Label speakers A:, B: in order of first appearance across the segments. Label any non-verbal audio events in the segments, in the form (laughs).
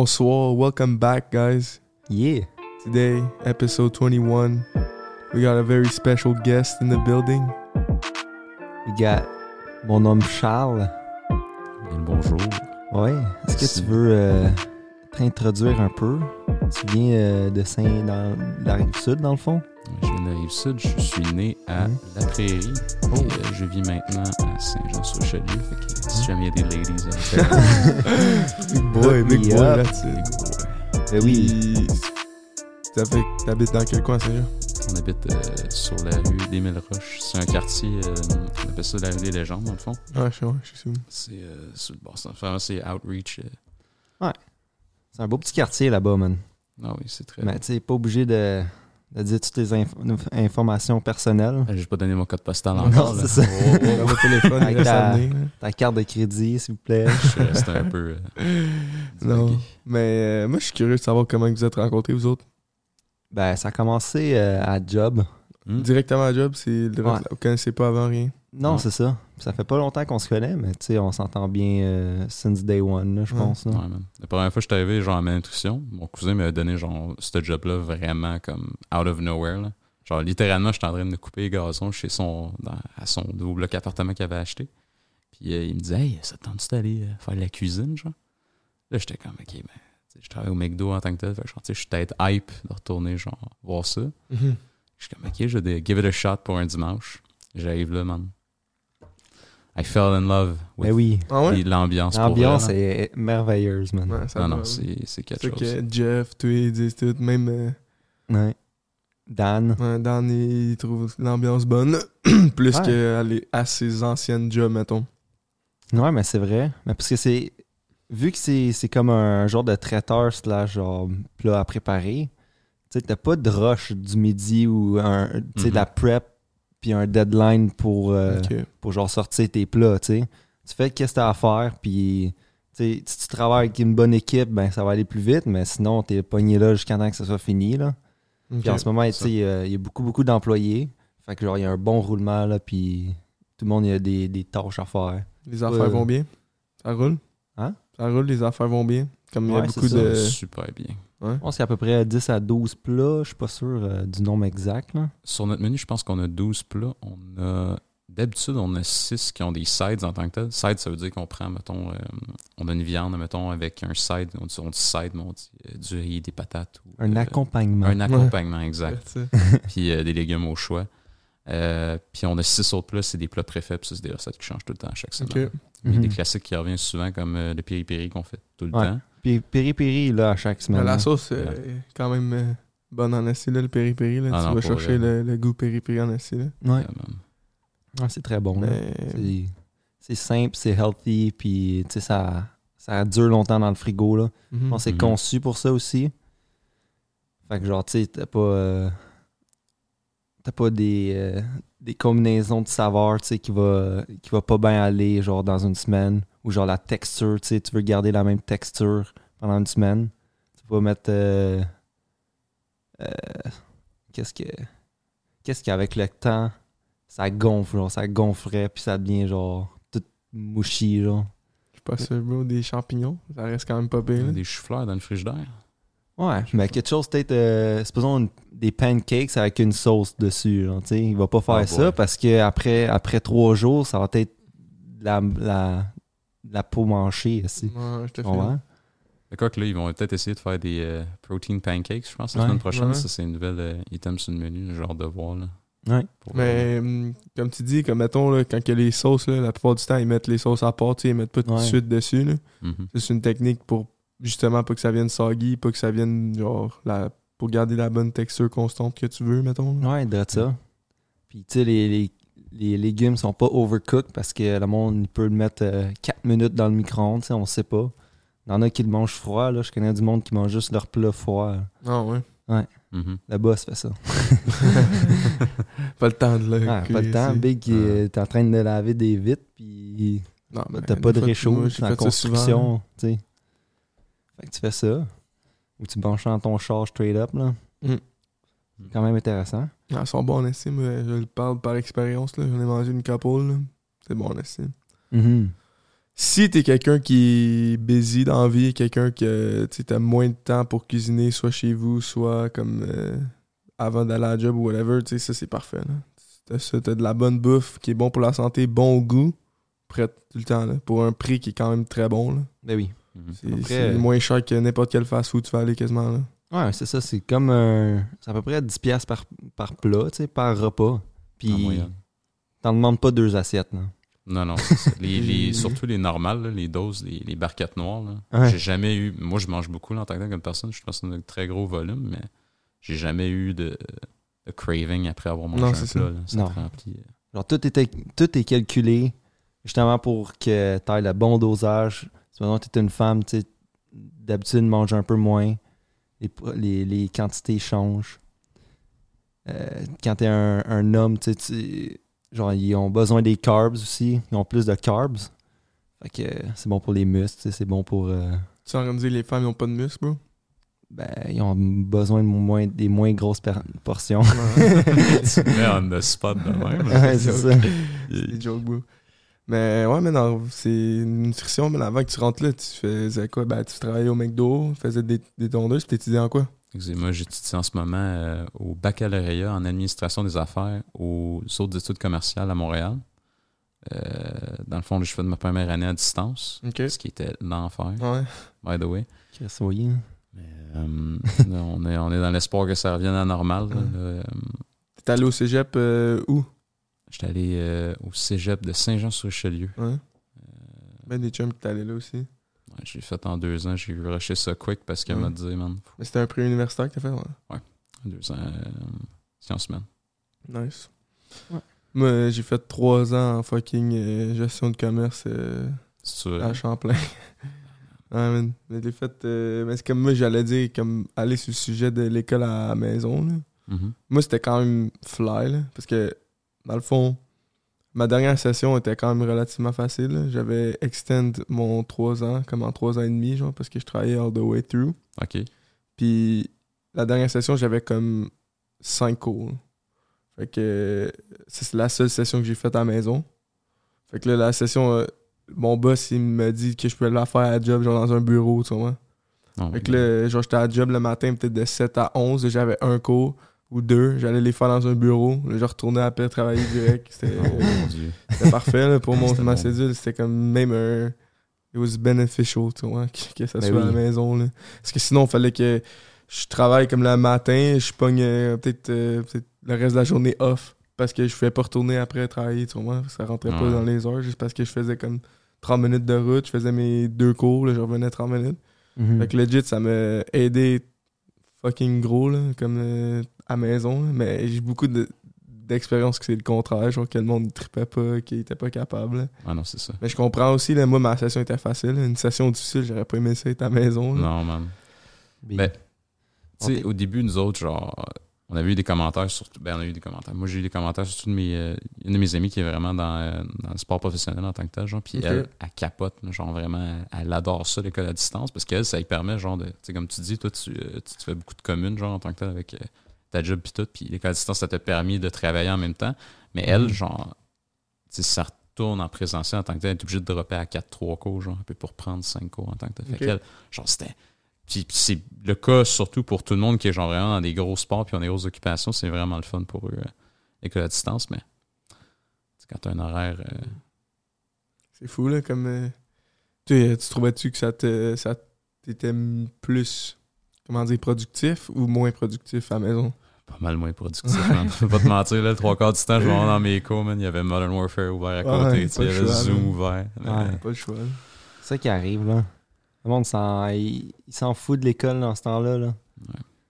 A: Bonsoir, welcome back, guys.
B: Yeah.
A: Today, episode 21, we got a very special guest in the building.
B: We got mon homme Charles.
C: Bien le bonjour.
B: Ouais. Est-ce que
C: Merci.
B: tu veux euh, t'introduire un peu? Tu viens euh, de Saint dans la rive sud dans le fond?
C: Je viens de la Rive-Sud, je suis né à
B: Mhm.
C: La Prairie.
B: Oh.
C: Et, euh, je vis maintenant à Saint-Jean-sur-Richelieu. Fait que
B: Mmh.
C: Si jamais il y a des ladies hein. à faire,
B: (laughs)
A: Big boy,
B: Hook
A: big
B: me
A: boy,
B: up.
A: that's it.
B: Ben oui.
A: Puis, Ça fait que t'habites dans quel coin, Saint-Jean?
C: on habite euh, sur la rue des Mille Roches. C'est un quartier, euh, on appelle ça la rue des légendes, dans le fond.
A: Ah, je sais, ouais, je sais où.
C: C'est euh, sur le bord. c'est- Enfin, c'est Outreach. euh.
B: C'est un beau petit quartier là-bas, man.
C: Ah oui, c'est très.
B: Mais tu sais, pas obligé de, de dire toutes les inf- informations personnelles.
C: Ah, J'ai pas donné mon code postal
B: Non,
C: encore. là.
B: c'est ça.
C: Oh, oh,
A: Dans votre téléphone, il
B: Avec
A: reste
B: ta-
A: à venir, là.
B: Ta carte de crédit, s'il vous plaît.
C: (laughs) oh, je reste un peu. euh,
A: Non.
C: divagué.
A: Mais euh, moi, je suis curieux de savoir comment vous êtes rencontrés, vous autres.
B: ben, ça a commencé euh, à job.
C: Hmm?
A: Directement à job, c'est le
B: Ouais.
A: reste- vous connaissez pas avant rien.
B: Non,
C: Ouais.
B: c'est ça. Ça fait pas longtemps qu'on se connaît, mais tu sais, on s'entend bien euh, since day one, là, je
A: Ouais.
B: pense. là.
C: Ouais, man. La première fois que je suis arrivé, genre, en malnutrition, mon cousin m'a donné, genre, ce job-là vraiment comme out of nowhere, là. Genre, littéralement, j'étais en train de couper le gazon chez son, dans- à son nouveau bloc appartement qu'il avait acheté. Puis euh, il me disait, hey, ça te tente-tu d'aller euh, faire de la cuisine, genre? Là, j'étais comme, ok, ben, tu sais, je travaille au McDo en tant que tel. Fait que, genre, tu sais, je suis peut-être hype de retourner, genre, voir ça. Je suis comme, ok, je vais dé- give it a shot pour un dimanche. J'arrive là, man. I fell in love with
B: Ben oui.
A: Ah ouais?
C: l'ambiance. pour
B: L'ambiance
C: vrai, là.
B: est merveilleuse, man.
A: Ouais, ça
C: Ah
A: va,
C: Non, non,
A: ouais.
C: c'est c'est quelque
A: C'est
C: chose.
A: que Jeff, tous ils disent tout, même euh,
B: Ouais. Dan.
A: ouais, Dan, il trouve l'ambiance bonne, (clears throat) plus
B: Ouais.
A: qu'aller à ses anciennes jobs, mettons.
B: Ouais, mais c'est vrai. Mais parce que c'est. Vu que c'est c'est comme un genre de traiteur slash genre plat à préparer, tu sais, t'as pas de rush du midi ou un, tu sais, de la prep puis un deadline pour, euh,
A: Ok.
B: pour genre sortir tes plats, tu sais. Tu fais qu'est-ce que t'as à faire, puis tu sais, si tu travailles avec une bonne équipe, ben ça va aller plus vite, mais sinon t'es pogné là jusqu'à temps que ça soit fini, là.
A: Ok.
B: Puis en ce moment, tu
C: ça.
B: sais, il y a- il y a beaucoup, beaucoup d'employés. Fait que genre, il y a un bon roulement, là, puis tout le monde, il y a des, des tâches à faire.
A: Les affaires
B: Ouais.
A: vont bien? Ça roule?
B: Hein?
A: Ça roule, les affaires vont bien? Comme il y a
B: Ouais,
A: beaucoup
B: c'est
C: Ça va
A: de...
C: super bien.
B: Je pense qu'il y a à peu près 10 à 12 plats, je suis pas sûr euh, du nombre exact, là.
C: Sur notre menu, je pense qu'on a 12 plats. On a d'habitude on a 6 qui ont des sides en tant que tel. Side, ça veut dire qu'on prend, mettons, euh, on a une viande, mettons, avec un side, on dit, on dit side, mais on dit euh, du riz, des patates ou
B: Un
C: euh,
B: accompagnement. (laughs)
C: un accompagnement exact.
A: Ça.
C: Puis euh, des légumes au choix. Euh, puis on a six autres plats, c'est des plats préfets, puis ça, c'est des recettes qui changent tout le temps à chaque semaine.
A: Ok.
C: Mais
B: Mhm.
C: des classiques qui reviennent souvent, comme euh, le piri-piri qu'on fait tout le
B: Ouais.
C: temps.
B: Puis piri-piri, là, à chaque
A: Mais
B: semaine.
A: la
B: là.
A: sauce euh, est quand même euh, bonne en acier, là, le péripéri. Là,
C: Ah
A: tu
C: non,
A: vas
C: pour
A: chercher le,
C: vrai.
A: le goût péripéri en acier. Là.
B: Ouais.
C: Euh,
B: Ouais, c'est très bon, là.
A: Mais-
B: C'est- C'est simple, c'est healthy, puis tu sais, ça, ça dure longtemps dans le frigo, là.
A: Mhm.
B: Je pense que c'est
C: Mhm.
B: conçu pour ça aussi. Fait que genre, tu sais, t'as pas. euh, t'as pas des, euh, des combinaisons de saveurs, tu sais, qui va, qui va pas bien aller, genre, dans une semaine. Ou genre la texture, tu sais, tu veux garder la même texture pendant une semaine. Tu vas mettre. euh, euh, qu'est-ce que. Qu'est-ce qu'avec le temps, ça gonfle, genre, ça gonflerait, puis ça devient, genre, tout mouchi, genre.
A: Je suis pas sûr, bro. Des champignons, ça reste quand même pas pire.
C: on
A: là.
C: a des choux-fleurs dans le frigidaire.
B: Ouais, mais quelque chose, peut-être, euh, supposons une- des pancakes avec une sauce dessus. Genre, tu sais, il va pas faire
C: Ah,
B: ça
C: boy.
B: parce que après, après trois jours, ça va être de la, la, de la peau manchée. Aussi.
A: Ouais, je te fais.
B: Ouais.
C: D'accord que là, ils vont peut-être essayer de faire des euh, protein pancakes, je pense, la
B: Ouais,
C: semaine prochaine.
A: ouais.
C: Ça, c'est une nouvelle euh, item sur le menu, genre de voir. Là,
B: Ouais.
C: Pour-
A: Mais hum, comme tu dis, comme mettons, là, quand il y a les sauces, là, la plupart du temps, ils mettent les sauces à part, tu sais, ils mettent pas tout de
B: Ouais.
A: suite dessus. là.
C: Mhm.
A: Ça, C'est une technique pour justement pas que ça vienne soggy, pas que ça vienne genre la pour garder la bonne texture constante que tu veux, mettons. là.
B: Ouais, de ça. Puis, tu sais, les, les, les légumes sont pas overcooked parce que le monde, il peut le mettre 4 minutes dans le micro-ondes, tu sais, on sait pas. Il y en a qui le mangent froid, là. Je connais du monde qui mange juste leur plat froid.
A: Ah ouais.
C: Mhm.
B: Là-bas, ça fait ça.
A: Pas le temps de le.
B: Ah, pas le
A: cuire,
B: temps.
A: c'est-
B: Big, il est en train de laver des vitres, puis
A: Non,
B: bah,
A: mais
B: t'as pas
A: des
B: de
A: Ben, fois, moi,
B: réchaud,
A: j'ai
B: c'est en
A: fait ça souvent, là.
B: construction, tu sais. Fait que tu fais ça, ou tu branches dans ton char straight up, là.
A: Mm.
B: C'est quand même intéressant.
A: Ah, Elles sont bonnes en estime, euh,
C: Mm-hmm.
A: je le parle par expérience, là. J'en ai mangé une couple, là. C'est bon en estime. si t'es quelqu'un qui est busy dans la vie, quelqu'un que tu sais, t'as moins de temps pour cuisiner, soit chez vous, soit comme euh, avant d'aller à la job ou whatever, tu sais, ça c'est parfait. là. T'as ça, t'as de la bonne bouffe qui est bon pour la santé, bon au goût, prête tout le temps, là, pour un prix qui est quand même très bon. là.
B: Ben oui.
C: Mhm.
A: C'est
B: Après,
A: c'est
B: euh,
A: moins cher que n'importe quel fast-food tu vas aller quasiment. Là.
B: Ouais, c'est ça. C'est comme un. C'est à peu près 10$ piastres par, par plat, tu sais, par repas.
C: En
B: Puis,
C: moyenne.
B: t'en demandes pas deux assiettes, non?
C: Non, non, c'est ça. Les- les- surtout les normales, là, les doses, les, les barquettes noires. là.
B: Ouais.
C: J'ai jamais eu. Moi, je mange beaucoup là, en tant que tel, comme personne. Je suis une personne de très gros volume, mais j'ai jamais eu de, de craving après avoir mangé
A: Non,
C: un
A: c'est
C: plat.
A: ça.
C: là.
B: Non.
C: te remplit.
B: Genre, tout, était, tout est calculé justement pour que tu aies le bon dosage. Si maintenant tu es une femme, tu sais, d'habitude, mange un peu moins. Les, les, les quantités changent. Euh, quand tu es un, un homme, tu sais, tu- genre, ils ont besoin des carbs aussi. Ils ont plus de carbs. Fait que euh, c'est bon pour les muscles, tu sais, c'est bon pour. euh,
A: Tu sais, en train de dire les femmes, ils ont pas de muscles, bro?
B: ben, ils ont besoin de moins, des moins grosses per- portions. (laughs)
C: tu mets (laughs) en euh, the spot de même. là.
B: Ouais, c'est ça.
C: Et-
A: Les jokes, bro. Mais ouais, mais non, c'est une nutrition. Mais avant que tu rentres là, tu faisais quoi? Ben, tu travaillais au McDo, tu faisais des, des tondeuses, puis t'étudiais en quoi?
C: Excusez, Moi, j'étudie en ce moment euh, au baccalauréat en administration des affaires aux autres études commerciales à Montréal. Euh, dans le fond, je fais de ma première année à distance,
A: Ok.
C: ce qui était l'enfer,
A: Ouais.
C: by the way.
B: Chris, voyez, hein.
C: Mais, euh, là, on, est, on est dans l'espoir que ça revienne à la normale. là.
A: Mm.
C: Là, euh,
A: T'es allé au cégep euh, où?
C: J'étais allé euh, au cégep de Saint-Jean-sur-Richelieu. Euh,
A: Ouais. Ben, des chums qui t'allaient là aussi.
C: Ouais, j'ai fait en deux ans, j'ai rushé ça quick parce qu'elle
A: Mm.
C: m'a dit, man,
A: Mais c'était un prix universitaire que t'as fait, ouais.
C: deux ans, euh, sciences humaines.
A: Nice.
B: Ouais.
A: Moi, j'ai fait trois ans en fucking euh, gestion de commerce euh,
C: Si tu veux.
A: à Champlain. (laughs) Ouais, man. Mais j'ai fait. euh, mais c'est comme moi, j'allais dire, comme aller sur le sujet de l'école à la maison, là.
C: Mhm.
A: moi c'était quand même fly là, parce que dans le fond ma dernière session était quand même relativement facile là. j'avais extend mon 3 ans comme en 3 ans et demi genre parce que je travaillais all the way through
C: OK.
A: puis la dernière session j'avais comme 5 cours là. fait que ça, c'est la seule session que j'ai faite à la maison fait que là la session euh, mon boss il me dit que je peux la faire à la job genre dans un bureau tu vois
C: Non,
A: fait que là, genre, j'étais à la job le matin, peut-être de 7 à 11, j'avais un cours ou deux, j'allais les faire dans un bureau, là, je retournais après travailler direct.
C: (laughs)
A: C'était
C: Oh mon Dieu.
A: c'était parfait
C: (laughs)
A: là, pour
B: (laughs)
A: mon,
C: C'était
A: ma
C: bon.
A: cédule, c'était comme même un. It was beneficial, tu vois, que, que ça
B: Ben
A: soit à la
B: oui.
A: maison. Là. Parce que sinon, il fallait que je travaille comme le matin, je pogne euh, peut-être euh, peut-être le reste de la journée off parce que je pouvais pas retourner après travailler, tu vois, ça rentrait pas
C: Ouais.
A: dans les heures, juste parce que je faisais comme 30 minutes de route, je faisais mes deux cours, là, je revenais 30 minutes.
B: Mhm.
A: Fait que legit, ça m'a aidé fucking gros, là, comme euh, à maison. là. Mais j'ai beaucoup de- d'expérience que c'est le contraire, genre que le monde ne tripait pas, qu'il était pas capable. là.
C: Ah non, c'est ça.
A: Mais je comprends aussi, là, moi, ma session était facile. Une session difficile, j'aurais pas aimé ça être à maison. là.
C: Non, man.
B: Puis-
C: Ben, Tu sais,
B: Ok.
C: au début, nous autres, genre, euh, on avait eu des commentaires sur. Ben, on a eu des commentaires. Moi, j'ai eu des commentaires sur une de mes, euh, une de mes amies qui est vraiment dans, euh, dans le sport professionnel en tant que tel, genre. Puis
A: Ok.
C: elle, elle capote, là, genre, vraiment, elle adore ça, l'école à distance, parce qu'elle, ça lui permet, genre, de. Tu sais, comme tu dis, toi, tu, euh, tu- tu fais beaucoup de communes, genre, en tant que tel, avec euh, ta job, puis tout. Puis l'école à distance, ça t'a permis de travailler en même temps. Mais elle, genre, tu sais, ça retourne en présentiel en tant que tel, elle est obligée de dropper à 4-3 cours, genre, elle peut pour prendre 5 cours en tant que tel. Fait
A: Ok.
C: qu'elle, genre, c'était. Puis puis c'est le cas surtout pour tout le monde qui est genre vraiment dans des gros sports puis ont des grosses occupations, c'est vraiment le fun pour eux, euh, l'école à distance, mais c'est quand t'as un horaire. euh,
A: C'est fou, là, comme. euh, Tu sais, tu trouvais-tu que ça te ça t'était m- plus, comment dire, productif ou moins productif à la maison?
C: pas mal moins productif. man. Je vais pas te mentir, là, le trois quarts du temps, je vais dans mes cours, man. Il y avait Modern Warfare ouvert à côté,
A: Ouais,
C: tu sais,
A: pas
C: il
A: le
C: y avait
A: choix,
C: Zoom
A: là.
C: ouvert. mais-
B: Ouais.
A: Pas le choix. là.
B: C'est ça qui arrive, là. Le monde s'en, il, il s'en fout de l'école dans ce temps-là. Là.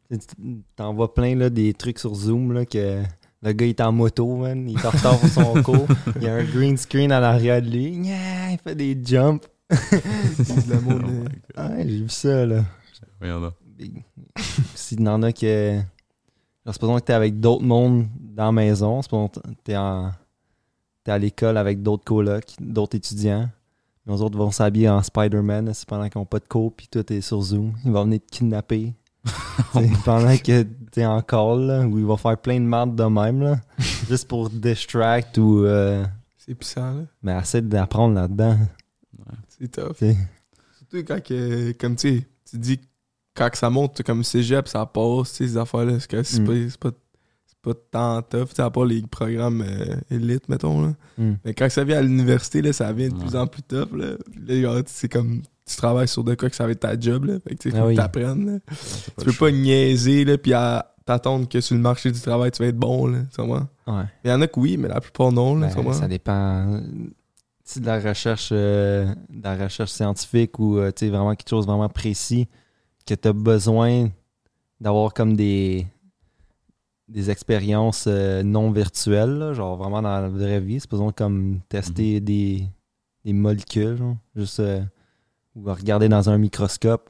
B: Tu- T'en vois plein là, des trucs sur Zoom là, que le gars il est en moto, man, il est en retard pour son cours. Il y a un green screen à l'arrière de lui. Gna, il fait des jumps. (laughs)
A: de la mode,
C: Oh my
A: euh,
C: God.
B: Ouais, j'ai vu ça là.
C: (laughs) Voyons donc.
B: Big. S'il y en a que. Alors, supposons que t'es avec d'autres mondes dans la maison, supposons que t'es en. T'es à l'école avec d'autres colocs, d'autres étudiants. Les autres vont s'habiller en Spider-Man c'est pendant qu'ils n'ont pas de cours, puis toi t'es sur Zoom. Ils vont venir te kidnapper. T'sais, pendant que t'es en call, là, où ils vont faire plein de merde de même, là, juste pour distract ou. euh,
A: C'est puissant, là.
B: Mais essaie d'apprendre là-dedans.
C: Ouais.
A: C'est tough.
B: tu sais.
A: Surtout quand, que, comme tu sais, tu dis, quand que ça monte, tu sais, comme cégep, ça passe, tu sais, ces affaires-là, c'est que c'est
B: Mm.
A: pas- c'est pas, c'est pas tant tough, tu sais, à part les programmes euh, élites, mettons, là.
B: Mm.
A: Mais quand ça vient à l'université, là, ça vient de
C: Ouais.
A: plus en plus tough, là. Puis là, genre, c'est comme, tu travailles sur de quoi que ça va être ta job, là. Fait que, tu sais,
B: Ah
A: faut
B: oui.
A: que t'apprennes, là.
C: C'est
A: Tu
C: le
A: peux pas niaiser, là, puis à t'attendre que sur le marché du travail, tu vas être bon, là, tu comprends?
B: Ouais.
A: Il y en a que oui, mais la plupart non, là,
B: Ben,
A: tu comprends?
B: ça dépend euh, tu sais, de la recherche euh, de la recherche scientifique ou euh, tu sais, vraiment quelque chose de vraiment précis que tu as besoin d'avoir comme des des expériences euh, non virtuelles, là, genre vraiment dans la vraie vie. Supposons comme
A: Mhm.
B: tester des, des molécules, genre, juste euh, ou regarder dans un microscope.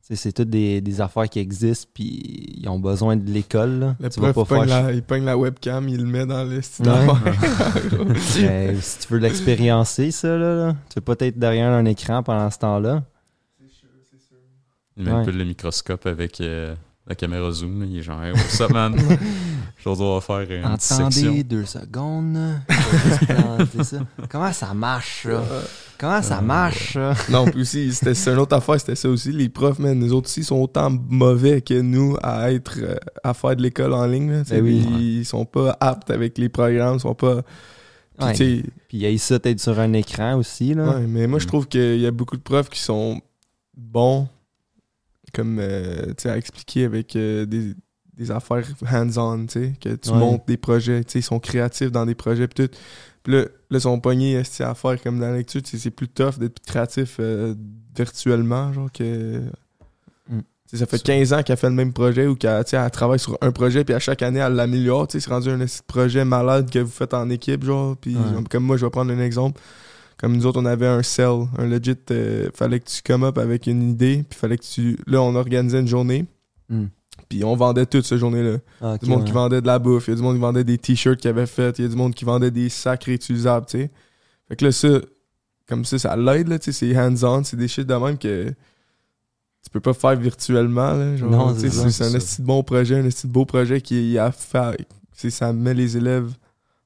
B: Tu sais, C'est toutes des, des affaires qui existent, puis ils ont besoin de l'école. là.
A: Le
B: Tu vas
A: prof,
B: pas
A: il pogne
B: faire
A: la, il pogne la webcam, il le met dans le style
B: Ouais. (laughs)
A: d'affaires.
B: Ben, si tu veux l'expériencer, ça, là, là, tu veux pas être derrière un écran pendant ce temps-là.
C: Il met
B: Ouais.
C: un peu le microscope avec euh, la caméra zoom. là. Il est genre, hey, what's
A: (laughs)
C: up, man? Je dois faire une petite section.
B: Attendez deux secondes. Je vais juste planter ça. Comment ça marche, ça? Comment ça
C: Euh,
B: marche, ça?
A: non, puis aussi, c'était c'est une autre affaire, c'était ça aussi. Les profs, man, nous autres aussi sont autant mauvais que nous à être euh, à faire de l'école en ligne. là, tu sais,
B: Ben oui.
A: puis Ils sont pas aptes avec les programmes, ils sont pas. puis
B: Ouais.
A: tu sais,
B: Puis il y a eu ça, t'es sur un écran aussi, là.
A: Ouais, mais moi, je
C: Mm.
A: trouve qu'il y a beaucoup de profs qui sont bons, comme, euh, tu sais, à expliquer avec euh, des, des affaires hands-on, tu sais, que tu
B: Ouais.
A: montes des projets, tu sais, ils sont créatifs dans des projets, pis tout. Puis là, là, ils sont pognés esti, à faire comme dans la lecture, tu sais, c'est plus tough d'être créatif euh, virtuellement, genre que...
B: Mm.
A: Tu sais, Ça fait
C: Ça.
A: 15 ans qu'elle fait le même projet ou qu'elle tu sais, elle travaille sur un projet, puis à chaque année, elle l'améliore. tu sais, C'est rendu un esti de projet malade que vous faites en équipe, genre. Puis,
B: Ouais.
A: genre, comme moi, je vais prendre un exemple comme nous autres, on avait un sell, un legit, euh, fallait que tu come up avec une idée, puis fallait que tu... Là, on organisait une journée,
B: Hmm.
A: puis on vendait toute cette journée-là.
B: Ah, ok,
A: Du monde
B: ouais.
A: qui vendait de la bouffe, il y a du monde qui vendait des t-shirts qu'il avait fait, il y a du monde qui vendait des sacs réutilisables, tu sais. Fait que là, ça, comme ça, ça l'aide, là, tu sais, c'est hands-on, c'est des shit de même que tu peux pas faire virtuellement, là. genre,
B: Non,
A: tu
B: c'est
A: sais,
B: ça,
A: c'est
C: c'est
A: un
C: ça.
A: esti de bon projet, un esti de beau projet qui a fait... c'est- Ça met les élèves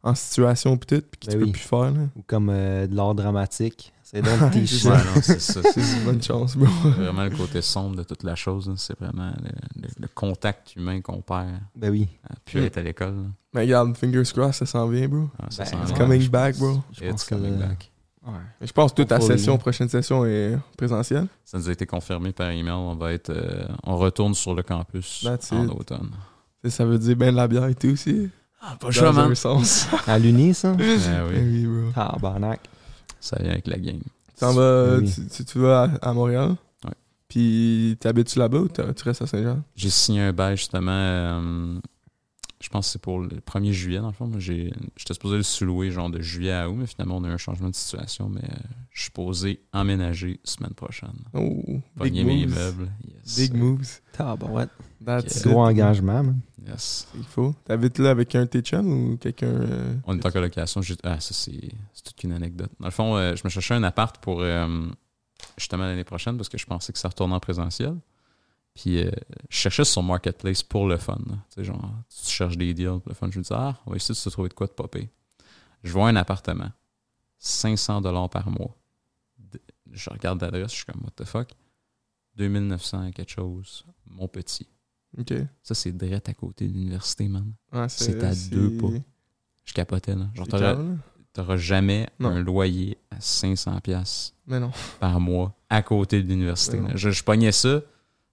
A: en situation, puis tout, puis que
B: Ben
A: tu
B: oui.
A: peux plus faire, là.
B: Ou comme euh, de l'art dramatique. (laughs) C'est donc tes
A: C'est
C: Ouais,
B: shit.
C: non, c'est ça.
A: (laughs)
C: C'est
A: C'est bonne chance, bro.
C: vraiment le côté sombre de toute la chose. là. C'est vraiment le, le- le contact humain qu'on perd
B: Ben oui.
C: à plus
A: Mm.
C: être à l'école. là.
A: Mais regarde, fingers crossed, ça s'en vient, bro.
C: Ah, ça
B: Ben,
C: s'en
B: it's
C: vient.
A: coming back, bro.
B: Je pense
C: It's
B: que-
C: coming back.
B: Ouais.
A: Mais Je pense que toute ta
B: Faut
A: session,
B: aller.
A: prochaine session est présentielle.
C: Ça nous a été confirmé par email. On va être, euh, on retourne sur le campus
A: That's
C: en
A: it.
C: automne.
A: Ça, ça veut dire ben de la bière et tout aussi.
C: Ah,
A: Dans
C: pas chaud, man.
A: un sens.
B: À l'uni, ça?
C: Ah
A: Ben
C: oui,
A: oui, bro.
B: Ah, barnac.
C: ça vient avec la game.
A: Tu t'en vas,
B: Ben oui.
A: tu, tu- tu vas à, à Montréal.
C: Ouais.
A: Puis t'habites-tu là-bas ou t'as- tu restes à Saint-Jean?
C: J'ai signé un bail justement. euh, je pense que c'est pour le 1er juillet, dans le fond. Moi, j'ai- J'étais supposé le sous-louer genre de juillet à août, mais finalement, on a eu un changement de situation. Mais euh, je suis supposé emménager semaine prochaine.
A: Oh,
C: Pogner
A: big
C: mes
A: moves.
C: meubles. Yes.
A: Big moves.
B: Ah, bah ouais.
A: That's
C: Ok.
A: it.
B: Gros engagement, man.
C: Yes.
A: Il faut. T'habites là avec un de tes chums ou quelqu'un... euh,
C: On est en colocation. j'ai- Ah, ça, c'est c'est toute une anecdote. Dans le fond, euh, je me cherchais un appart pour euh, justement l'année prochaine parce que je pensais que ça retourne en présentiel. Puis, euh, je cherchais sur Marketplace pour le fun. là. Tu sais, genre, tu cherches des deals pour le fun. Je me dis, ah, on va essayer de se trouver de quoi de popper. Je vois un appartement, 500 par mois. De- Je regarde l'adresse, je suis comme, what the fuck? 2900 quelque chose, mon petit.
A: Ok.
C: Ça, c'est direct à côté de l'université, man.
A: Ouais,
C: C'est à deux pas. Je capotais, là. Genre,
A: c'est
C: t'aurais-
A: calme, là.
C: t'auras jamais
A: Non.
C: un loyer à 500 pièces
A: Mais non.
C: par mois à côté de l'université.
A: Ouais, non.
C: là. Je, je pognais ça,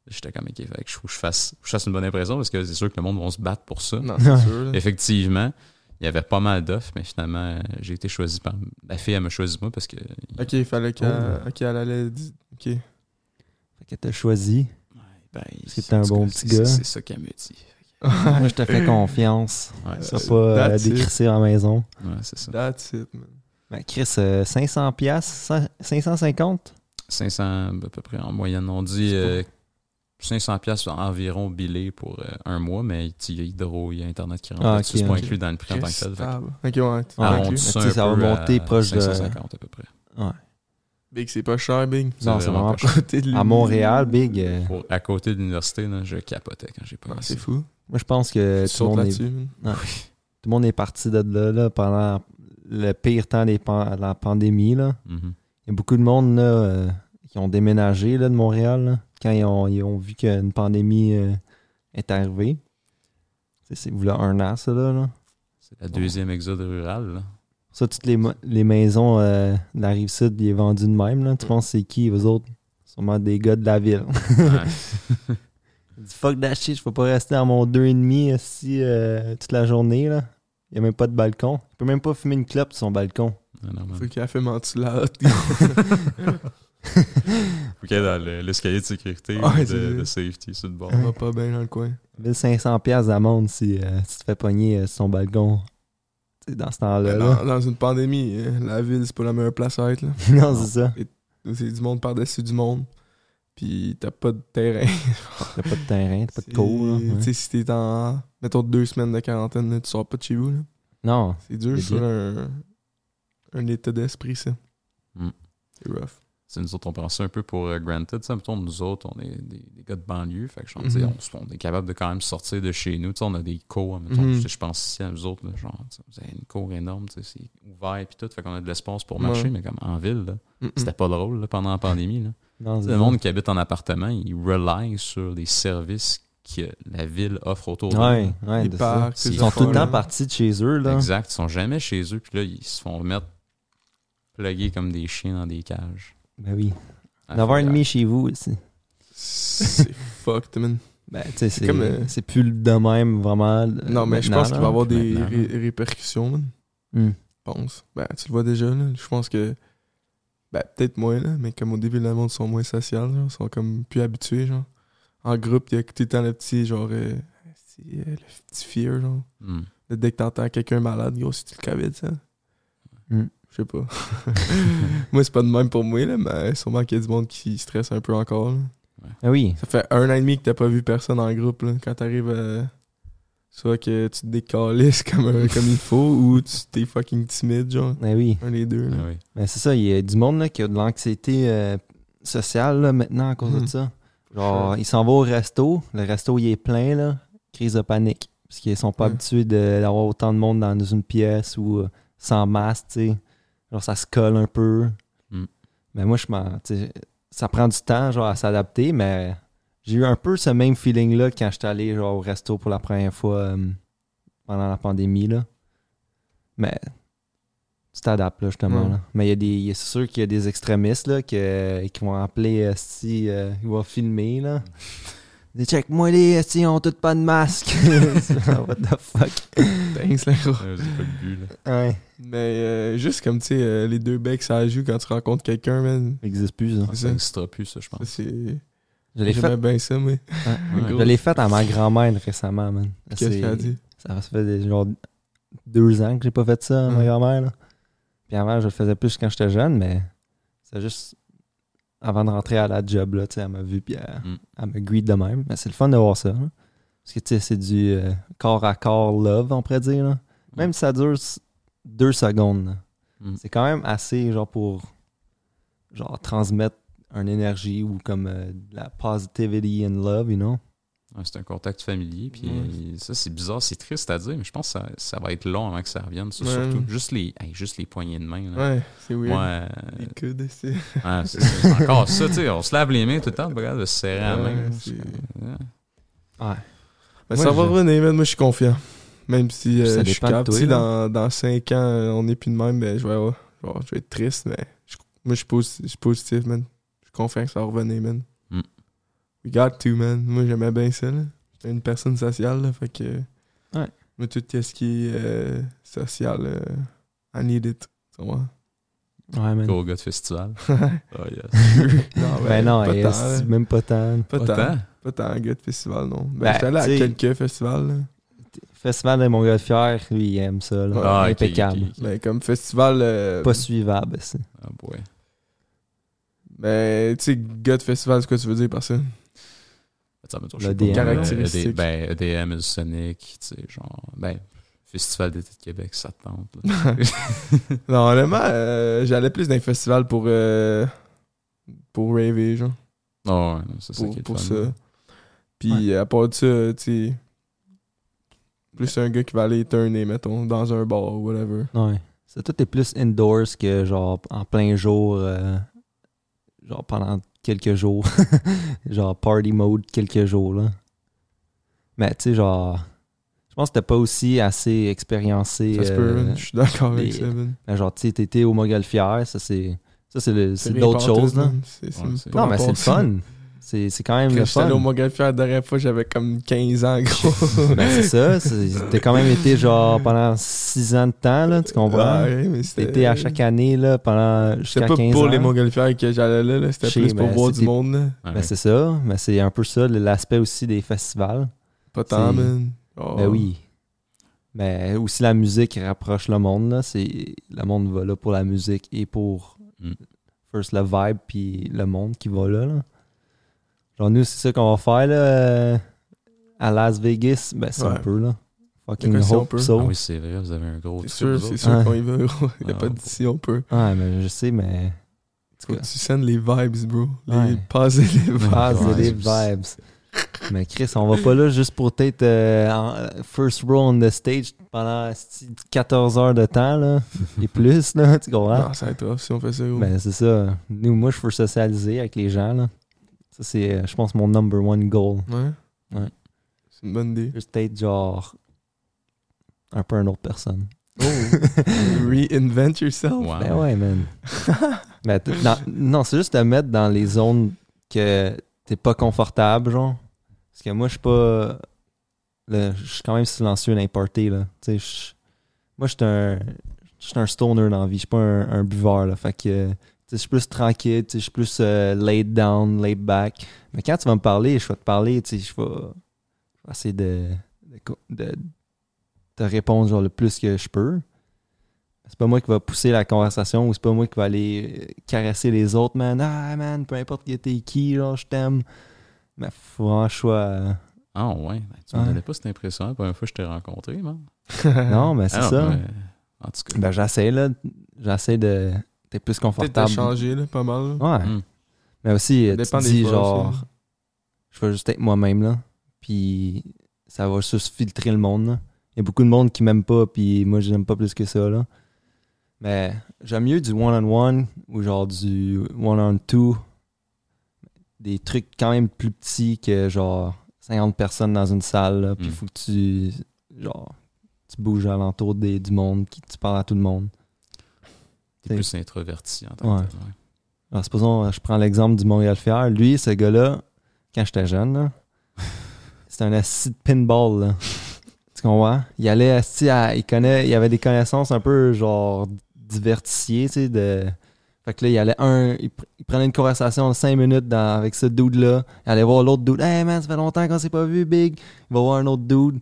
C: j'étais comme ok, fait que faut que je fasse, faut que je fasse une bonne impression parce que c'est sûr que le monde va se battre pour ça. (laughs)
A: Non, c'est sûr. là.
C: Effectivement, il y avait pas mal d'offres, mais finalement euh, j'ai été choisi par la fille, elle m'a choisi moi parce que
A: Ok, il fallait qu'elle
C: Oh.
A: ok, elle allait... di- Ok.
B: Fait que t'as choisi.
C: ben,
B: que t'es un
C: en tout
B: bon
C: cas,
B: petit
C: c'est-
B: gars.
C: C'est ça qu'elle me dit.
B: Moi, je te fais confiance.
C: Ouais,
B: Ça
C: c'est
B: pas euh,
A: That's it.
B: décrisser en maison.
C: ouais, c'est
A: (laughs)
C: ça.
A: That's it, man.
B: Ben, Chris, euh, 500 piastres, 100 550?
C: 500 à peu près en moyenne. On dit euh, 500 pièces environ billé pour euh, un mois, mais tu sais, il y a Hydro, il y a Internet qui rentre.
B: Ah,
C: là-dessus,
B: ok,
C: c'est pas
B: ok.
C: inclus dans le prix en tant que tel. Fait que
A: Ah, Ok, ouais. t'es
B: Ah,
A: inclus.
C: arrondis
B: Mais
C: ça,
B: tu sais,
C: un
B: ça va
C: peu
B: monter
C: à
B: proche de-
C: 550 à peu près.
B: Ouais.
A: Big, c'est pas cher, Big. (laughs)
B: Non, c'est vraiment
C: pas cher.
A: Côté de
B: À
A: l'Uni.
B: Montréal, big. euh,
C: Pour- à côté de l'université, là, je capotais quand j'ai pas
A: Ah,
C: vu
A: c'est
C: ça.
A: fou.
B: moi, je pense que
A: Tu
B: tout
A: sautes
B: le, monde est, tout
A: là-dessus. man.
B: le monde est parti de là, là pendant le pire temps de la pandémie. Là.
C: Mhm.
B: Il y a beaucoup de monde là, euh, qui ont déménagé là, de Montréal là, quand ils ont, ils ont vu qu'une pandémie euh, est arrivée. Tu sais, C'est voulu un an, ça. Là, là.
C: C'est la deuxième exode rural. là.
B: Ça, toutes les, ma- les maisons euh, de la rive sud, il est vendu de même. Là. Tu penses c'est qui, eux autres? Sûrement des gars de la ville.
C: Ouais.
B: (laughs) Il dit fuck that shit, je peux pas rester à mon 2,5 assis euh, toute la journée là. Il y a même pas de balcon. Il peut même pas fumer une clope sur son balcon.
C: Non, non, man.
A: Faut qu'il a fait mentir là.
C: Ok, dans le- l'escalier de sécurité,
A: Ouais, c'est
C: de,
A: ça.
C: de safety sur le bord.
A: On va pas bien dans le coin.
B: 1500 pièces d'amende si euh, tu te fais pogner euh, sur son balcon. Tu sais, dans ce temps-là. Ben là.
A: Dans, dans une pandémie, hein, la ville, c'est pas la meilleure place à être. là.
B: (laughs) Non, c'est ça.
A: C'est du monde par-dessus du monde. Puis t'as pas de terrain.
B: T'as pas de terrain, t'as pas de
A: C'est-
B: cours. là.
A: Tu
B: Ouais.
A: sais, si t'es en, mettons, deux semaines de quarantaine, là, tu sors pas de chez vous. là.
B: Non.
A: C'est dur
B: C'est
A: sur un, un état d'esprit, ça.
C: Mm.
A: C'est rough.
C: C'est nous autres, on prend ça un peu pour euh, granted. Ça, mettons, nous autres, on est des, des gars de banlieue. Fait que, genre, tu sais,
A: Mhm.
C: on, on est capable de quand même sortir de chez nous. Tu sais, on a des cours, hein, mettons,
A: Mhm.
C: tu sais, je pense ici à nous autres, là, genre, tu sais, vous avez une cour énorme, tu sais, c'est ouvert et tout. Fait qu'on a de l'espace pour marcher,
A: Ouais.
C: mais comme en ville, là,
A: Mm-mm.
C: c'était pas drôle là,
B: (laughs)
C: pendant la pandémie. Là.
B: Non, Mhm. c'est
C: Le
B: ça.
C: monde qui habite en appartement, il rely sur les services que la ville offre autour d'eux.
B: Ouais, ouais,
A: Les
B: de ça.
A: parcs, hein.
C: Ils
A: les
B: Ils sont tout le
A: affaires,
B: temps
A: là.
B: partis de chez eux là.
C: Exact, ils sont jamais chez eux, puis là, ils se font mettre plugués comme des chiens dans des cages.
B: Ben oui.
C: À la
B: D'avoir un
C: filière.
B: demi chez vous aussi.
A: C'est fucked, man.
B: Ben, tu sais, c'est
A: comme, euh,
B: c'est plus de même vraiment. euh,
A: Non, mais je pense qu'il va
B: maintenant,
A: y
B: là.
A: avoir des
C: maintenant, là.
A: ré- répercussions, man.
B: Hmm.
A: Je pense. Ben, tu le vois déjà, là. Je pense que. Ben, peut-être moins, là. Mais comme au début, le monde sont moins social, genre. Ils sont comme plus habitués, genre. En groupe, il y a tout le temps le petit, genre. euh, c'est, euh, le petit fear, genre.
C: Hmm.
A: Là, Dès que t'entends quelqu'un malade, gros, c'est-tu le COVID, ça?
B: Hmm.
A: Je sais pas. (laughs) moi, c'est pas de même pour moi, là. Mais sûrement qu'il y a du monde qui stresse un peu encore, là.
B: Ah oui.
A: Ça fait un an et demi que t'as pas vu personne en groupe, là. Quand t'arrives à. Soit que tu te décalisses (laughs) comme, un- comme il faut, ou tu t'es fucking timide, genre.
B: Ben oui.
A: Un des deux, là.
C: Ah oui.
B: Ben, c'est ça, il y a du monde là, qui a de l'anxiété euh, sociale là, maintenant à cause de
A: Mhm.
B: ça. Genre,
A: Sure.
B: ils s'en vont au resto, le resto il est plein, là, crise de panique. Parce qu'ils sont pas
A: Ouais.
B: habitués de- d'avoir autant de monde dans une pièce ou euh, sans masque, tu sais. Genre, ça se colle un peu.
A: Hmm.
C: Mm.
B: Mais moi, je m'en. tu sais, Ça prend du temps, genre, à s'adapter, mais j'ai eu un peu ce même feeling-là quand j'étais allé, genre, au resto pour la première fois euh, pendant la pandémie, là. Mais tu t'adaptes, là, justement.
A: Mm.
B: là. Mais il y a des. il y a- C'est sûr qu'il y a des extrémistes, là, que- qui vont appeler, euh, si. euh, ils vont filmer, là. Des check, moi, les. euh, Si, ils ont tous pas
A: (laughs)
B: de masque. What the fuck.
A: Thanks, là, gros.
C: Ouais, Ah c'est pas le but, là.
B: Ouais.
A: Mais euh, juste comme, tu sais, euh, les deux becs, ça joue quand tu rencontres quelqu'un, man.
B: Ça existe plus, ça.
A: C'est
C: Ça
A: ça.
C: n'existera ben, plus, ça, je
A: Ça,
C: pense.
A: c'est...
B: Je l'ai fait,
A: J'aimais bien ça, mais...
C: Ouais.
A: gros.
B: je l'ai fait à ma grand-mère récemment, man.
A: Qu'est-ce
B: C'est-
A: qu'elle a dit?
B: Ça fait des- genre deux ans que j'ai pas fait ça, à ma
A: Mm.
B: grand-mère. là. Puis avant, je le faisais plus quand j'étais jeune, mais c'est juste avant de rentrer à la job, là, tu sais, elle m'a vu, puis elle,
C: Mm.
B: elle me guide de même. Mais c'est le fun de voir ça. hein. Parce que, tu sais, c'est du euh, corps à corps love, on pourrait dire. là. Même si ça dure s- deux secondes, là.
C: Mm.
B: c'est quand même assez, genre, pour genre transmettre une énergie ou comme euh, de la positivity and love, you know?
C: Ouais, c'est un contact familier. Puis
A: Ouais.
C: ça, c'est bizarre, c'est triste à dire, mais je pense que ça, ça va être long avant que ça revienne. ça,
A: Ouais.
C: Surtout juste les, hey, juste les poignées de main. Là.
A: Ouais, c'est weird.
C: Moi, euh,
A: Les coudes, c'est...
C: ah, c'est c'est encore ça, tu sais. On se lave les mains tout le temps, regarde, de se serrer la
A: Ouais,
C: main.
A: c'est-
C: Ouais.
B: Ouais.
A: Mais
B: Moi,
A: Ben, ça va
B: je-
A: revenir, man. Moi, je suis confiant. Même si euh,
B: Ça
A: je suis
B: dépend de
A: capable.
B: toi,
A: Si
B: là.
A: dans, dans 5 ans, euh, on n'est plus de même, ben, je, vais, avoir- genre, je vais être triste, mais je- moi, je suis, posi- je suis positif, man. Je suis confiant que ça va revenir, man.
C: Mm.
A: We got to, man. Moi, j'aimais bien ça, là. J'étais une personne sociale, là, fait que...
B: Ouais.
A: Moi, tout ce qui est euh, social, euh, I need it. Tu vois? (laughs)
B: Ouais, man.
C: Go au gars de festival. Oh,
B: (laughs)
C: yes.
A: non,
B: Ben non,
A: pas
B: et
A: tant,
B: c'est
A: là.
B: même pas tant.
A: Pas, tant.
C: Autant.
A: Pas tant, gars de festival, non. Ben,
B: Ben,
A: j'étais allé à
B: t'sais-
A: quelques festivals, là.
B: Festival de Montgolfière, lui, il aime ça. là.
C: Ah, ok, ok,
B: Impeccable.
C: ok.
A: Ben, comme festival... euh,
B: Pas suivable. c'est-
C: Ah, boy.
A: Ben, tu sais, gars de festival, c'est quoi tu veux dire par
B: (laughs)
A: ça?
C: Ça me touche
B: Le
C: pas.
B: DM.
A: euh, Caractéristique.
C: Euh, ED- Ben, EDM, le Sonic, tu sais, genre. Ben, Festival d'été de Québec, ça te tente. là.
A: Non, honnêtement, euh, j'allais plus dans les festivals pour, euh, pour raver, genre,
C: Non, Ah, ouais, non, c'est ça
A: pour,
C: qui est le
A: pour
C: fun,
A: ça.
C: là.
A: Puis à part de ça, tu sais, plus un gars qui va aller turner, mettons, dans un bar ou whatever.
B: Ouais. Ça, tout est plus indoors que genre en plein jour, euh, genre pendant quelques jours. (laughs) genre party mode quelques jours, là. Mais tu sais, genre, je pense que t'as pas aussi assez expériencé.
A: Ça se peut,
B: euh,
A: man. je suis d'accord avec
B: les-
A: ça, man.
B: mais genre, tu sais, t'étais au Montgolfière, ça c'est. Ça, c'est le- c'est
A: rien
B: d'autres
A: pantoute,
B: choses, là.
A: man. C'est- c'est
C: Ouais, c'est-
A: pas
B: Non, mais
A: rapport
B: c'est le
A: à ça.
B: fun. C'est c'est quand même
A: Quand
B: le
A: j'étais allé au
B: fun.
A: Montgolfière la dernière fois, j'avais comme 15 ans, gros.
B: (laughs) Ben, c'est ça. c'est- T'as quand même été genre pendant 6 ans de temps, là, tu comprends?
A: Ouais, mais c'était-
B: T'étais à chaque année, là, pendant jusqu'à
A: C'était
B: 15 ans.
A: pas pour les Montgolfières que j'allais là, là. c'était
B: Chez-
A: plus pour
B: ben,
A: voir du
B: c'était-
A: monde. là.
B: Ben, c'est ça. Mais c'est un peu ça, le- l'aspect aussi des festivals.
A: Pas tant,
B: c'est-
A: man. Oh.
B: Ben oui. Mais aussi, la musique rapproche le monde, là. C'est... Le monde va là pour la musique et pour...
A: Hmm.
C: Mm.
B: First, le vibe, puis le monde qui va là, là. Genre, nous, c'est ça qu'on va faire, là. euh, À Las Vegas, ben, c'est
A: Ouais.
B: un peu, là. Fucking
A: Écoute, si on
B: hope
A: peut.
B: so.
C: Ah oui, c'est vrai, vous avez un gros
A: C'est
C: trip,
A: sûr,
C: vous
A: c'est
C: autres.
A: sûr
B: Ouais.
A: qu'on y va, gros. Il a
C: Ah,
A: pas
C: ouais.
A: de si on peut.
B: Ouais, mais je sais, mais...
A: Faut que tu sens les vibes, bro. Les
B: Ouais.
A: passes et les vibes.
B: Ah, c'est
C: Ouais.
B: des vibes. Mais Chris, on va pas là juste pour être euh, en- first row on the stage pendant sti- 14 heures de temps,
C: (laughs)
B: là, et plus, là, tu comprends?
C: Ah,
A: Non, ça va être off si on fait ça, gros.
B: Ben, c'est ça. Nous, moi, je veux socialiser avec les gens, là. Ça, c'est, euh, je pense, mon number one goal.
A: Ouais.
B: Ouais.
A: C'est une bonne
B: (laughs)
A: idée.
B: Juste être, genre, un peu une autre personne.
C: Oh.
B: (laughs)
A: Reinvent yourself.
C: Wow.
B: Ben ouais, man. Mais t- dans- non, c'est juste te mettre dans les zones que t'es pas confortable, genre. Parce que moi, je suis pas. le- Je suis quand même silencieux d'importer, là. Tu sais, je- moi, je suis un. Je suis un stoner dans la vie, je suis pas un, un buveur, là. Fait que. tu sais, Je suis plus tranquille, tu sais, je suis plus euh, laid down, laid back. Mais quand tu vas me parler, je vais te parler, tu sais, je vais je vais essayer de, de, co- de te répondre genre le plus que je peux. C'est pas moi qui va pousser la conversation ou c'est pas moi qui va aller euh, caresser les autres, man. Ah, man, peu importe qui t'es qui, genre, je t'aime. Mais faut vraiment que je sois, euh,
C: Ah ouais, ben, tu me
B: Ouais.
C: donnais pas cette impression la première fois que je t'ai rencontré, man.
B: (laughs) Non, mais c'est
C: Ah,
B: ça.
C: mais- En tout cas,
B: Ben, j'essaie, là. J'essaie de. T'es plus
A: Peut-être t'as
B: confortable.
A: changé, là, pas mal.
B: Ouais.
C: Mm.
B: Mais aussi,
A: Ça
B: euh, tu
A: dépend
B: te
A: des
B: dis,
A: fois
B: genre,
A: aussi.
B: je vais juste être moi-même, là. Puis ça va juste filtrer le monde, là. Il y a beaucoup de monde qui m'aime pas, puis moi, je n'aime pas plus que ça, là. Mais j'aime mieux du one-on-one ou genre du one-on-two. Des trucs quand même plus petits que genre 50 personnes dans une salle, là. Puis
C: Mm.
B: faut que tu, genre, tu bouges alentour des, du monde, qui, tu parles à tout le monde.
C: t'es plus introverti en tant que tel. ouais.
B: Alors, Ah, supposons, je prends l'exemple du Montréal Fier. Lui, ce gars-là, quand j'étais jeune, là, c'était un assis de pinball. là. tu comprends? Il allait assis à. Il, connaît, il avait des connaissances un peu, genre, diversifiées, tu sais. De... Fait que là, il allait un. Il, pr- il prenait une conversation de 5 minutes dans- avec ce dude-là. Il allait voir l'autre dude. Hey man, ça fait longtemps qu'on s'est pas vu, Big. Il va voir un autre dude.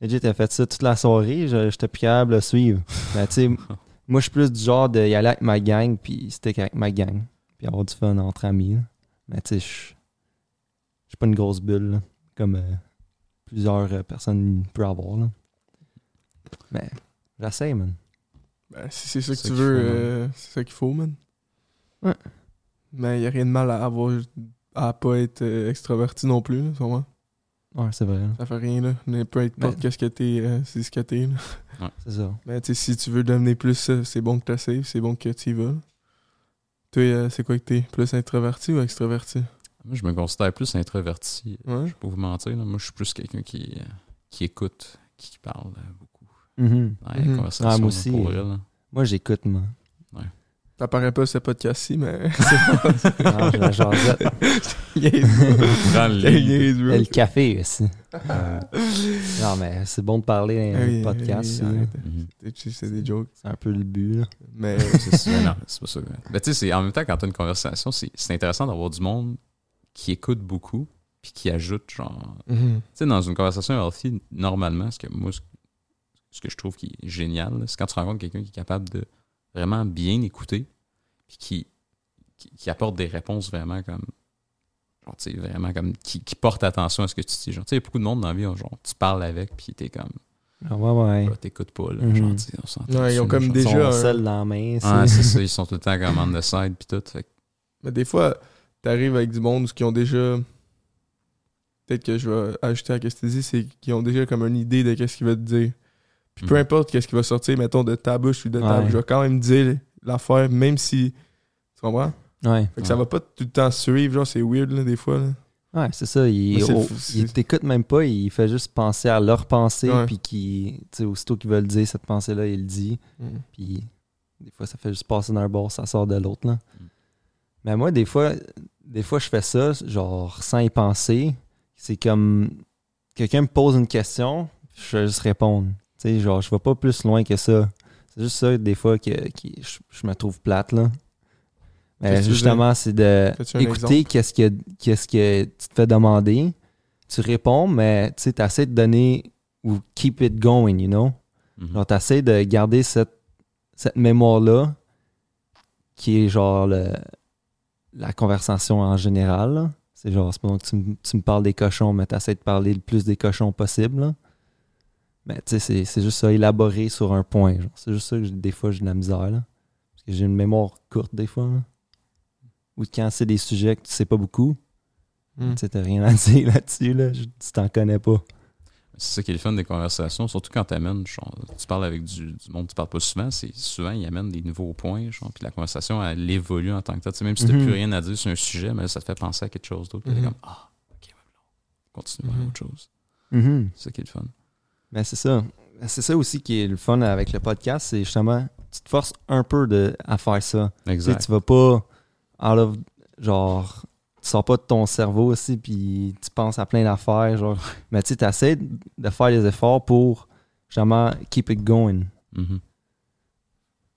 B: Legit, il a fait ça toute la soirée. Je- J'étais plus capable de le suivre. Mais tu sais, moi, je suis plus du genre de y aller avec ma gang, puis stick avec ma gang, puis avoir du fun entre amis. là. Mais tu sais, je je suis pas une grosse bulle, là, comme euh, plusieurs euh, personnes peuvent avoir. Là. Mais j'essaie, man.
A: Ben, si c'est ça que
C: C'est
A: tu
C: ça qu'il
A: veux,
C: faut, man.
A: euh, c'est ça qu'il faut, man.
B: Ouais.
A: Mais il a rien de mal à avoir à pas être euh, extraverti non plus, là, sur moi.
B: Ouais, c'est vrai, hein. là.
A: Ça fait rien, là. Mais peu importe
B: Ben-
A: qu'est-ce que t'es, euh, c'est ce que t'es, là.
B: c'est ça.
A: Mais tu sais, si tu veux devenir plus ça, c'est bon que t'essayes, c'est bon que tu y vas. Toi, euh, c'est quoi que t'es? Plus introverti ou extraverti?
C: Moi, je me considère plus introverti.
A: Ouais.
C: Je peux vous mentir, là. moi, je suis plus quelqu'un qui, euh, qui écoute, qui parle euh, beaucoup
B: Mhm.
C: dans les
A: Mhm.
C: conversations.
B: Ah, moi
C: là,
B: aussi.
C: Pour vrai, là.
B: Moi, j'écoute, moi.
A: T'apparaît pas ce podcast-ci,
B: (laughs)
A: mais.
B: Non, je
A: (laughs)
B: la jasette.
A: Yes,
C: Prends le lead.
A: yes, bro.
B: Et le café (laughs) aussi. Non, mais c'est bon de parler dans
A: Ah oui,
B: un podcast.
A: oui,
B: là.
A: arrête.
C: Mhm.
A: Tu sais, C'est des jokes.
B: C'est un peu le but, là. (laughs)
A: Mais
C: C'est ça, Ben, non, c'est pas ça. Mais tu sais, c'est- en même temps, quand t'as une conversation, c'est c'est intéressant d'avoir du monde qui écoute beaucoup puis qui ajoute, genre,
B: Mhm.
C: Tu sais, dans une conversation healthy, normalement, ce que moi, ce ce que je trouve qui est génial, là, c'est quand tu rencontres quelqu'un qui est capable de vraiment bien écouter, puis qui, qui, qui apporte des réponses vraiment comme. Genre, tu sais, vraiment comme. Qui, qui porte attention à ce que tu dis. Genre, tu sais, il y a beaucoup de monde dans la vie, on- genre, tu parles avec, puis t'es comme.
B: Ah, ouais, ouais.
C: Ah, t'écoutes pas, là.
B: Mhm.
C: Genre, tu sais, on s'entend.
A: Mm-hmm. Ouais, ils ont
C: dessus,
A: comme
C: là,
A: des-
C: genre.
A: Déjà,
B: Son
A: un-
B: sel dans la main.
A: (laughs)
C: Ouais, c'est ça, ils sont tout le temps comme on the side, puis tout. Fait que-
A: Mais des fois, t'arrives avec du monde qui ont déjà. Peut-être que je vais ajouter à ce que tu dis, c'est qu'ils ont déjà comme une idée de qu'est-ce qu'il va te dire. Puis peu
C: Mhm.
A: importe qu'est-ce qui va sortir, mettons, de ta bouche ou de ta
B: Ouais.
A: je vais quand même dire l'affaire, même si. Tu comprends?
B: (laughs) Ouais.
A: Fait que ça
C: Ouais.
A: va pas tout le temps suivre, genre, c'est weird, là, des fois. là.
B: Ouais, c'est ça. Il,
A: Mais c'est le
B: oh,
A: fou- c'est-
B: il t'écoute même pas, il fait juste penser à leur pensée,
A: Ouais.
B: puis qui, tu sais, aussitôt qu'ils veulent dire cette pensée-là, il le dit. Puis des fois, ça fait juste passer d'un bord, ça sort de l'autre. Là.
C: Mm.
B: Mais moi, des fois, des fois, je fais ça, genre sans y penser. C'est comme quelqu'un me pose une question, je vais juste répondre. Tu sais, genre, je vais pas plus loin que ça. C'est juste ça, des fois, que, qui- je, je me trouve plate. Là.
A: Qu'est-ce
B: Mais
A: que tu veux
B: justement, c'est de
A: Fais-tu un
B: écouter qu'est-ce que, qu'est-ce que tu te fais demander. Tu réponds, mais tu sais, t'essaies de donner ou keep it going, you know?
C: Mhm.
B: Genre, t'essaies de garder cette, cette mémoire-là, qui est genre le- la conversation en général. là. C'est genre, c'est pas donc tu, me- tu me parles des cochons, mais t'essaies de parler le plus des cochons possible. là. Mais tu sais, c'est- c'est juste ça, élaborer sur un point. genre. C'est juste ça que j'ai- des fois j'ai de la misère. là. Parce que j'ai une mémoire courte des fois. là. Ou quand c'est des sujets que tu sais pas beaucoup,
A: Mm.
B: tu sais, t'as rien à (laughs) dire là-dessus, là. Je- tu t'en connais pas.
C: C'est ça qui est le fun des conversations, surtout quand tu amènes, tu parles avec du, du monde que tu parles pas souvent, c'est souvent ils amènent des nouveaux points, genre, puis la conversation elle évolue en tant que telle. Tu sais, même si tu
B: Mhm.
C: plus rien à dire sur un sujet, mais ça te fait penser à quelque chose d'autre. puis t'es
A: Mhm.
C: comme Ah, ok, ouais, bon, continue à
A: Mhm.
C: autre chose.
B: Mhm.
C: C'est ça qui est le fun.
B: Ben, c'est ça. Ben, C'est ça aussi qui est le fun avec le podcast, c'est justement, tu te forces un peu de, à faire ça. Tu sais,
C: Exact.
B: tu vas pas out of, genre, tu sors pas de ton cerveau aussi, puis tu penses à plein d'affaires, genre. Mais tu sais, essaies de faire des efforts pour, justement, keep it going.
C: Mhm.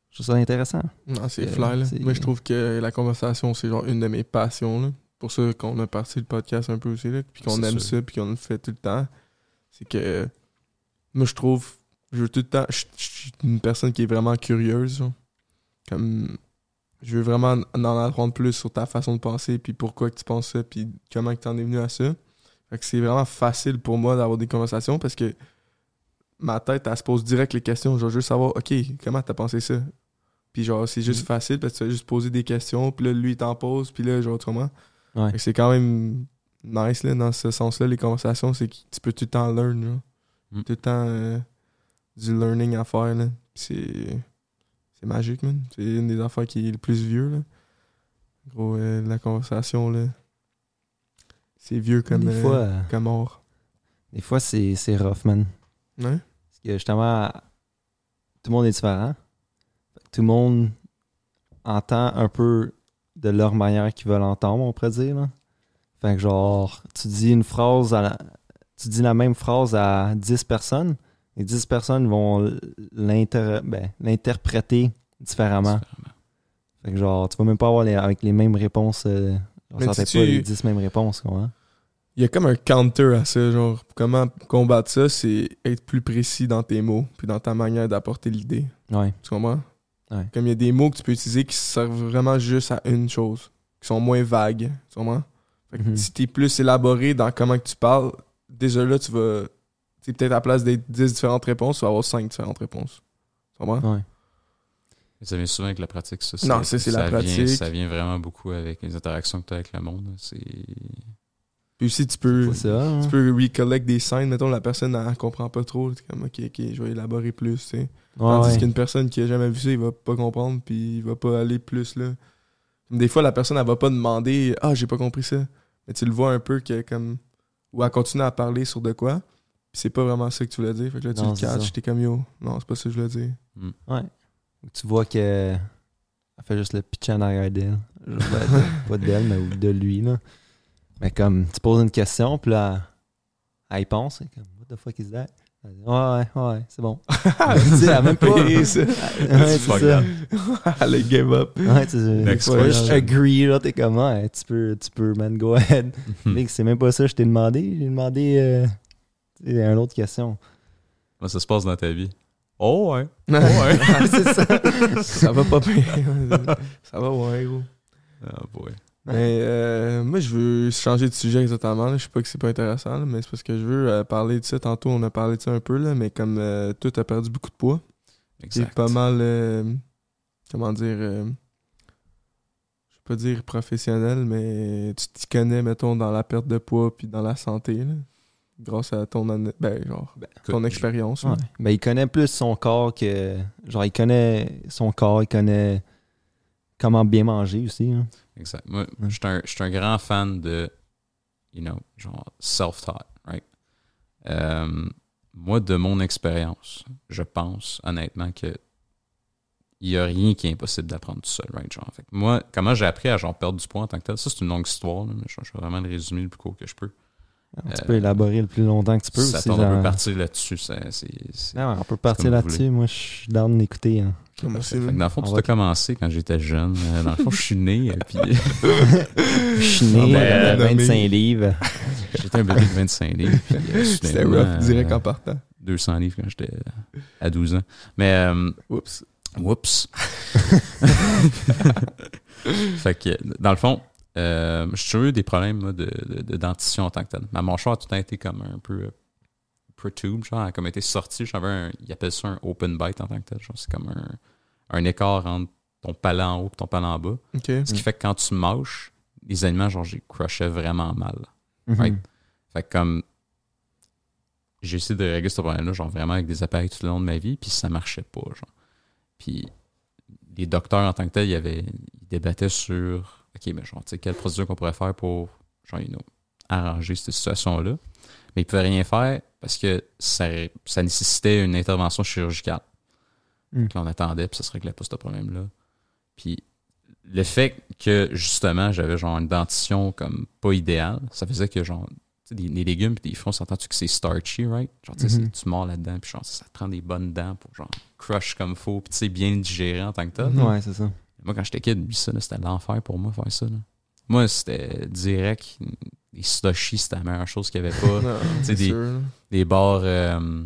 B: Je trouve ça intéressant.
A: Mm. Non, c'est
B: Euh,
A: fly, là.
B: c'est-
A: Moi, je trouve que la conversation, c'est genre une de mes passions, là. Pour ça qu'on a parti le podcast un peu aussi, là, puis qu'on
C: C'est
A: aime
C: sûr.
A: ça, puis qu'on le fait tout le temps. C'est que... euh, Moi, je trouve... Je veux tout le temps... Je je suis une personne qui est vraiment curieuse, genre. Comme... Je veux vraiment en en apprendre plus sur ta façon de penser, puis pourquoi que tu penses ça, puis comment que tu en es venu à ça. Fait que c'est vraiment facile pour moi d'avoir des conversations parce que ma tête, elle se pose direct les questions. Genre, je veux savoir, OK, comment t'as pensé ça? Puis genre, c'est juste
C: Mm.
B: Mhm.
A: facile parce que tu vas juste poser des questions, puis là, lui, il t'en pose, puis là, genre, autrement.
B: Ouais.
A: C'est quand même nice, là, dans ce sens-là, les conversations, c'est que tu peux tout le temps learn, genre.
B: Mm.
C: Mhm.
A: Tout le temps euh, du learning à faire, là. Puis C'est... C'est magique, man. C'est une des affaires qui est le plus vieux, là. Gros, euh, la conversation, là... C'est vieux comme...
B: des,
A: euh,
B: fois, euh,
A: comme or.
B: des fois, c'est c'est rough, man.
A: Ouais?
B: Parce que justement, tout le monde est différent. Fait que Tout le monde entend un peu de leur manière qu'ils veulent entendre, on pourrait dire. là. Fait que genre, tu dis une phrase à la- tu dis la même phrase à 10 personnes, et 10 personnes vont l'inter- ben, l'interpréter différemment.
C: Différemment.
B: Fait que genre, tu vas même pas avoir les- avec les mêmes réponses. euh, on
A: Mais
B: sortait
A: dis-tu-
B: pas les 10 mêmes réponses, quoi. hein.
A: Il y a comme un counter à ça, genre comment combattre ça, c'est être plus précis dans tes mots, puis dans ta manière d'apporter l'idée.
B: Ouais.
A: Tu comprends?
B: Ouais.
A: Comme il y a des mots que tu peux utiliser qui servent vraiment juste à une chose, qui sont moins vagues. Tu comprends? Fait que
B: Mhm.
A: si t'es plus élaboré dans comment que tu parles, déjà là, tu vas. Tu sais, peut-être à la place des 10 différentes réponses, tu vas avoir 5 différentes réponses. Tu comprends?
B: Ouais.
C: Ça vient souvent avec la pratique, ça.
A: Non, ça, c'est la
C: vient-
A: pratique.
C: ça vient vraiment beaucoup avec les interactions que tu as avec le monde. C'est.
A: Puis aussi, tu peux.
B: C'est ça. hein.
A: Tu peux recollect des scènes, mettons, la personne, elle comprend pas trop. C'est comme, ok, ok, je vais élaborer plus, tu sais.
B: Ouais,
A: Tandis
B: ouais.
A: qu'une personne qui a jamais vu ça, il va pas comprendre, puis il va pas aller plus là. Des fois, la personne, elle va pas demander Ah, j'ai pas compris ça. Mais tu le vois un peu que comme. Ou elle continue à parler sur de quoi, puis c'est pas vraiment ça que tu voulais dire. Fait que là, tu
B: Non,
A: le
B: c'est
A: catches,
B: ça.
A: t'es comme Yo, non, c'est pas ça que je voulais
B: (laughs)
A: dire.
C: hmm.
B: tu vois que elle fait juste le pitch en arrière d'elle. Genre, ben, de- pas d'elle, mais ou de lui. Là. Mais comme tu poses une question, puis là, elle y pense. Elle est comme, What the fuck is that? Elle dit, Ouais, ouais, ouais, c'est
C: (laughs)
B: bon. Tu sais, elle a même pas-
A: Et ça.
B: ouais, c'est
C: fuck
B: ça.
A: Elle a give
B: (laughs)
A: up.
B: Ouais, tu sais,
C: Next
B: des fois,
C: question.
B: je agree, là, t'es comme, ouais, tu peux, tu peux, man, go ahead.
C: Mhm.
B: Mec, c'est même pas ça, que je t'ai demandé. J'ai demandé euh, tu sais, une autre
C: (laughs)
B: question.
C: Moi, ça se passe dans ta vie. Oh, ouais.
A: ouais.
B: c'est ça.
A: (laughs) ça va pas bien. (laughs) ça va, ouais, gros.
C: Ah, boy.
A: Mais euh, moi, je veux changer de sujet exactement. là. Je sais pas que c'est pas intéressant, là, mais c'est parce que je veux euh, parler de ça. Tantôt, on a parlé de ça un peu, là, mais comme euh, toi, t'as perdu beaucoup de poids. T'es
C: Exact.
A: pas mal, euh, comment dire, euh, je vais pas dire professionnel, mais tu t'y connais, mettons, dans la perte de poids puis dans la santé. là. grâce à ton, ane- ben, genre,
B: Ben,
A: ton expérience.
B: Ouais.
A: là.
B: Ben, il connaît plus son corps que. Genre, il connaît son corps, il connaît comment bien manger aussi. hein.
C: Exact. Moi,
B: Ouais.
C: je suis un, j'suis un grand fan de, you know, genre self-taught, right? Euh, moi, de mon expérience, je pense honnêtement que il n'y a rien qui est impossible d'apprendre tout seul, right? Genre, fait que moi, comment j'ai appris à genre perdre du poids en tant que tel, ça c'est une longue histoire, là, mais je, je vais vraiment le résumer le plus court que je peux.
B: Tu
C: Euh,
B: peux élaborer le plus longtemps que tu peux.
C: ça
B: aussi,
C: tombe, on
B: genre-
C: peut partir là-dessus. ça- c'est- c'est-
B: Ah ouais, on peut
C: comme
B: partir
C: vous
B: là-dessus. Moi, je suis down d'écouter. hein.
A: Comme c'est-
C: Fait que dans le fond,
B: On
C: tout
B: va-
C: a commencé quand j'étais jeune. Euh, Dans le fond, je suis né, euh, puis (laughs)
B: Je suis
A: Ah,
B: né,
C: ben,
B: j'avais
A: nommé.
B: 25 livres.
C: (laughs) j'étais un bébé de 25
A: (laughs)
C: livres. puis, euh,
A: C'était
C: soudainement,
A: rough, direct
C: euh,
A: en partant.
C: 200 livres quand j'étais euh, à 12 ans. Mais, euh,
A: Oups.
C: whoops. fait que, dans le fond, euh, je suis eu des problèmes moi, de, de- de dentition en tant que tel. Ma mâchoire a tout le temps été comme un peu euh, protube, genre, elle a comme été sortie. J'avais un, ils appellent ça un open bite en tant que tel. genre, c'est comme un, un écart entre ton palais en haut et ton palais en bas.
A: Ok.
C: Ce qui fait que quand tu mâches, les aliments, genre, j'y crushais vraiment mal. Right.
B: Mhm.
C: Fait que comme j'ai essayé de régler ce problème-là, genre vraiment avec des appareils tout le long de ma vie, puis ça marchait pas, genre. Puis les docteurs en tant que tels, ils, avaient, ils débattaient sur OK, mais genre, tu sais, quelle procédure qu'on pourrait faire pour genre, you know, arranger cette situation-là. Mais ils pouvaient rien faire parce que ça, ça nécessitait une intervention chirurgicale.
B: Mm.
C: Donc là, on attendait, puis ça se réglait pas ce problème-là. Puis le fait que justement j'avais genre une dentition comme pas idéale, ça faisait que genre tu sais, des, les légumes puis des fruits, on s'entend-tu que c'est starchy, right? Genre, tu sais,
B: Mhm.
C: c'est- tu mords là-dedans, puis genre, ça te prend des bonnes dents pour genre crush comme faut, puis tu sais, bien le digérer en tant que tel.
B: Mm-hmm. Ouais, c'est ça.
C: Moi, quand j'étais kid, ça, là, c'était l'enfer pour moi faire ça. là. Moi, c'était direct. Les sushis, c'était la meilleure chose qu'il n'y avait pas.
A: Non,
C: c'est des-
A: sûr, là.
C: les bars, euh,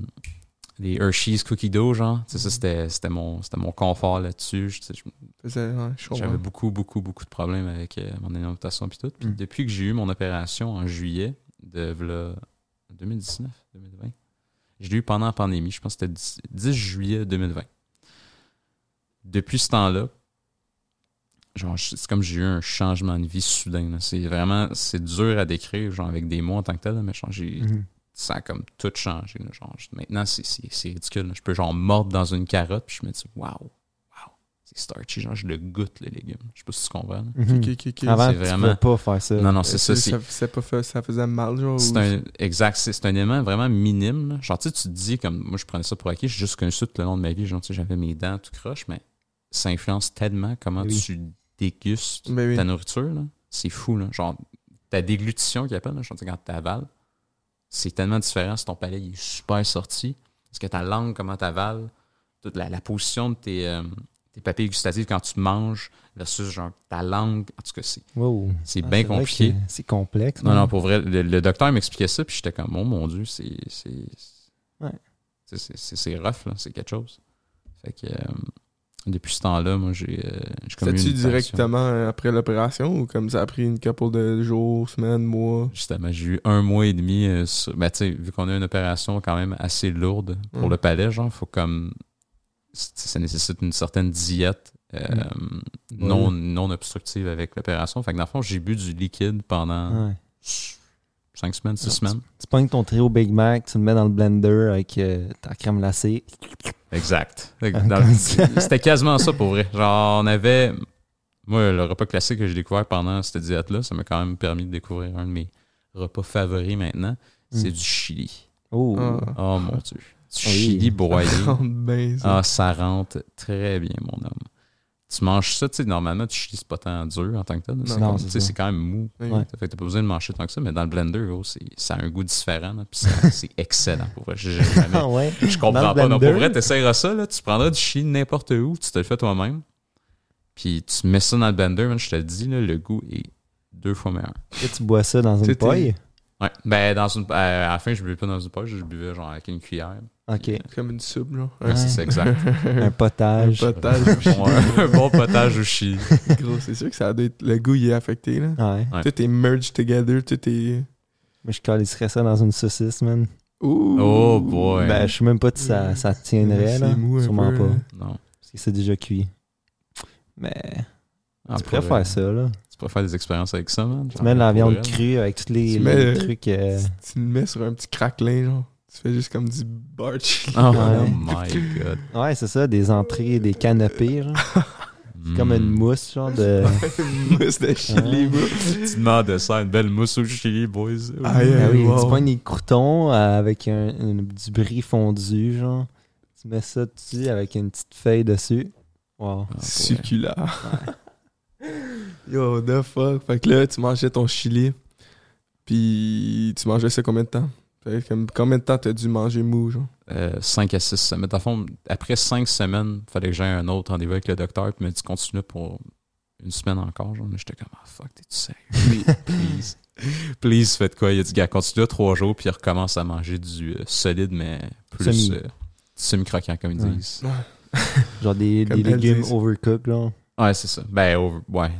C: les Hershey's Cookie Dough, genre. Tu sais, ça, c'était, c'était, mon, c'était mon confort là-dessus. Je- tu sais, je-
A: Faisais- ouais, je comprends.
C: j'avais beaucoup, beaucoup, beaucoup de problèmes avec euh, mon alimentation et tout. Puis
B: Mm.
C: depuis que j'ai eu mon opération en juillet de v'là 2019, 2020, je l'ai eu pendant la pandémie. Je pense que c'était 10, 10 juillet 2020. Depuis ce temps-là, genre, je- c'est comme j'ai eu un changement de vie soudain. là. C'est vraiment, c'est dur à décrire, genre, avec des mots en tant que tel, là, mais genre, j'ai-
B: Mhm.
C: ça a comme tout changé. là. Genre, je- maintenant, c'est- c'est c'est ridicule. là. Je peux genre mordre dans une carotte, puis je me dis, waouh, waouh, c'est starchy. Genre, je le goûte, les légumes. Je sais pas si tu comprends. là.
B: Mhm.
A: Ok, ok, ok.
B: Avant,
C: c'est
B: tu
C: vraiment-
B: pouvais pas faire ça.
C: Non, non, Hmm. c'est ça.
A: Euh,
C: c'est-
A: Ça, ça pas fait- ça faisait mal, genre.
C: C'est
A: ou-
C: un, exact, c'est c'est un élément vraiment minime. là. Genre, tu sais, tu te dis, comme moi, je prenais ça pour acquis, j'ai juste connu ça tout le long de ma vie. Genre, tu sais, j'avais mes dents tout croche, mais ça influence tellement comment
B: Oui.
C: tu dégustes
A: Ben oui.
C: ta nourriture. là. C'est fou, là. Genre, ta déglutition qui appelle, là, genre, tu sais, quand tu avales, c'est tellement différent si ton palais il est super sorti. Parce que ta langue, comment tu avales, toute la, la position de tes, euh, tes papilles gustatives quand tu manges versus genre ta langue. En tout cas, c'est
B: Wow.
C: c'est
B: Ah,
C: bien
B: vrai
C: compliqué.
B: que C'est complexe.
C: Non,
B: hein.
C: non, pour vrai, le, le docteur m'expliquait ça, puis j'étais comme, oh mon Dieu, c'est. C'est
B: Ouais.
C: c'est- c'est- c'est- c'est rough, là, c'est quelque chose. Fait que euh, depuis ce temps-là, moi, j'ai. euh, j'ai comme
A: C'était-tu
C: eu une passion.
A: directement euh, après l'opération ou comme ça a pris une couple de jours, semaines, mois?
C: Justement, j'ai eu un mois et demi. euh, sur- ben, tu sais, vu qu'on a une opération quand même assez lourde pour
A: Mm.
C: le palais, genre, faut comme. c- Ça nécessite une certaine diète euh,
B: Mm.
C: non, non obstructive avec l'opération. Fait que dans le fond, j'ai bu du liquide pendant
B: Ouais.
C: cinq semaines, six
B: Ah,
C: semaines.
B: Tu pognes ton trio Big Mac, tu le mets dans le blender avec euh, ta crème glacée.
C: Exact. Fait que
B: Comme
C: dans le-
B: ça.
C: C'était quasiment ça pour vrai. Genre, on avait. Moi, le repas classique que j'ai découvert pendant cette diète-là, ça m'a quand même permis de découvrir un de mes repas favoris maintenant. C'est
B: Mm.
C: du chili.
B: Oh.
A: Ah. Oh,
C: Oh mon Dieu. Du
B: Oui.
A: (laughs)
C: chili broyé.
A: Rentre bien, ben, ça.
C: Ah, ça rentre très bien, mon homme. Tu manges ça, tu sais, normalement, tu chili, c'est pas tant dur en tant que tel.
A: Non,
C: C'est
B: non,
C: comme-
B: c'est
C: tu sais,
B: ça.
C: c'est quand même mou.
A: Oui.
B: ouais.
C: Ça fait que t'as pas besoin de manger tant que ça, mais dans le blender, gros, c'est- ça a un goût différent. là, Puis ça- c'est excellent. Pour vrai, J'ai jamais-
B: Ah ouais.
C: je comprends
B: Dans le
C: pas. Non,
B: blender.
C: pour vrai, t'essayeras ça, là, tu prendras du chili n'importe où, tu te le fais toi-même. Puis tu mets ça dans le blender, man, je te le dis, là, le goût est deux fois meilleur.
B: Et tu bois ça dans une
A: C'était-
B: paille.
C: Ouais. Ben, dans une, euh, à la fin, je buvais pas dans une poche, je buvais genre avec une cuillère. euh,
B: Ok.
A: Comme une soupe, genre.
C: Ouais, c'est ça, exact.
B: Un
A: Un
B: potage.
C: (laughs)
A: potage.
C: Bon, un bon potage au chili.
A: (laughs) Gros, c'est sûr que ça doit être... Le goût, il est affecté, là.
B: Ouais.
C: Ouais.
A: Tout est merged together, tout est...
B: Mais je calisserais ça dans une saucisse, man.
A: Ouh!
C: Oh boy. Ouais.
B: Ben, je sais même pas si ça, ça tiendrait,
A: C'est
B: là.
A: mou un
B: Sûrement
A: peu,
B: pas.
A: hein.
C: Non.
B: Parce que c'est déjà cuit. Mais.
C: Ah,
B: tu
C: pour
B: pourrais
C: vrai. Ah,
B: faire ça, là.
C: Tu pourrais faire des expériences avec ça, man.
B: Tu mets de la viande crue avec tous les,
A: Tu mets-
B: les trucs. euh,
A: Tu, tu le mets sur un petit craquelin, genre. Tu fais juste comme du beurre chili.
C: Oh,
B: Ouais.
C: my god.
B: Ouais, c'est ça, des entrées, des canapés, genre.
A: (laughs)
C: Mm.
B: Comme une mousse, genre
C: (laughs)
B: de.
A: mousse de chili,
B: Ah.
A: bro.
C: Petite merde de ça, une belle mousse au chili, boys.
A: Ah, yeah.
B: Ah oui,
A: wow.
B: Tu prends des croutons euh, avec un, un- du brie fondu, genre. Tu mets ça dessus avec une petite feuille dessus.
C: (laughs)
B: Wow.
C: Ah, ouais.
A: Succulent. Yo, the fuck. Fait que là, tu mangeais ton chili. Puis tu mangeais ça combien de temps? Fait que comme- combien de temps t'as dû manger mou, genre?
C: 5 Euh, à 6 semaines. À fond, après 5 semaines, fallait que j'aie un autre rendez-vous avec le docteur, puis il m'a dit continue pour une semaine encore. Genre. Mais J'étais comme, ah fuck, t'es-tu sérieux?
B: (laughs)
C: Please. Please, faites quoi? Il a dit, gars, continue 3 jours, puis il recommence à manger du euh, solide, mais plus
B: Semi.
C: euh, semi-croquant, comme ils
B: Ouais.
C: disent.
B: Genre des,
A: Comme
B: des
A: elles
B: légumes
A: disent.
B: overcooked, là.
C: Ouais, c'est ça. Ben, over, ouais.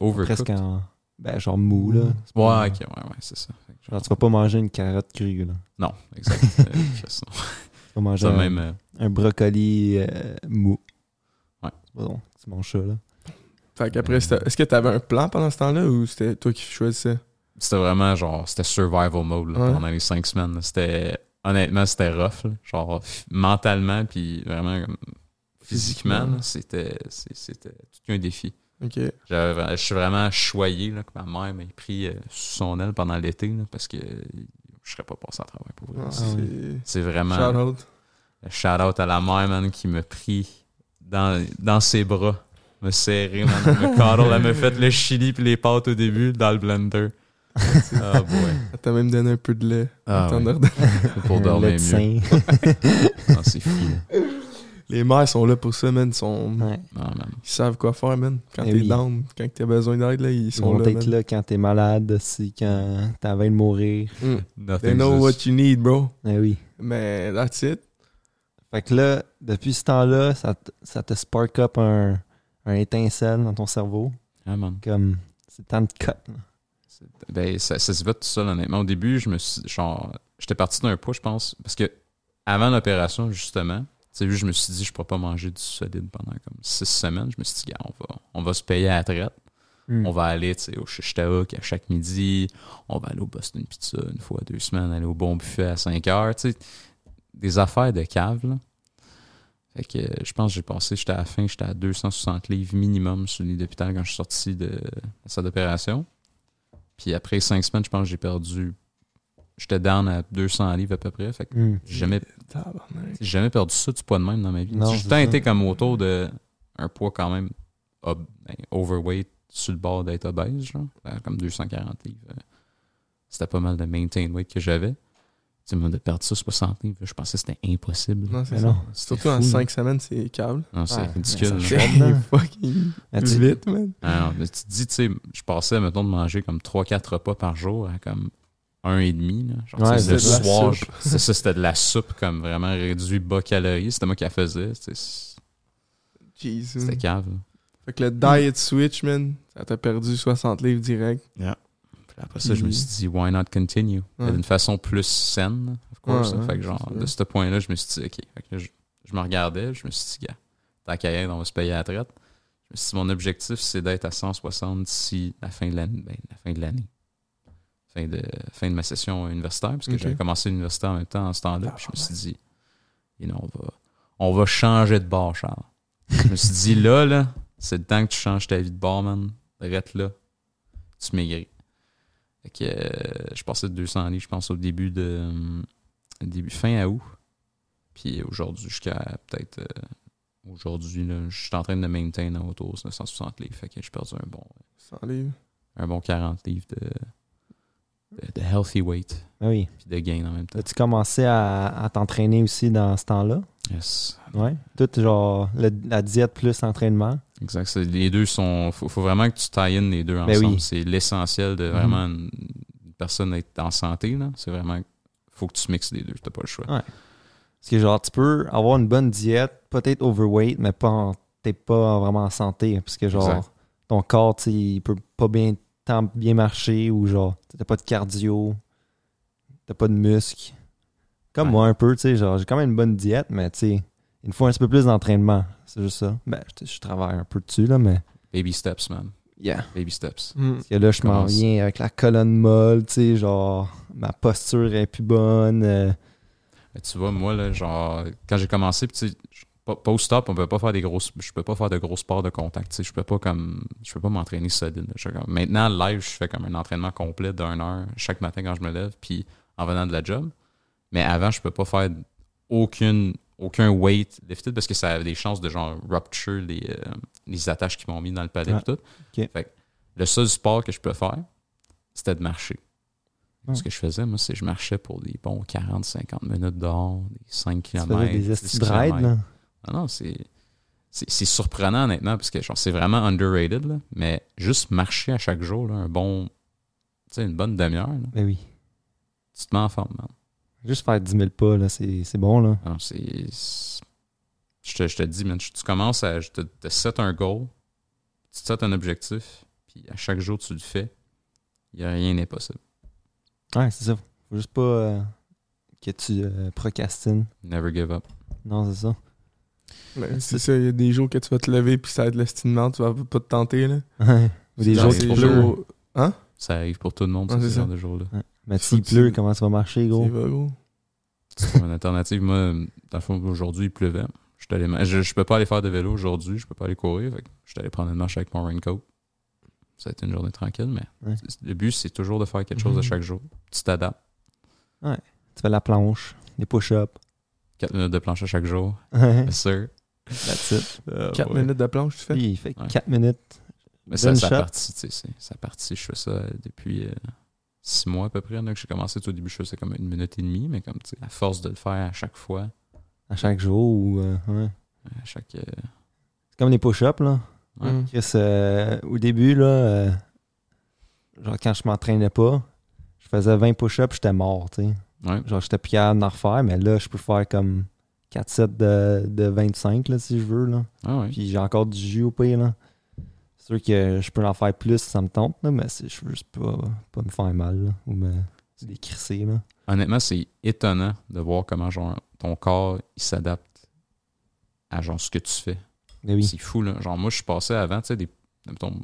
C: Overcooked.
B: Presque en. Ben, genre mou, là. C'est pas-
C: Ouais, ok, ouais, ouais, c'est ça. Fait que genre-
B: Genre, tu vas pas manger une carotte crue, là.
C: Non, exact. Euh, (laughs) Chris, non.
B: Tu vas manger
C: ça
B: un,
C: même. euh,
B: un brocoli euh, mou.
C: Ouais.
B: C'est pas bon. Tu manges ça, là.
A: Fait qu'après, c'était- est-ce que t'avais un plan pendant ce temps-là ou c'était toi qui choisissais?
C: c'était vraiment genre c'était survival mode là,
A: Ouais.
C: pendant les cinq semaines là. c'était honnêtement c'était rough là. genre f- mentalement puis vraiment comme physiquement là, c'était c'est- c'était tout un défi
A: Ok.
C: J'avais vra- je suis vraiment choyé là, que ma mère m'ait pris euh, sous son aile pendant l'été là, parce que je serais pas passé à travers pour vrai.
A: Ah,
C: C'est-
A: c'est-
C: c'est vraiment
A: Shout out.
C: Shout out à la mère, man, qui me pris dans, dans ses bras. Me serré, man.
A: (laughs)
C: Me carré, elle m'a fait le chili puis les pâtes au début dans
A: (laughs)
C: le blender. Ah, boy.
A: Elle t'a même donné un peu de lait.
C: Ah,
A: T'en
C: oui. (laughs)
A: as redonné.
C: Pour
B: Un
C: dormir
B: lait de
C: mieux.
B: sein.
C: Ah, c'est fou. là.
A: Les mères sont là pour ça, man. Ils, sont-
B: (laughs) Ouais.
C: Ah, man.
A: ils savent quoi faire, man. Quand
B: Eh
A: t'es
B: oui.
A: down, quand t'as besoin d'aide, là, ils
B: Ils
A: sont
B: vont
A: là.
B: être
A: man.
B: là quand t'es malade, aussi, quand t'as envie de mourir.
A: Mm. They
C: Nothing's
A: know what
C: just-
A: you need, bro.
B: Eh oui.
A: Mais that's it.
B: Fait que là, depuis ce temps-là, ça, te- ça te spark up un, un étincelle dans ton cerveau.
C: Ah, man.
B: Comme, c'est le temps de cut. là.
C: C'est- Ben, ça, ça se va tout seul, honnêtement. Au début, je me suis. Genre, j'étais parti d'un poids, je pense. Parce que avant l'opération, justement, tu sais, vu, je me suis dit, je pourrais pas manger du solide pendant comme six semaines. Je me suis dit, gars, on va, on va se payer à la traite.
B: Hmm.
C: On va aller tu sais, au Shishtahook à chaque midi. On va aller au Boston Pizza une fois deux semaines. Aller au Bon Buffet à 5 heures. tu sais. Des affaires de cave. là. Fait que euh, je pense que j'ai passé, j'étais à la fin, j'étais à 260 livres minimum sur le lit d'hôpital quand je suis sorti de la salle d'opération. Puis après cinq semaines, je pense que j'ai perdu. J'étais down à 200 livres à peu près. Fait que
B: Mm.
C: j'ai jamais
A: Tabarnak.
C: j'ai jamais perdu ça du poids de même dans ma vie.
B: Non,
C: J'ai
B: c'est
C: tout le temps
B: ça.
C: été comme autour de un poids quand même ob- ben, overweight, sur le bord d'être obèse, genre, vers comme 240 livres. Euh, C'était pas mal de maintain weight que j'avais. Tu sais, moi, de perdre ça, 60 livres, je pensais que c'était impossible.
A: Non, c'est
B: Mais
A: ça.
B: non.
C: C'était
A: Surtout en Ah,
B: fou.
A: 5 semaines, c'est câble.
C: non, c'est
B: Ouais,
C: ridicule.
B: mais ça
C: là.
B: fait-
A: C'est
B: Jordan.
A: (laughs) fucking
B: Ah, tu-
A: vite, man.
C: Ah non, mais tu te dis, tu sais, je passais, mettons, de manger comme 3-4 repas par jour à comme un et demi. là. Genre,
B: Ouais,
C: tu sais, le
A: c'était de la
C: soir,
A: soupe.
C: je- c'est ça, c'était de la soupe comme vraiment réduit bas calories. C'était moi qui la faisais. tu sais,
A: Jeez, man.
C: C'était cave. là.
A: Fait que le diet switch, man, ça t'a perdu 60 livres direct.
C: Puis après ça, je me suis dit, why not continue?
A: Mhm. Ouais.
C: D'une façon plus saine, of course.
A: Ouais,
C: là.
A: ouais,
C: fait que genre,
A: c'est
C: de
A: vrai.
C: ce point-là, je me suis dit, OK. Fait que là, je, je me regardais, je me suis dit, gars, tant qu'à y être, on va se payer à la traite. Je me suis dit, mon objectif, c'est d'être à 160 d'ici la fin de l'année. Ben, la fin de l'année. Fin de, fin de ma session universitaire, parce que
A: Ok.
C: j'avais commencé l'université en même temps, en ce temps-là. puis Ah, ben, je me suis dit, you know, on va, on va changer de bord, Charles. je me suis dit, là, là, c'est le temps que tu changes ta vie de bord, man. Reste là. Tu maigris. Fait que euh, je passais de 200 livres, je pense, au début de. euh, début, fin à août. Puis aujourd'hui, jusqu'à peut-être. euh, aujourd'hui, là, je suis en train de maintain à autour de 160 livres. Fait que j'ai perdu un bon,
A: 100 livres.
C: un bon 40 livres de, de, de healthy weight.
B: Ah oui.
C: Puis de gain en même temps.
B: As-tu commencé à, à t'entraîner aussi dans ce temps-là?
C: Yes.
B: Ouais. Tout genre le- la diète plus entraînement.
C: Exact. c'est- Les deux sont. Faut, faut vraiment que tu tie in les deux
B: Ben
C: ensemble.
B: oui. Mhm.
C: C'est l'essentiel de vraiment une, une personne être en santé. là. C'est vraiment. Faut que tu mixes les deux. T'as pas le choix.
B: Ouais. Parce que genre, tu peux avoir une bonne diète, peut-être overweight, mais pas en- t'es pas vraiment en santé. hein, Parce que genre,
C: Exact.
B: ton corps, tu sais, il peut pas bien, tant bien marcher ou genre, t'as pas de cardio, t'as pas de muscles. Comme
C: Ouais.
B: moi un peu, tu sais, genre, j'ai quand même une bonne diète, mais tu sais, il me faut un petit peu plus d'entraînement. C'est juste ça. Ben, je, je travaille un peu dessus, là, mais
C: Baby steps, man.
B: Yeah.
C: Baby steps.
A: Hmm.
B: Parce que là, je m'en
C: Commence.
B: viens avec la colonne molle, tu sais, genre, ma posture est plus bonne. euh,
C: Mais tu vois, moi, là, genre, quand j'ai commencé, puis tu sais, je- pas, pas au stop, on peut pas faire des grosses. Je peux pas faire de gros sports de contact. tu sais, Je peux pas comme. Je peux pas m'entraîner solide. là. Je- comme- maintenant, live, je fais comme un entraînement complet d'une heure chaque matin quand je me lève, puis en venant de la job. Mais avant, je peux pas faire aucune aucun weight lifted parce que ça avait des chances de genre rupture les, euh, les attaches qu'ils m'ont mis dans le palais
B: Ah,
C: et tout.
B: ok.
C: Fait que le seul sport que je peux faire, c'était de marcher.
B: Hmm.
C: Ce que je faisais, moi, c'est que je marchais pour des bons 40-50 minutes dehors, des 5
B: tu
C: km.
B: faisais des estis de raids, là.
C: Non, Ah non, c'est. C'est c'est surprenant honnêtement parce que genre, c'est vraiment underrated, là, mais juste marcher à chaque jour, là, un bon. Tu sais, une bonne demi-heure, là,
B: Ben oui.
C: tu te mets en forme, man.
B: Juste faire 10 000 pas, là, c'est c'est bon, là.
C: Alors, c'est. c'est- Je te, je te dis, man, tu tu commences à. Je te, te set un goal, tu te set un objectif, puis à chaque jour tu le fais, il n'y a rien d'impossible.
B: Ouais, c'est ça. Faut juste pas euh, que tu euh, procrastines.
C: Never give up.
B: Non, c'est ça.
A: Ben, c'est ça, il y a des jours que tu vas te lever puis ça va être l'estinement, tu vas pas te tenter. Là.
B: Ou des
C: C'est
B: jours
C: dans
B: qui
C: les
B: pleut.
C: jours.
A: gros.
C: Ça arrive pour tout le monde,
A: Ouais,
C: ça,
A: c'est
C: ce
A: ça.
C: genre de jour-là.
B: (laughs) Mais
A: Faut
B: s'il
A: que tu-
B: pleut, comment tu vas marcher, gros?
A: C'est pas gros.
C: Tu trouves une alternative. Moi, dans le fond, aujourd'hui, il pleuvait. Je, suis allé ma- je, je peux pas aller faire de vélo aujourd'hui, je peux pas aller courir. Fait que je suis allé prendre une marche avec mon raincoat. Ça a été une journée tranquille, mais
B: Ouais.
C: c'est- le but, c'est toujours de faire quelque chose à
A: Mhm.
C: chaque jour. Tu t'adaptes.
B: (laughs) Tu fais la planche, des push-ups.
C: 4 minutes de planche à chaque jour, bien
B: That's
C: sûr.
B: it.
A: 4 minutes de planche, tu fais.
B: Puis, Ah, il fait
C: Ouais.
B: 4 minutes.
C: Mais ça,
B: Bonne
C: ça
B: shot.
C: partie, tu sais, c'est- ça partie. Je fais ça depuis euh, six mois à peu près. Là, que j'ai commencé tout au début, je faisais comme une minute et demie, mais comme tu sais, à force de le faire à chaque fois,
B: À chaque jour ou... euh, ouais.
C: à chaque. euh,
B: C'est comme les push-ups, là.
C: ouais.
A: Hmm.
B: Chris, euh, au début, là, euh, genre quand je m'entraînais pas, je faisais 20 push-ups, j'étais mort, tu sais.
C: Ouais.
B: Genre, j'étais plus capable d'en refaire, mais là, je peux faire comme 4 sets de, de 25, là, si je veux, là.
C: Ah ouais.
B: Puis j'ai encore du jus au pire, là. C'est sûr que je peux en faire plus si ça me tente, là, mais c'est- je veux juste pas, pas me faire mal, là, ou me décrisser, là.
C: Honnêtement, c'est étonnant de voir comment genre, ton corps il s'adapte à genre ce que tu fais.
B: Mais oui.
C: C'est fou, là. Genre, moi, je passais avant, tu sais, des. mettons,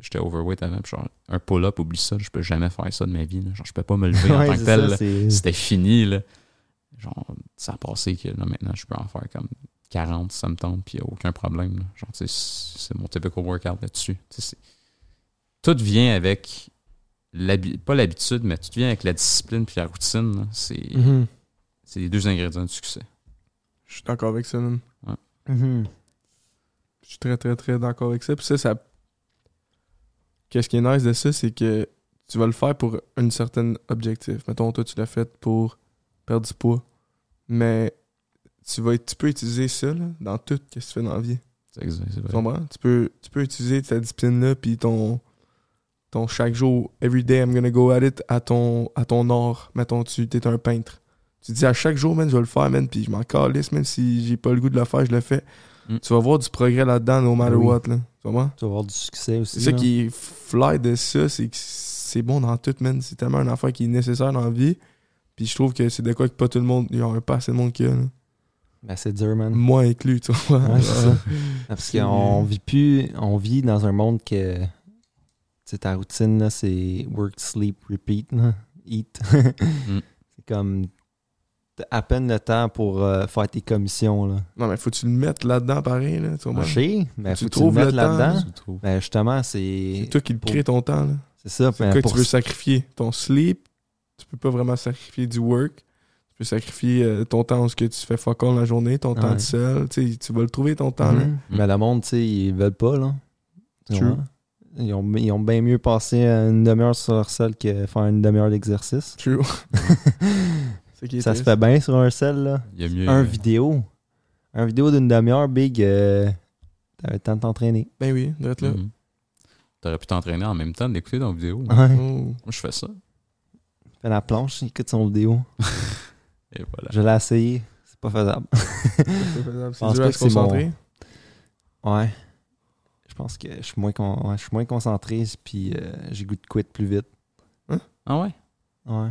C: J'étais overweight avant, puis genre, un pull-up, oublie ça, je peux jamais faire ça de ma vie. là. Genre, je peux pas me lever
B: (laughs)
C: en
B: Ouais,
C: tant que
B: c'est
C: tel.
B: ça,
C: là.
B: c'est-
C: C'était fini, là. Genre, ça a passé que là, maintenant, je peux en faire comme 40, ça me tente, puis y a aucun problème. là. Genre, tu sais, c'est mon typical workout là-dessus. Tu sais, c'est- Tout vient avec. l'habi- Pas l'habitude, mais tout vient avec la discipline puis la routine. là. C'est
B: Mm-hmm.
A: Mhm.
C: c'est les deux ingrédients du succès.
A: Je suis d'accord avec ça, même.
B: Mhm.
A: Je suis très, très, très d'accord avec ça. Puis ça, ça. Qu'est-ce qui est nice de ça, c'est que tu vas le faire pour un certain objectif. Mettons, toi, tu l'as fait pour perdre du poids. Mais tu, vas, tu peux utiliser ça là, dans tout ce que tu fais dans la vie.
C: C'est exact, c'est
A: Tu
C: vrai.
A: comprends? Tu peux, tu peux utiliser ta discipline-là, puis ton, ton chaque jour, every day I'm gonna go at it, à ton, à ton art. Mettons, tu es un peintre. Tu dis à chaque jour, man, je vais le faire, man, puis je m'en calisse, même si j'ai pas le goût de le faire, je le fais.
C: Mm.
A: Tu vas voir du progrès là-dedans, no matter
B: Ah oui.
A: what, là. Tu comprends?
B: Tu vas avoir du succès aussi.
A: C'est ça
B: là.
A: qui est fly de ça, c'est que c'est bon dans tout, man. C'est tellement une affaire qui est nécessaire dans la vie. Puis je trouve que c'est de quoi que pas tout le monde, il y en a pas assez de monde qui a, là.
B: Ben, c'est dur, man.
A: Moi inclus, tu vois.
B: Ouais, c'est ça. Parce
A: C'est-
B: qu'on vit plus, on vit dans un monde que tu sais, ta routine, là, c'est work, sleep, repeat, là. eat. (laughs) C'est comme t'as à peine le temps pour euh, faire tes commissions. Là.
A: (laughs) Non, mais faut que tu le mettes là-dedans pareil, là. Tu comprends?
B: Marcher, mais
A: Tu
B: faut que tu le
A: trouves le
B: mettes
A: temps,
B: là-dedans.
C: Tu le trouves.
B: Ben justement, c'est.
A: C'est toi qui le
B: pour-
A: crée ton temps, là.
B: C'est ça.
A: C'est
B: ben,
A: quoi que
B: pour-
A: tu veux sacrifier? Ton sleep, tu peux pas vraiment sacrifier du work. Tu peux sacrifier euh, ton temps où ce que tu fais fuck all la journée, ton temps
B: Ouais.
A: tout seul. Tu sais, tu vas le trouver ton temps. là.
B: Mhm. Mais le monde, tu sais, ils veulent pas, là. Tu
A: True.
B: vois? Ils ont, ils ont bien mieux passé une demi-heure sur leur selle que faire une demi-heure d'exercice.
A: True.
B: (laughs)
A: C'est qui est
B: ça se
A: triste.
B: fait bien sur un sel, là.
C: Il y a mieux.
B: un
C: euh,
B: vidéo. Un vidéo d'une demi-heure, Big. euh, T'avais le temps de t'entraîner.
A: Ben oui, d'être là.
B: Mm.
C: mhm. T'aurais pu t'entraîner en même temps d'écouter ton vidéo. Moi,
B: Ouais.
A: Oh.
C: je fais ça.
B: Fais la planche, écoute son vidéo.
C: Et voilà.
B: Je l'ai essayé. C'est pas faisable.
A: C'est faisable. C'est
B: Pense
A: dur
B: pas
A: à
B: que
A: se
B: c'est mon-
A: concentrer.
B: Ouais. Je pense que je suis moins, con- ouais, je suis moins concentré, puis euh, j'ai goût de quit plus vite.
C: Ah ouais?
B: Ouais.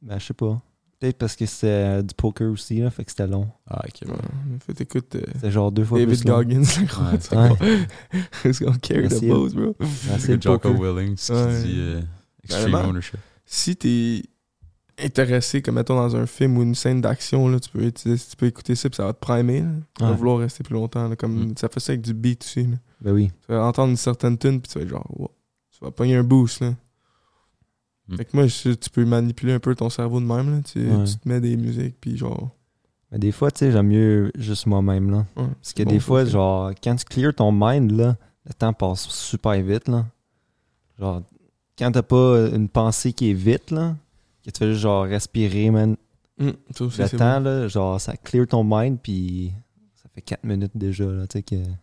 B: Ben, je sais pas. Peut-être parce que c'était euh, du poker aussi, là, fait que c'était long.
C: Ah, ok, ouais.
A: En fait, écoute, euh,
B: C'était genre deux fois
A: David
B: plus long.
A: Goggins, (laughs) la croix.
C: Ouais.
A: (laughs) It's gonna carry the
B: Merci.
A: boat, bro.
B: Ah, c'est
C: C'est
B: le
C: Jocko
B: poker.
C: Willings qui
A: Ouais. Ben,
C: dit euh, Extreme
A: Vraiment.
C: Ownership.
A: Si t'es intéressé, comme mettons dans un film ou une scène d'action, là, tu, peux, tu, tu peux écouter ça, puis ça va te primer. là. Tu vas
B: Ouais. Mm.
A: vouloir rester plus longtemps. là, comme, Ça fait ça avec du beat aussi. là.
B: Ben oui.
A: Tu vas entendre une certaine tune, puis tu vas être genre, wow. tu vas pogner un boost. Là.
C: Mm.
A: Fait que moi, je- tu peux manipuler un peu ton cerveau de même. Là. Tu,
B: Ouais.
A: tu te mets des musiques, puis genre.
B: Mais des fois, tu sais, j'aime mieux juste moi-même, là.
A: ouais,
B: Parce
A: c'est
B: que
A: bon,
B: des
A: ça
B: fois,
A: aussi.
B: genre, quand tu clears ton mind, là, le temps passe super vite, là. Genre, quand t'as pas une pensée qui est vite, là, que tu fais juste, genre, respirer, man,
A: Mm, ça aussi,
B: le
A: c'est
B: temps, là, genre, ça clear ton mind, puis ça fait 4 minutes déjà, là, tu sais, que
A: Mm.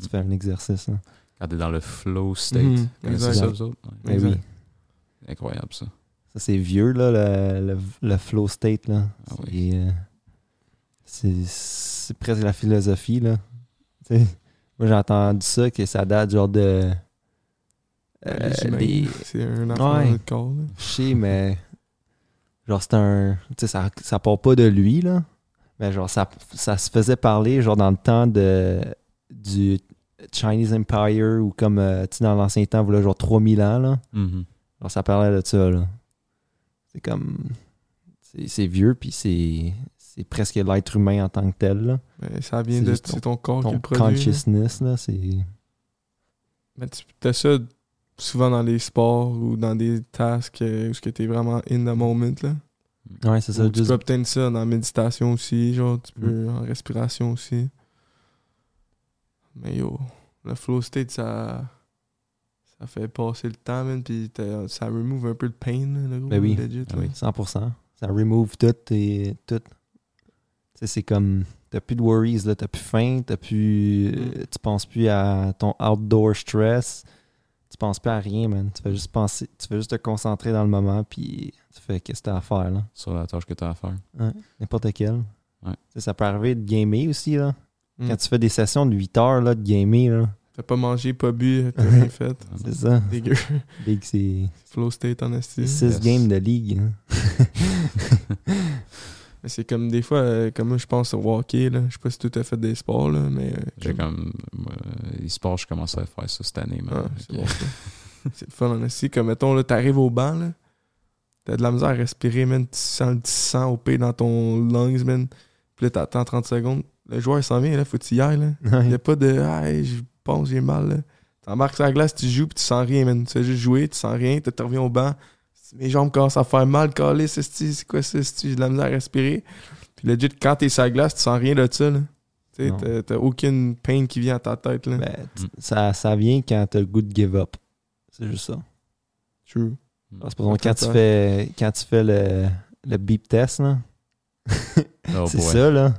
B: tu fais un exercice, là.
C: Quand t'es dans le flow state.
A: Mhm,
C: Connaissez
A: exact.
C: ça, vous autres? Ouais. Ben
B: Mais oui.
A: Exact.
C: Incroyable, ça.
B: Ça, c'est vieux, là, le, le, le flow state, là.
C: Ah
B: C'est,
C: oui.
B: euh, c'est, c'est presque la philosophie, là. Tu sais, moi, j'ai entendu ça, que ça date, genre, de...
A: bon.
B: euh,
A: Les humains,
B: des-
A: C'est un enfant
B: Ouais.
A: dans notre corps. là.
B: Je sais, mais... Genre, c'est un... Tu sais, ça, ça part pas de lui, là. Mais genre, ça, ça se faisait parler, genre, dans le temps de... du Chinese Empire, ou comme, euh, tu sais, dans l'ancien temps, voilà, genre 3000 ans, là.
C: Mhm.
B: Alors, ça parlait de ça, là. C'est comme. C'est c'est vieux, puis c'est. C'est presque l'être humain en tant que tel, là.
A: Mais Ben, ça vient
B: C'est
A: de.
B: juste ton-
A: C'est ton corps qui
B: Ton
A: le produit. là.
B: consciousness, là, c'est.
A: Mais tu as ça souvent dans les sports ou dans des tasks euh, où tu es vraiment in the moment. Là.
B: Ouais, c'est ça.
A: Ou tu
B: juste-
A: peux
B: Mm.
A: obtenir ça dans la méditation aussi, genre tu peux en respiration aussi. Mais yo, le flow state, ça, ça fait passer le temps, man, puis t'as- ça remove un peu de pain, là, le gros,
B: Ben oui.
A: legit,
C: Ah
A: là.
C: oui.
B: 100%. Ça remove tout et. Tout. Tu sais, c'est comme. T'as plus de worries, là. T'as plus faim, t'as plus.
A: Mm.
B: Tu penses plus à ton outdoor stress. Tu penses plus à rien, man. Tu fais juste penser. Tu fais juste te concentrer dans le moment, puis tu fais qu'est-ce que t'as à faire, là.
C: Sur la tâche que t'as à faire.
B: N'importe quel.
C: Ouais.
B: Tu sais, Ça peut arriver de gamer aussi, là.
A: Mm.
B: Quand tu fais des sessions de 8 heures là, de gamer, là,
A: T'as pas mangé, pas bu, t'as rien fait.
B: c'est ça.
A: Dégueu. (laughs)
B: Big, c'est
A: flow state en esti.
B: 6
C: Yes.
B: games de ligue. hein. (laughs)
A: Mais c'est comme des fois, euh, comme moi, je pense au hockey, là. Je sais pas si tout à fait des sports, là, mais. euh,
C: J'ai comme. moi, euh, e-sport, je commençais à faire ça cette année. man.
A: Ah,
C: Fait
A: c'est
C: que-
A: bon, ça. (laughs) C'est le fun, en esti. Comme, mettons, là, t'arrives au banc, là, t'as de la misère à respirer, man. Tu sens le petit sang au pied dans ton lungs, man. Puis là, t'attends 30 secondes. Le joueur, il s'en vient, là, faut que tu y ailles, là.
B: Ouais.
A: Y a pas de, ah, je pense, j'ai mal, là. T'embarques sur la glace, tu joues, puis tu sens rien, man. Tu sais juste jouer, tu sens rien, tu te reviens au banc. Mes jambes commencent à faire mal, calé, c'est c'est quoi ça, esti? j'ai de la misère à respirer. Puis legit, quand t'es sur la glace, tu sens rien de ça, là. Tu sais,
B: Non.
A: t'as- t'as aucune peine qui vient à ta tête, là.
B: Ben, t- ça, ça vient quand t'as le goût de give up. C'est juste ça.
A: True.
B: Alors, c'est pour ça que quand,
A: Attends,
B: tu
A: attends.
B: fais, quand tu fais le, le beep test, là, (laughs)
C: Oh
B: c'est
C: boy.
B: ça. là.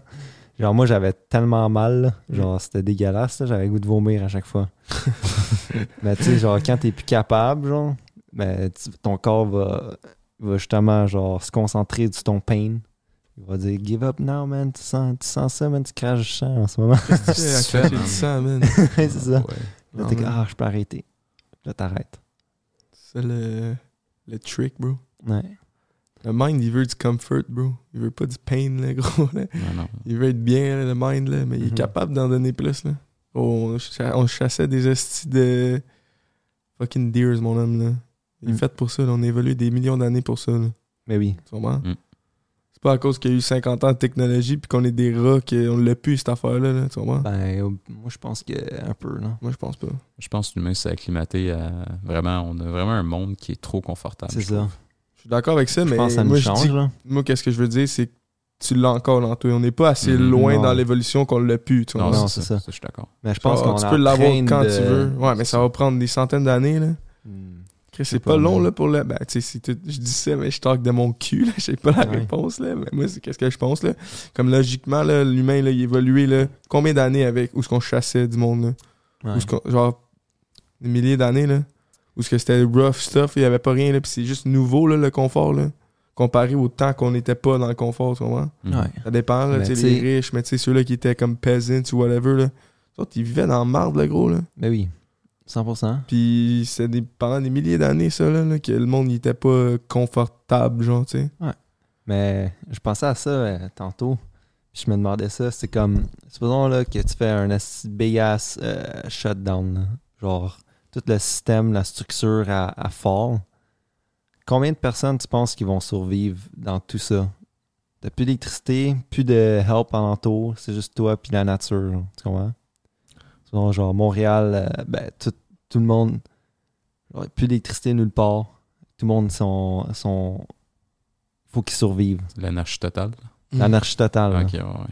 B: Genre, moi, j'avais tellement mal. là.
A: Mm.
B: Genre, c'était dégueulasse. là. J'avais le goût de vomir à chaque (laughs) fois. Mais tu sais, genre, quand t'es plus capable, genre, ben, tu- ton corps va, va justement, genre, se concentrer sur ton pain. Il va dire, give up now, man. Tu sens, tu sens ça, man. Tu craches du sang en ce (laughs) moment.
A: Tu
C: Qu'est-ce que tu
A: sais,
C: fais,
A: à cracher
C: man?
A: du sang, man.
B: c'est ça.
C: Ah, ouais.
B: Là,
A: Non,
B: t'es comme,
A: man.
B: ah, je peux arrêter. Là, t'arrêtes.
A: C'est le, le trick, bro.
B: Ouais.
A: Le mind, il veut du comfort, bro. Il veut pas du pain, là, gros. Là.
C: Non, non.
A: Il veut être bien, là, le mind, là, mais il est
B: Mhm.
A: capable d'en donner plus, là. Oh, on, cha- on chassait des hosties de fucking deers, mon homme, là. Il est
B: Mm.
A: fait pour ça, là. On a évolué des millions d'années pour ça, là.
B: Mais oui.
A: Tu comprends?
C: Mm.
A: C'est pas à cause qu'il y a eu 50 ans de technologie puis qu'on est des rats qu'on l'a pu, cette affaire-là, là. Tu comprends?
B: Ben, euh, moi, je pense que un peu, non?
A: Moi, je pense pas.
C: Je pense que l'humain s'est acclimaté à. Vraiment, on a vraiment un monde qui est trop confortable.
B: C'est
C: je trouve.
B: ça.
A: Je suis d'accord avec ça,
B: Ah, Je
A: mais
B: pense que ça nous
A: moi, je dis
B: change, là.
A: moi, qu'est-ce que je veux dire, c'est que tu l'as encore en toi. On n'est pas assez
C: Mhm.
A: loin
B: Mm-hmm. Non.
A: dans l'évolution qu'on l'a pu. Tu
C: Non,
A: vois.
B: Non,
C: c'est
B: c'est
C: ça.
B: ça.
C: Ça, Je suis d'accord.
B: Mais je pense
A: Genre,
B: qu'on
A: Ah, tu
B: en
A: peux l'avoir
B: train
A: quand
B: de-
A: tu veux. Ouais, mais ça va prendre des centaines d'années. là.
B: Hmm.
A: Chris,
B: sais
A: C'est pas,
B: pas,
A: long
B: mais-
A: là, pour le. Ben, tu sais, c'est tout- je dis ça, mais je talk de mon cul. là. (laughs) Je sais pas la
B: Ouais.
A: réponse. là. Mais moi, c'est qu'est-ce que je pense. là. Comme logiquement, là, l'humain, là, il évoluait là, combien d'années avec où est-ce qu'on chassait du monde là?
B: Ouais.
A: Où est-ce qu'on- genre des milliers d'années là où ce que c'était rough stuff il y avait pas rien là puis c'est juste nouveau là, le confort là comparé au temps qu'on n'était pas dans le confort tu comprends
C: Mhm.
B: Ouais.
A: ça dépend là
B: Mais
A: tu sais,
B: t'sais-
A: les riches mais tu sais ceux là qui étaient comme peasants ou whatever là les autres, ils vivaient dans le marde le gros là
B: Ben oui. 100%.
A: puis c'est des, pendant des milliers d'années ça là, là, que le monde n'était pas euh, confortable genre tu sais
B: Ouais. Mais je pensais à ça euh, tantôt. Puis je me demandais ça. C'est comme, supposons là, que tu fais un asti de big ass euh, shutdown. là. Genre, tout le système, la structure à, à fall. Combien de personnes tu penses qui vont survivre dans tout ça? T'as plus d'électricité, plus de help alentour. C'est juste toi puis la nature. genre. Tu comprends? Supposons, genre, Montréal, euh, ben, tout, tout le monde. genre, plus d'électricité nulle part. Tout le monde, sont, sont, faut qu'ils survivent.
C: L'anarchie totale. là.
B: L'anarchie totale. là.
C: Ok, ouais, ouais.
A: Moi,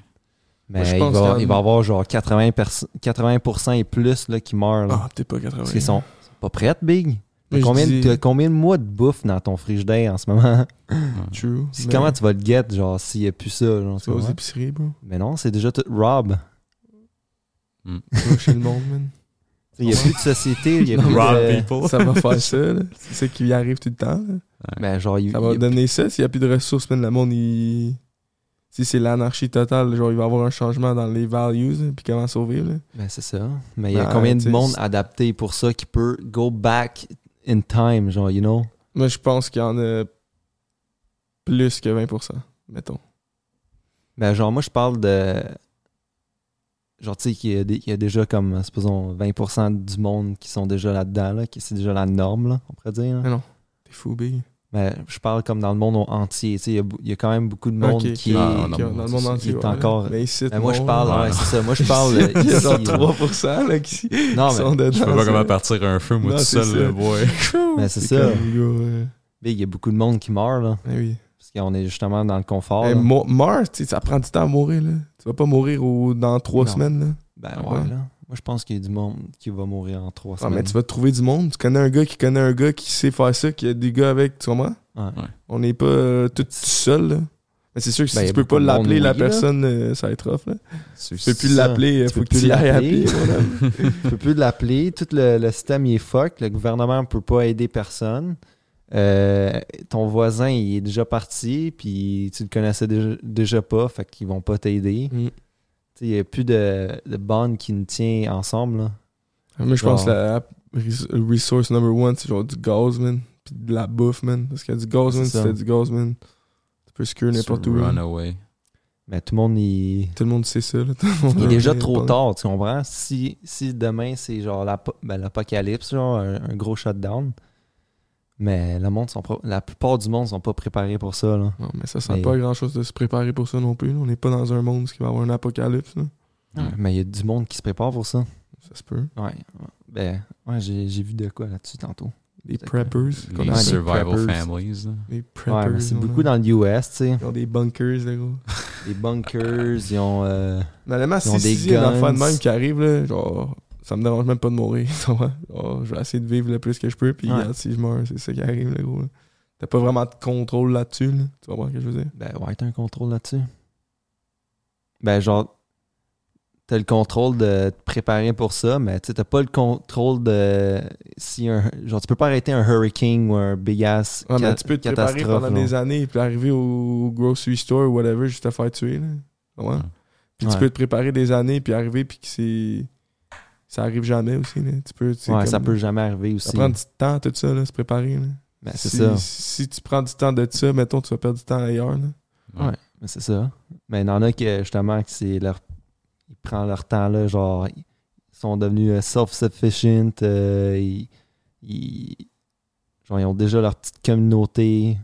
A: Mm. je
B: Mais
A: pense
B: il, va,
A: que-
B: il va avoir genre 80, perso- 80% et plus là, qui meurent. là,
A: Ah, peut-être pas 80.
B: parce qu'ils sont, sont pas prêtes, Big. T'as
A: Mais je
B: combien,
A: dis-
B: t'as combien de mois de bouffe dans ton frigidaire en ce
A: (laughs)
B: moment?
A: True.
B: Si-
A: mais
B: Comment tu vas le get, genre, s'il n'y a plus ça? genre, tu
A: Tu vas aux
B: comprends?
A: épiceries, bro.
B: Mais non, c'est déjà tout Rob.
C: Hmm.
A: (laughs) Tu vas chez le monde,
B: (laughs)
A: man.
B: Il n'y a plus de société,
C: (laughs)
B: il y a plus de...
C: people.
A: Ça va faire ça, là. C'est ça qui arrive tout le temps, là.
B: Ben, genre, il-
A: Ça va
B: il-
A: donner ça s'il n'y a plus de ressources, man. Le monde, il. Si c'est l'anarchie totale, genre, il va y avoir un changement dans les values, là, puis comment survivre, là.
B: ben, c'est ça. Mais il y a
A: Ben,
B: combien
A: tu
B: de
A: sais,
B: monde
A: c'est-
B: adapté pour ça qui peut go back in time, genre, you know?
A: Moi, je pense qu'il y en a plus que 20%, mettons.
B: Ben, genre, moi, je parle de. Genre, tu sais, qu'il y, a des- qu'il y a déjà comme, supposons, 20% du monde qui sont déjà là-dedans, là, qui c'est déjà la norme, là, on pourrait dire. là.
A: Mais non. T'es fou, big.
B: Mais je parle comme dans le monde au- entier, tu sais, il y a bou- il y, a quand même beaucoup de monde
A: Ok,
B: qui.
A: ok,
C: Ah,
A: ok,
C: non,
A: dans
C: non,
A: le
C: c'est
A: monde
C: ça,
A: entier.
B: il est
A: ouais.
B: encore-
A: Mais ici,
B: Ben, moi, je
A: non.
B: parle,
C: Ouais.
B: ouais, c'est ça.
A: (laughs)
B: Moi, je parle. euh,
A: Il y a
B: (laughs) ici,
A: genre
B: là.
A: 3% là, qui, qui
B: Non,
A: sont
B: mais,
A: dedans.
C: Je sais pas
A: ça.
C: comment partir un feu, moi,
A: Non,
C: tout
A: c'est
C: seul,
A: ça.
C: le boy.
B: mais c'est ça.
A: comme, les gars, euh,
B: Big, Il y a beaucoup de monde qui meurt, là.
A: ben oui.
B: Parce qu'on est justement dans le confort.
A: Eh,
B: là.
A: mo- meurs, tu sais, ça prend du temps à mourir. Là. Tu vas pas mourir au- dans trois
B: Non.
A: semaines. Là.
B: Ben,
A: Ah
B: ouais,
A: ouais.
B: là. Moi, je pense qu'il y a du monde qui va mourir en trois
A: Ah,
B: semaines.
A: mais tu vas trouver du monde. Tu connais un gars qui connaît un gars qui sait faire ça, qui a des gars avec, tu comprends?
B: Ouais.
A: On n'est pas euh, tout seul. là. Mais c'est sûr que si
B: Ben, y a
A: tu peux
B: beaucoup
A: pas
B: de monde
A: l'appeler, la
B: mouillé, là.
A: personne, euh, ça va être rough. Là.
C: C'est
A: Tu peux plus
B: C'est ça.
A: l'appeler,
B: Tu
A: il faut
B: peux
A: que tu
B: plus
A: y ailles
B: l'appeler.
A: appeler. mon homme.
B: (laughs) Tu peux plus l'appeler. Tout le, le système il est fuck. Le gouvernement ne peut pas aider personne. Euh, ton voisin, il est déjà parti, puis tu le connaissais déjà, déjà pas, fait qu'ils vont pas t'aider.
A: Mm.
B: Tu sais, Il n'y a plus de, de bande qui nous tient ensemble. là.
A: Moi, je pense que
B: Genre.
A: la res- resource number one, c'est genre du gaz, man. Puis de la bouffe, man. Parce qu'il y a du gaz,
B: C'est
A: man. Si
B: ça.
A: t'as du gaz, man, tu peux secure n'importe où. man.
C: Runaway.
B: Mais tout le monde, il,
A: Tout le monde sait ça. Là. (laughs) Tout le monde
B: il est
A: a
B: déjà
A: rien
B: trop
A: parlé.
B: tard, tu comprends? Si, si demain, c'est genre l'apo- ben, l'apocalypse, genre un, un gros shutdown, mais le monde sont pas- la plupart du monde sont pas préparés pour ça. Là.
A: Non, mais ça sert
B: Mais-
A: pas à grand chose de se préparer pour ça non plus. là. On n'est pas dans un monde où il va y avoir un apocalypse. là.
C: Ouais.
B: Mais il y a du monde qui se prépare pour ça.
A: Ça se peut.
B: Ouais, ouais. ben, ouais, j'ai j'ai vu de quoi là-dessus tantôt.
A: Les
B: que-
A: preppers. qu'on
B: Ouais,
C: Les
B: les
A: appelle.
C: survival
B: preppers.
C: families. là.
A: Les
B: Ouais,
A: preppers.
B: mais c'est
A: on a-
B: beaucoup dans le US, tu sais.
A: Ils ont des bunkers, là, gros.
B: Les bunkers, ils ont. euh,
A: Mais honnêtement,
B: Ils ont
A: si si
B: des
A: il y a un enfant de
B: guns.
A: même qui arrive, là, genre, ça me dérange même pas de mourir. (laughs) tu comprends? Genre, je vais essayer de vivre le plus que je peux, puis
B: Ouais.
A: regarde, si je meurs, c'est ça qui arrive, là, gros. là. T'as pas vraiment de contrôle là-dessus, là. Tu vas voir ce que je veux dire?
B: Ben, ouais, t'as un contrôle là-dessus. Ben, genre, t'as le contrôle de te préparer pour ça, mais tu sais, t'as pas le contrôle de. Si un, genre, tu peux pas arrêter un hurricane ou un big ass.
A: Ouais, mais
B: ca-
A: tu peux te préparer
B: catastrophe,
A: pendant
B: genre.
A: des années, puis arriver au grocery store ou whatever, juste te faire tuer, là. Tu comprends? Puis
B: Ouais.
A: tu peux te préparer des années, puis arriver, puis que c'est. Ça arrive jamais aussi, là. Tu peux. tu sais,
B: Ouais,
A: comme-
B: ça peut jamais arriver aussi.
A: Ça prend du temps, tout ça, là, se préparer, là.
B: Ben, c'est
A: si,
B: ça.
A: Si tu prends du temps de ça, mettons, tu vas perdre du temps ailleurs, là.
B: Ouais, mais c'est ça. Mais il y en a qui, justement, que c'est leur. Ils prennent leur temps, là, genre, ils sont devenus euh, self-sufficient, euh, ils, ils- genre, ils ont déjà leur petite communauté,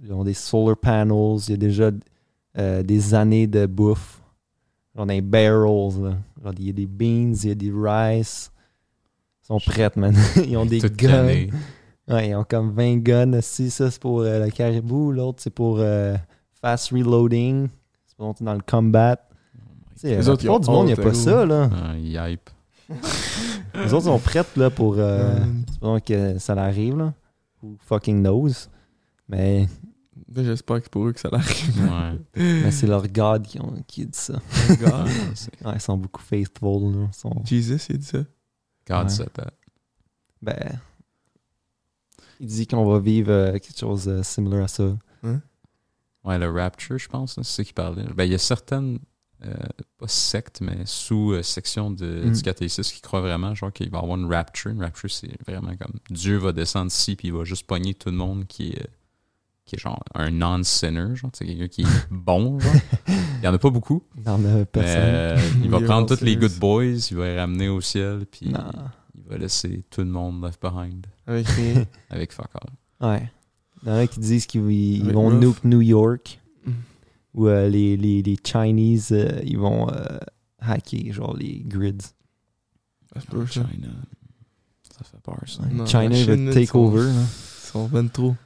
B: ils ont des solar panels, il y a déjà euh, des années de bouffe. Genre des barrels, là. Genre, il y a des beans, il y a des rice. Ils sont prêts, man. (laughs) Ils ont des
C: Tout
B: guns.
C: canné.
B: Ouais, ils ont comme 20 guns. Si ça, c'est pour euh, le caribou. L'autre, c'est pour euh, fast reloading. C'est pour dans le combat. Tu sais,
A: Les
B: la
A: autres, ils
B: plupart
A: ont
B: du monde, il n'y a
A: honte,
B: pas
A: hein,
B: ça, là.
C: Ah, Yipe.
B: Les autres sont prêts, là, pour... Euh,
A: Hum.
B: supposons que ça l'arrive, là. Who fucking knows. Mais,
A: Là, J'espère que pour eux que ça l'arrive.
C: Ouais.
B: mais c'est leur God qui, ont- qui dit ça.
C: God, c'est-
B: Ouais, ils sont beaucoup faithful, là. Ils sont-
A: (laughs) Jesus, il dit ça.
C: God
B: Ouais.
C: said that.
B: Ben... Il dit qu'on va vivre euh, quelque chose de similaire à ça.
A: (laughs)
C: Ouais, le Rapture, je pense, là, c'est ça qui parlait. Ben, il y a certaines, euh, pas sectes, mais sous-sections de
B: Mm.
C: du catholicisme qui croient vraiment, genre, qu'il va y avoir une Rapture. Une Rapture, c'est vraiment comme Dieu va descendre ici, puis il va juste pogner tout le monde qui est, qui est genre un non-sinner, genre, tu sais, quelqu'un
B: (laughs)
C: qui est bon, genre. Il y en a pas beaucoup.
B: Non, euh,
C: mais,
B: personne.
C: euh, il va
A: Miracle
C: prendre tous les
A: Series.
C: good boys, il va les ramener au ciel, puis
B: Non.
C: il va laisser tout le monde left behind
A: Avec (laughs) rien.
C: avec fuck all.
B: Ouais. Il y en a qui disent qu'ils ils
A: Avec
B: vont
A: Ruff.
B: nuke New York
A: Mm.
B: ou euh, les, les, les Chinese, euh, ils vont euh, hacker genre les grids.
A: Ça se peut, ça.
C: China. Ça fait peur, ça.
B: Ouais.
A: Non,
B: China
A: la
B: va
A: Chine, là,
B: take
A: ils sont-
B: over. là.
A: Ils sont ben trop.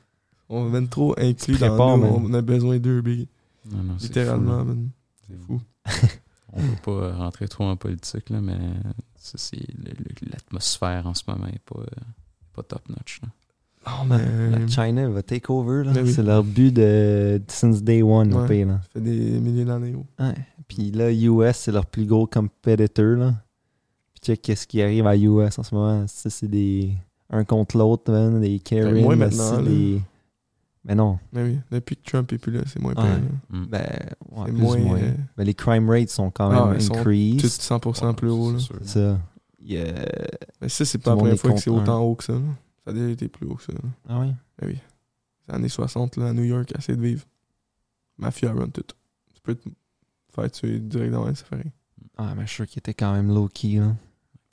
A: On est ben trop inclus dans
B: prépares,
A: nous.
B: man.
A: On a besoin d'eux, big.
C: Non, non, c'est
A: Littéralement,
C: fou, là.
A: man.
C: C'est
A: fou.
C: (laughs) On peut pas euh, rentrer trop en politique, là, mais ça, c'est le- le- l'atmosphère en ce moment est pas, euh, pas top-notch. là.
A: Oh,
B: La China va take over. là.
A: Mais oui.
B: C'est leur but de since day one. au
A: Ouais.
B: pire, là.
A: Ça fait des milliers d'années, gros.
B: Ouais. Puis là, US, c'est leur plus gros compétiteur. Là. Puis check qu'est-ce qui arrive à US en ce moment. Ça, c'est des. Un contre l'autre, man. Des Karen.
A: Ben, moins
B: là,
A: maintenant,
B: c'est
A: là.
B: des- Mais non.
A: Mais oui, depuis que Trump est plus là, c'est moins
B: Ouais.
A: pire. là.
C: Mm.
B: Ben, ouais,
A: C'est
B: plus ou
A: moins,
B: moins.
A: euh,
B: Mais les crime rates sont quand
A: Ah,
B: même
A: ils sont Tout
B: increased.
A: 100% plus
C: Ouais,
A: haut,
C: c'est
A: là.
C: sûr.
B: Ça. Il y a-
A: Mais ça, c'est
B: Tout
A: pas la
B: le monde est
A: première fois que c'est
B: contre
A: autant haut que ça. là. Ça a déjà été plus haut que ça. là.
B: Ah ouais?
A: Les années 60, là, à New York, assez de vivre. Mafia run tout. Tu peux te faire tuer direct dans un safari.
B: Ah, mais je suis sûr qu'il était quand même low-key. hein. Là.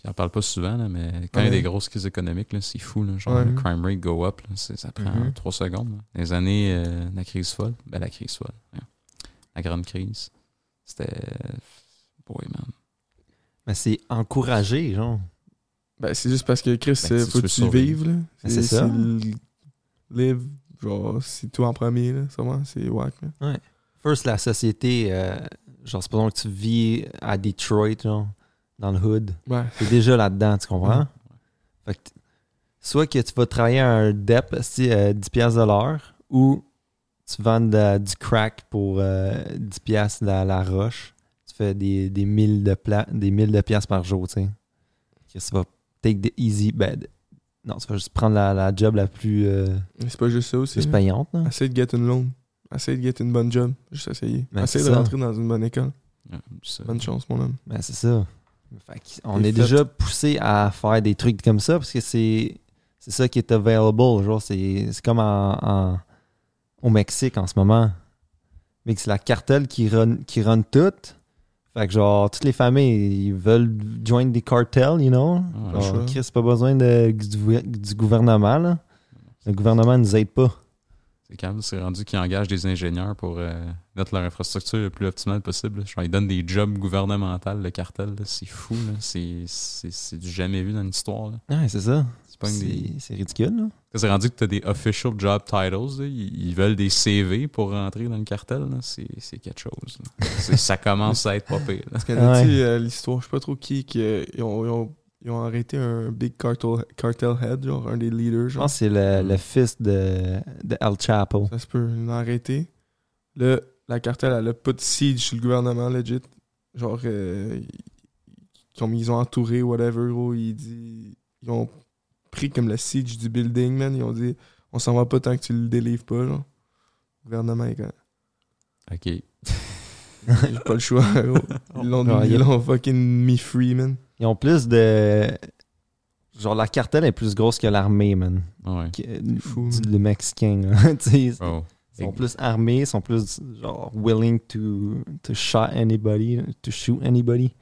C: Puis on parle pas souvent, là, mais quand il y a
A: Ouais.
C: des grosses crises économiques, là, c'est fou. là. genre,
A: Ouais.
C: le crime rate go up, là, c'est- ça prend
A: Mhm.
C: trois secondes. là. Les années, euh, la crise folle, ben, la crise folle, ouais. la grande crise, c'était. euh, Boy, man.
B: Mais c'est encouragé, genre.
A: Ben, c'est juste parce que Chris,
C: Ben,
A: euh, faut
C: si tu
A: que
C: veux
A: tu vives, là.
B: Ben, c'est ça.
A: l- Live, genre, c'est tout en premier, là, sûrement, c'est whack, là.
B: First, la société, euh, genre, supposons que tu vis à Detroit, genre, dans le hood.
A: Ouais.
B: T'es déjà là-dedans, tu comprends?
A: Mm.
B: Fait que t- soit que tu vas travailler à un DEP, si, euh, 10 piastres de l'heure, ou tu vends de- du crack pour euh, 10 piastres la, la roche. Tu fais des, des, 1000 de pla- des 1000 de piastres par jour, tu sais. Que tu vas take the easy bed. Non, tu vas juste prendre la, la job la plus, euh,
A: Mais c'est pas juste ça aussi.
B: plus
A: là.
B: payante, là.
A: Essaye de get une loan. Essaye de get une bonne job. Juste essayer.
B: Ben,
A: Essaye
B: c'est
A: de
B: ça.
A: rentrer dans une bonne école.
C: Ouais, ça-
A: Bonne chance, mon homme.
B: Ben, c'est ça. Fait on
A: Et
B: est
A: fait-
B: déjà poussé à faire des trucs comme ça parce que c'est c'est ça qui est available. Genre, c'est c'est comme en, en- au Mexique en ce moment. Mais que c'est la cartel qui run, qui run tout. Fait que genre, toutes les familles, ils veulent joindre des cartels, you know?
C: Ah,
B: Genre,
C: Ouais,
A: je vois.
B: Chris, pas besoin de, du, gouver- du gouvernement, là. Le gouvernement nous aide pas.
C: C'est calme, c'est rendu qu'ils engagent des ingénieurs pour euh, mettre leur infrastructure le plus optimale possible. là. Genre, ils donnent des jobs gouvernementaux, le cartel, là. c'est fou, là. C'est- c'est c'est du jamais vu dans l'histoire. là.
B: Ouais, c'est ça.
C: C'est pas une des-
B: C'est c'est ridicule, là.
C: C'est rendu que tu as des official job titles, là. ils ils veulent des CV pour rentrer dans le cartel, là. c'est c'est quelque chose. là. C'est- Ça commence à être pas pire.
B: (laughs)
C: là.
A: Connais-tu
B: Ouais.
A: euh, l'histoire, je sais pas trop qui, qui euh, ils, ont, ils ont- ils ont arrêté un big cartel, cartel head, genre un des leaders,
B: Je
A: genre.
B: pense que c'est le, le fils de, de El Chapo.
A: Ça se peut, ils l'ont arrêté. Là, la cartel, elle a pas de siege sur le gouvernement, legit. Genre, euh, ils- comme ils ont entouré, whatever, gros, ils, dit- ils ont pris comme le siege du building, man. Ils ont dit, on s'en va pas tant que tu le délivres pas, genre. Le gouvernement est quand
C: Ok.
A: J'ai pas le choix, gros. Ils l'ont
B: Ouais,
A: ils
B: y a-
A: l'ont fucking mis free, man.
B: Ils ont plus de. Genre, la cartelle est plus grosse que l'armée, man.
C: Ouais.
B: Que-
A: fou,
B: du- le Mexicain, là. (laughs) Tu sais,
C: Oh.
B: Ils sont plus armés, ils sont plus, genre, willing to, to shot anybody, to shoot anybody.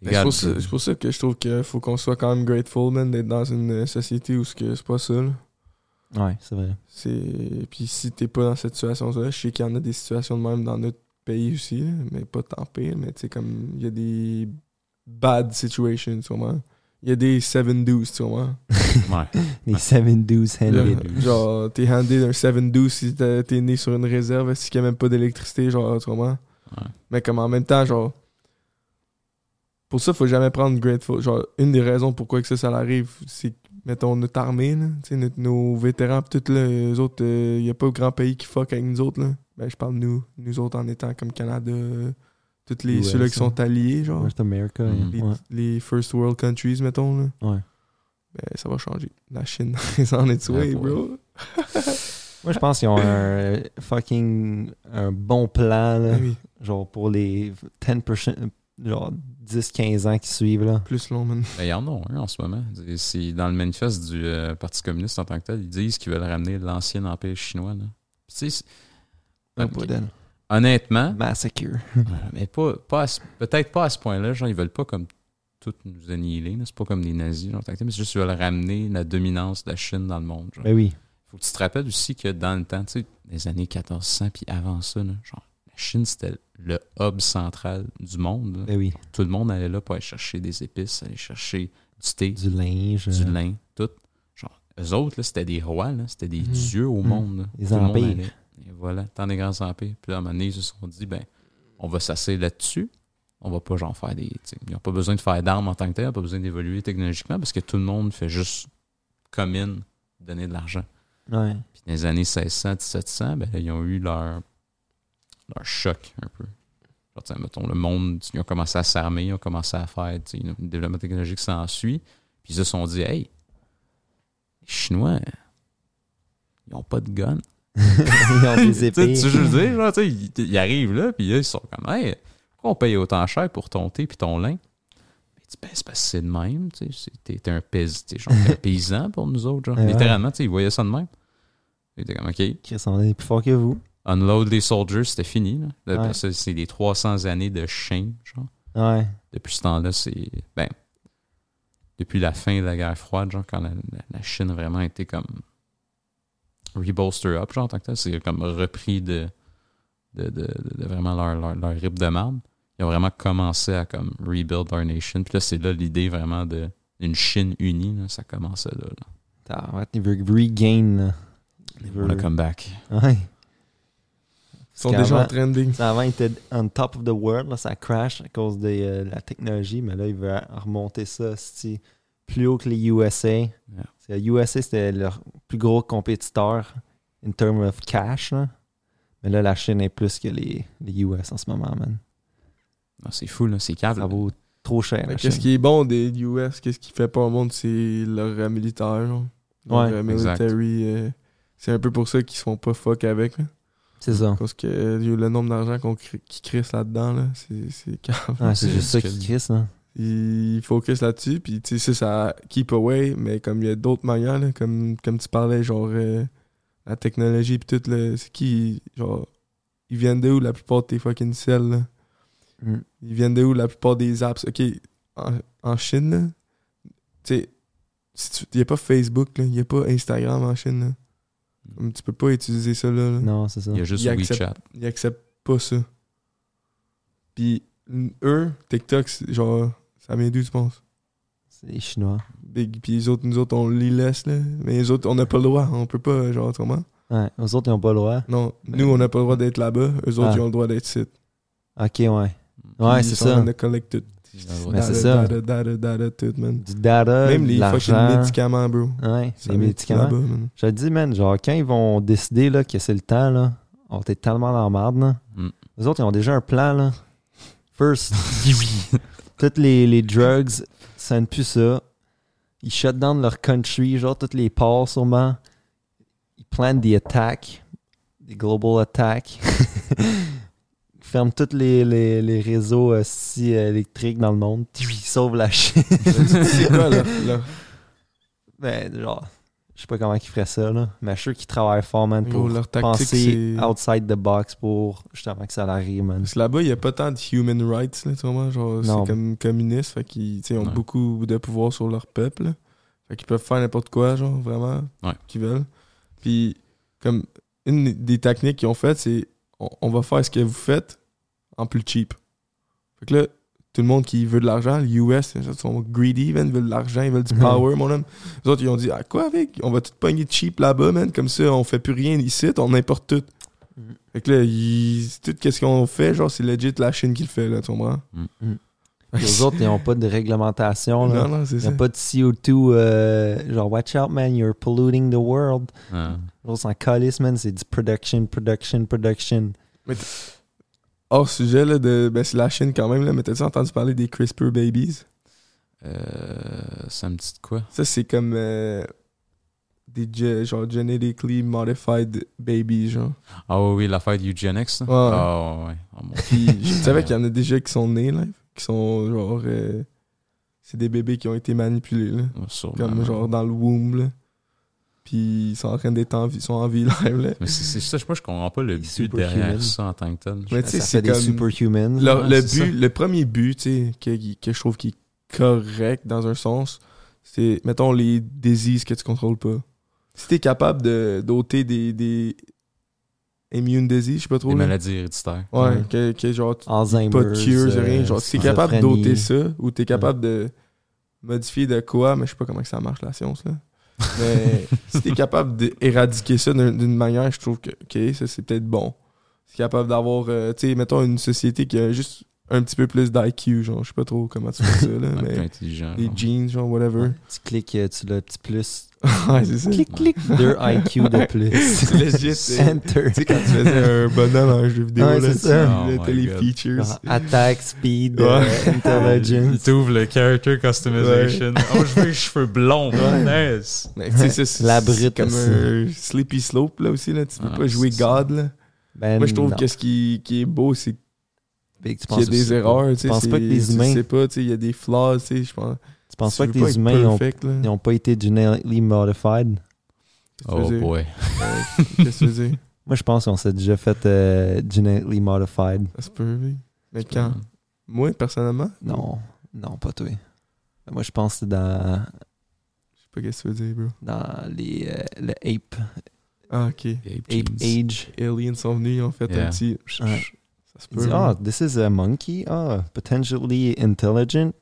A: Mais C'est
C: Regarde, euh,
A: pour, ça- c'est pour ça que je trouve qu'il faut qu'on soit quand même grateful, man, d'être dans une euh, société où ce que c'est pas ça. là.
B: Ouais, c'est vrai.
A: C'est... Puis si t'es pas dans cette situation-là, je sais qu'il y en a des situations de même dans notre pays aussi, là, mais pas tant pire. Mais tu sais, comme il y a des bad situations, sûrement. Il y a des 7-12, sûrement.
C: ouais.
B: (laughs) Les 7-12 handed.
A: Là, genre, t'es handé d'un 7-12 si t'as- t'es né sur une réserve, si qu'il y a même pas d'électricité, genre, sûrement.
C: Ouais.
A: Mais comme en même temps, genre. Pour ça, faut jamais prendre grateful. Genre, une des raisons pourquoi que ça, ça arrive, c'est que, mettons, notre armée, là, tu sais, notre- nos vétérans, pis tout, là, eux autres, il n'y a pas grand pays qui fuck avec nous autres, là. Ben, je parle nous, nous autres en étant comme Canada, euh, toutes les,
B: Ouais,
A: ceux-là qui
B: ça.
A: sont alliés, genre,
B: North America.
C: Mm.
A: les,
B: hein. Ouais.
A: les first world countries, mettons, là.
B: Ouais.
A: Ben, ça va changer. La Chine, (laughs) ils en est
C: Ah,
A: way,
C: boy.
A: bro.
B: (laughs) Moi, je pense qu'ils ont un fucking un bon plan, là,
A: Ah oui.
B: genre, pour les 10%, genre 10-15 ans qui suivent. Là.
A: Plus long, man.
C: Ben, il y en a un en ce moment. C'est dans le manifeste du euh, Parti communiste en tant que tel, ils disent qu'ils veulent ramener l'ancien empire chinois. là. Puis, tu sais, c'est-
B: Un poudre.
A: Hein?
B: (laughs)
C: Honnêtement,
B: Massacre.
C: euh, mais pas, pas à ce- peut-être pas à ce point-là. Genre, ils veulent pas comme tout nous annihiler. là. C'est pas comme des nazis, genre, en tant que tel, mais c'est juste qu'ils veulent ramener la dominance de la Chine dans le monde. genre.
B: Ben oui.
C: faut que tu te rappelles aussi que dans le temps, tu sais, les années 1400 puis avant ça, là, genre, la Chine, c'était le hub central du monde. là.
B: Ben oui.
C: Tout le monde allait là pour aller chercher des épices, aller chercher du thé,
B: Du linge.
C: du
B: euh,
C: lin, tout. Genre, eux autres, là, c'était des rois, là, c'était des
B: Mhm.
C: dieux au
B: Mhm.
C: monde. là.
B: Des
C: Tout le monde
B: empires.
C: allait. Et voilà, tant des grands empires. Puis là, à un moment donné, ils se sont dit, ben, on va s'asseoir là-dessus. On va pas, genre, faire des. tu sais, Ils n'ont pas besoin de faire d'armes en tant que tel, ils n'ont pas besoin d'évoluer technologiquement parce que tout le monde fait juste commune, donner de l'argent.
B: Ouais.
C: Puis dans les années 1600, 1700, ben, là, ils ont eu leur, leur choc un peu. Genre, tu sais, mettons, le monde, ils ont commencé à s'armer, ils ont commencé à faire tu sais, le développement technologique s'ensuit. Puis ils se sont dit, hey, les Chinois, ils ont pas de gun.
B: (laughs) Ils (laughs) ont des épées.
C: (laughs) Tu sais, tu veux dire, genre, tu sais, ils, ils arrivent là, puis là, ils sont comme, hey, pourquoi on paye autant cher pour ton thé puis ton lin? Mais tu dis, ben, c'est parce que c'est de même, tu sais, c'est- t'es t'es un, pais, t'es genre
B: (laughs)
C: un paysan pour nous autres, genre.
B: Ouais.
C: Littéralement, tu sais, ils voyaient ça de même. Ils étaient comme, OK,
B: Chris, on est plus fort que vous.
C: Unload les Soldiers, c'était fini. Là. Là,
B: Ouais.
C: parce que c'est des 300 années de chien, genre.
B: Ouais.
C: Depuis ce temps-là, c'est... Ben, depuis la fin de la guerre froide, genre, quand la, la- la Chine a vraiment été comme... Rebolster up, genre, en tant que tel. C'est comme repris de, de, de, de- de vraiment leur, leur, leur rip de marde. Ils ont vraiment commencé à, comme, rebuild leur nation. Puis là, c'est là l'idée vraiment de d'une Chine unie, là, ça commençait là. là.
B: T'as ouais, ils veulent regain. Là. Ils
C: On
B: veulent-
C: a comeback.
B: Ouais.
A: Ils sont déjà
B: Carrément.
A: en trending.
B: Ça, Avant, ils étaient on top of the world. Là, ça crash à cause de euh, la technologie. Mais là, ils veulent remonter ça c'ti, plus haut que les USA. C'est- Les USA, c'était leur plus gros compétiteur in terms of cash. là. Mais là, la Chine est plus que les, les US en ce moment, man.
C: Non, C'est fou, là. C'est câble.
B: Ça vaut trop cher.
A: Mais
B: la
A: Qu'est-ce
B: Chine.
A: qui est bon des US, qu'est-ce qui fait pas au monde, c'est leur euh, militaire. genre. Leur
B: Ouais,
A: euh,
C: exact.
A: military. euh, c'est un peu pour ça qu'ils se font pas fuck avec. là.
B: C'est ça.
A: Parce que euh, le nombre d'argent qu'on cri- qu'ils crissent là-dedans, là, c'est c'est grave.
B: Ouais, Ah, c'est
C: C'est
B: juste ça
C: ridicule.
B: qui crisse, hein. là.
A: Ils focus là-dessus, puis tu sais, ça, ça keep away, mais comme il y a d'autres manières, là, comme, comme tu parlais, genre euh, la technologie, puis tout, là, c'est qui, genre, ils viennent de où la plupart de tes fucking cells, là?
B: Mm.
A: Ils viennent de où la plupart des apps? Ok, en, en Chine, là, tu sais, si tu- il n'y a pas Facebook, là, il n'y a pas Instagram en Chine, là. Comme tu peux pas utiliser ça, là. là.
B: Non, c'est ça.
C: Il y a juste
A: Ils acceptent-
C: WeChat.
A: Ils acceptent pas ça. Puis eux, TikTok, c'est genre, ça vient d'où, tu penses?
B: C'est les Chinois.
A: Big, puis les autres, nous autres, on les laisse, là. Mais les autres, on n'a pas le droit. On peut pas, genre, autrement.
B: Ouais. Eux autres, ils n'ont pas le droit.
A: Non, nous, on n'a pas le droit d'être là-bas. Eux autres,
B: Ah.
A: ils ont le droit d'être ici.
B: Ok, ouais. Ouais,
A: Puis
B: c'est
A: ils sont en train
B: ça.
A: de collecter tout.
B: Mais
A: Data,
B: c'est ça.
A: data, data, data, tout, man.
B: Du data,
A: Même
B: de
A: les fucking
B: l'argent.
A: médicaments, bro.
B: Ouais,
A: Ça
B: les
A: vient de
B: médicaments.
A: là-bas, man.
B: Je te dis, man, genre, quand ils vont décider là, que c'est le temps, là, on était tellement dans la merde, là.
C: Mm.
B: Les autres, ils ont déjà un plan, là.
A: (laughs)
B: First, (laughs) toutes les, les drugs, ça ne plus ça. Ils shut down leur country, genre, toutes les ports, sûrement. Ils plantent des attaques, des
A: (laughs)
B: global attacks. ils ferment tous les, les, les réseaux euh, si électriques dans le monde. Ils sauvent la Chine.
A: (laughs)
B: (laughs)
A: c'est quoi, là? là?
B: Ben, genre, je sais pas comment ils feraient ça, là. Mais je suis sûr qu'ils travaillent fort, man, pour
A: Gros, leur tactique,
B: penser
A: c'est.
B: outside the box pour justement que ça arrive, man.
A: Parce que là-bas, il n'y a pas tant de human rights, là, tu vois. Genre,
B: Non.
A: c'est comme communiste. Fait qu'ils tu sais, ont
C: Ouais.
A: beaucoup de pouvoir sur leur peuple. là. Fait qu'ils peuvent faire n'importe quoi, genre, vraiment,
C: Ouais.
A: qu'ils veulent. Puis, comme, une des techniques qu'ils ont faites, c'est on, on va faire ce que vous faites en plus cheap. Fait que là, tout le monde qui veut de l'argent, les US, ils sont greedy, man, ils veulent de l'argent, ils veulent du power, mon homme. Les autres, ils ont dit, ah, quoi avec On va tout pogner cheap là-bas, man. Comme ça, on fait plus rien ici, on importe tout.
B: Mm.
A: Fait que là, ils- tout ce qu'on fait, genre, c'est legit la Chine qui le fait, là, tu comprends?
B: Mm. (laughs) Les autres, ils ont pas de réglementation, là.
A: Non, non, c'est
B: Ils
A: ça.
B: ont pas de CO2, euh, genre, watch out, man, you're polluting the world.
C: Ah.
B: Les autres s'en calissent, man, c'est du production, production, production.
A: Hors sujet, là, de, ben, c'est la Chine quand même, là, mais t'as-tu entendu parler des CRISPR babies?
C: Euh, ça me dit de quoi?
A: Ça, c'est comme euh, des ge- genre genetically modified babies, genre.
C: Ah oui, oui, l'affaire de Eugenics. là.
A: Ouais.
C: Ah ouais. ouais. Ah,
B: (laughs)
C: mon-
A: Puis, je savais qu'il y en a déjà qui sont nés, là. qui sont genre. euh, c'est des bébés qui ont été manipulés, là.
C: Sûrement.
A: Comme genre dans le womb, là. Puis ils sont en train d'être en vie, ils sont en vie live, là.
C: Mais c'est c'est ça, je sais pas, je comprends pas le
B: Les
C: but
B: superhuman.
C: derrière ça en tant que tel.
A: Mais tu sais,
B: Ça
A: c'est
B: fait des
A: comme.
B: superhumans.
A: Le,
C: Ouais,
A: le
C: c'est
A: but, le premier but, tu sais, que, que je trouve qui est correct dans un sens, c'est, mettons, les diseases que tu contrôles pas. Si t'es capable de d'ôter des, des immune disease, je sais pas trop.
C: Les
A: là.
C: maladies héréditaires.
A: Ouais, que, que genre, tu-
B: Alzheimer.
A: pas de cures, rien.
B: euh,
A: Genre, si t'es capable d'ôter ça, ou t'es capable de modifier de quoi, mais je sais pas comment que ça marche la science, là. Mais si t'es capable d'éradiquer ça d'un- d'une manière, je trouve que, ok, ça c'est peut-être bon. Si t'es capable d'avoir, euh, tu sais, mettons une société qui a juste un petit peu plus d'IQ, genre, je sais pas trop comment tu fais ça, là,
C: Un peu
A: mais
C: intelligent.
A: des
C: genre.
A: jeans, genre, whatever.
B: Tu cliques, euh, tu l'as petit plus.
A: hein. ouais, c'est ça.
B: Clic, clic. Deux IQ de plus.
A: C'est
B: (laughs)
A: legit, c'est-
B: Enter.
A: Tu sais, quand tu faisais un bonhomme en jeu vidéo,
B: Ouais,
A: là,
B: c'est
A: tu-
B: ça.
A: là,
C: Oh
A: t'as
C: my
A: les
C: God.
B: Ah.
A: features.
B: Attack, speed,
A: Ouais.
B: euh,
C: (laughs) Il
A: (laughs)
B: intelligence.
C: t'ouvre le character customization. Oh, je veux les cheveux blonds.
A: Ouais.
C: Nice.
A: Mais tu sais, ça, c'est-
B: La
A: c'est
B: brute
A: comme
B: aussi.
A: un Sleepy Slope, là, aussi, là. Tu peux
C: Ah,
A: pas jouer
C: c'est ça.
A: God, là.
B: Ben,
A: Moi, je trouve
B: non.
A: que ce qui, qui est beau, c'est qu'il
B: Fait que tu
A: y a
B: penses-
A: des erreurs. Tu sais,
B: penses pas
A: c'est-
B: que les humains-
A: Tu sais pas, tu sais, il y a des flaws, tu sais, je pense.
B: Tu penses
A: tu
B: pas
A: veux
B: que les
A: être
B: humains ils ont-
A: perfect, là.
B: ils ont pas été genetically modified?
A: Qu'est-ce que tu
C: Oh
A: veux dire?
C: boy.
A: Euh, Qu'est-ce que tu veux dire?
B: Moi, je pense qu'on s'est déjà fait euh, genetically modified.
A: Ça se peut, oui. Mais quand? Moi, personnellement?
B: Non, non, pas toi. Moi, je pense que c'est dans,
A: Je sais pas qu'est-ce que tu veux dire, bro.
B: dans les, euh, le ape,
A: Ah, ok.
B: ape age.
A: Aliens sont venus, ils ont fait
C: Yeah.
A: un petit...
B: Ouais.
A: Ça se
B: Il
A: peut.
B: dit,
C: hein.
A: là.
B: ah, this is a monkey. Ah, potentially intelligent.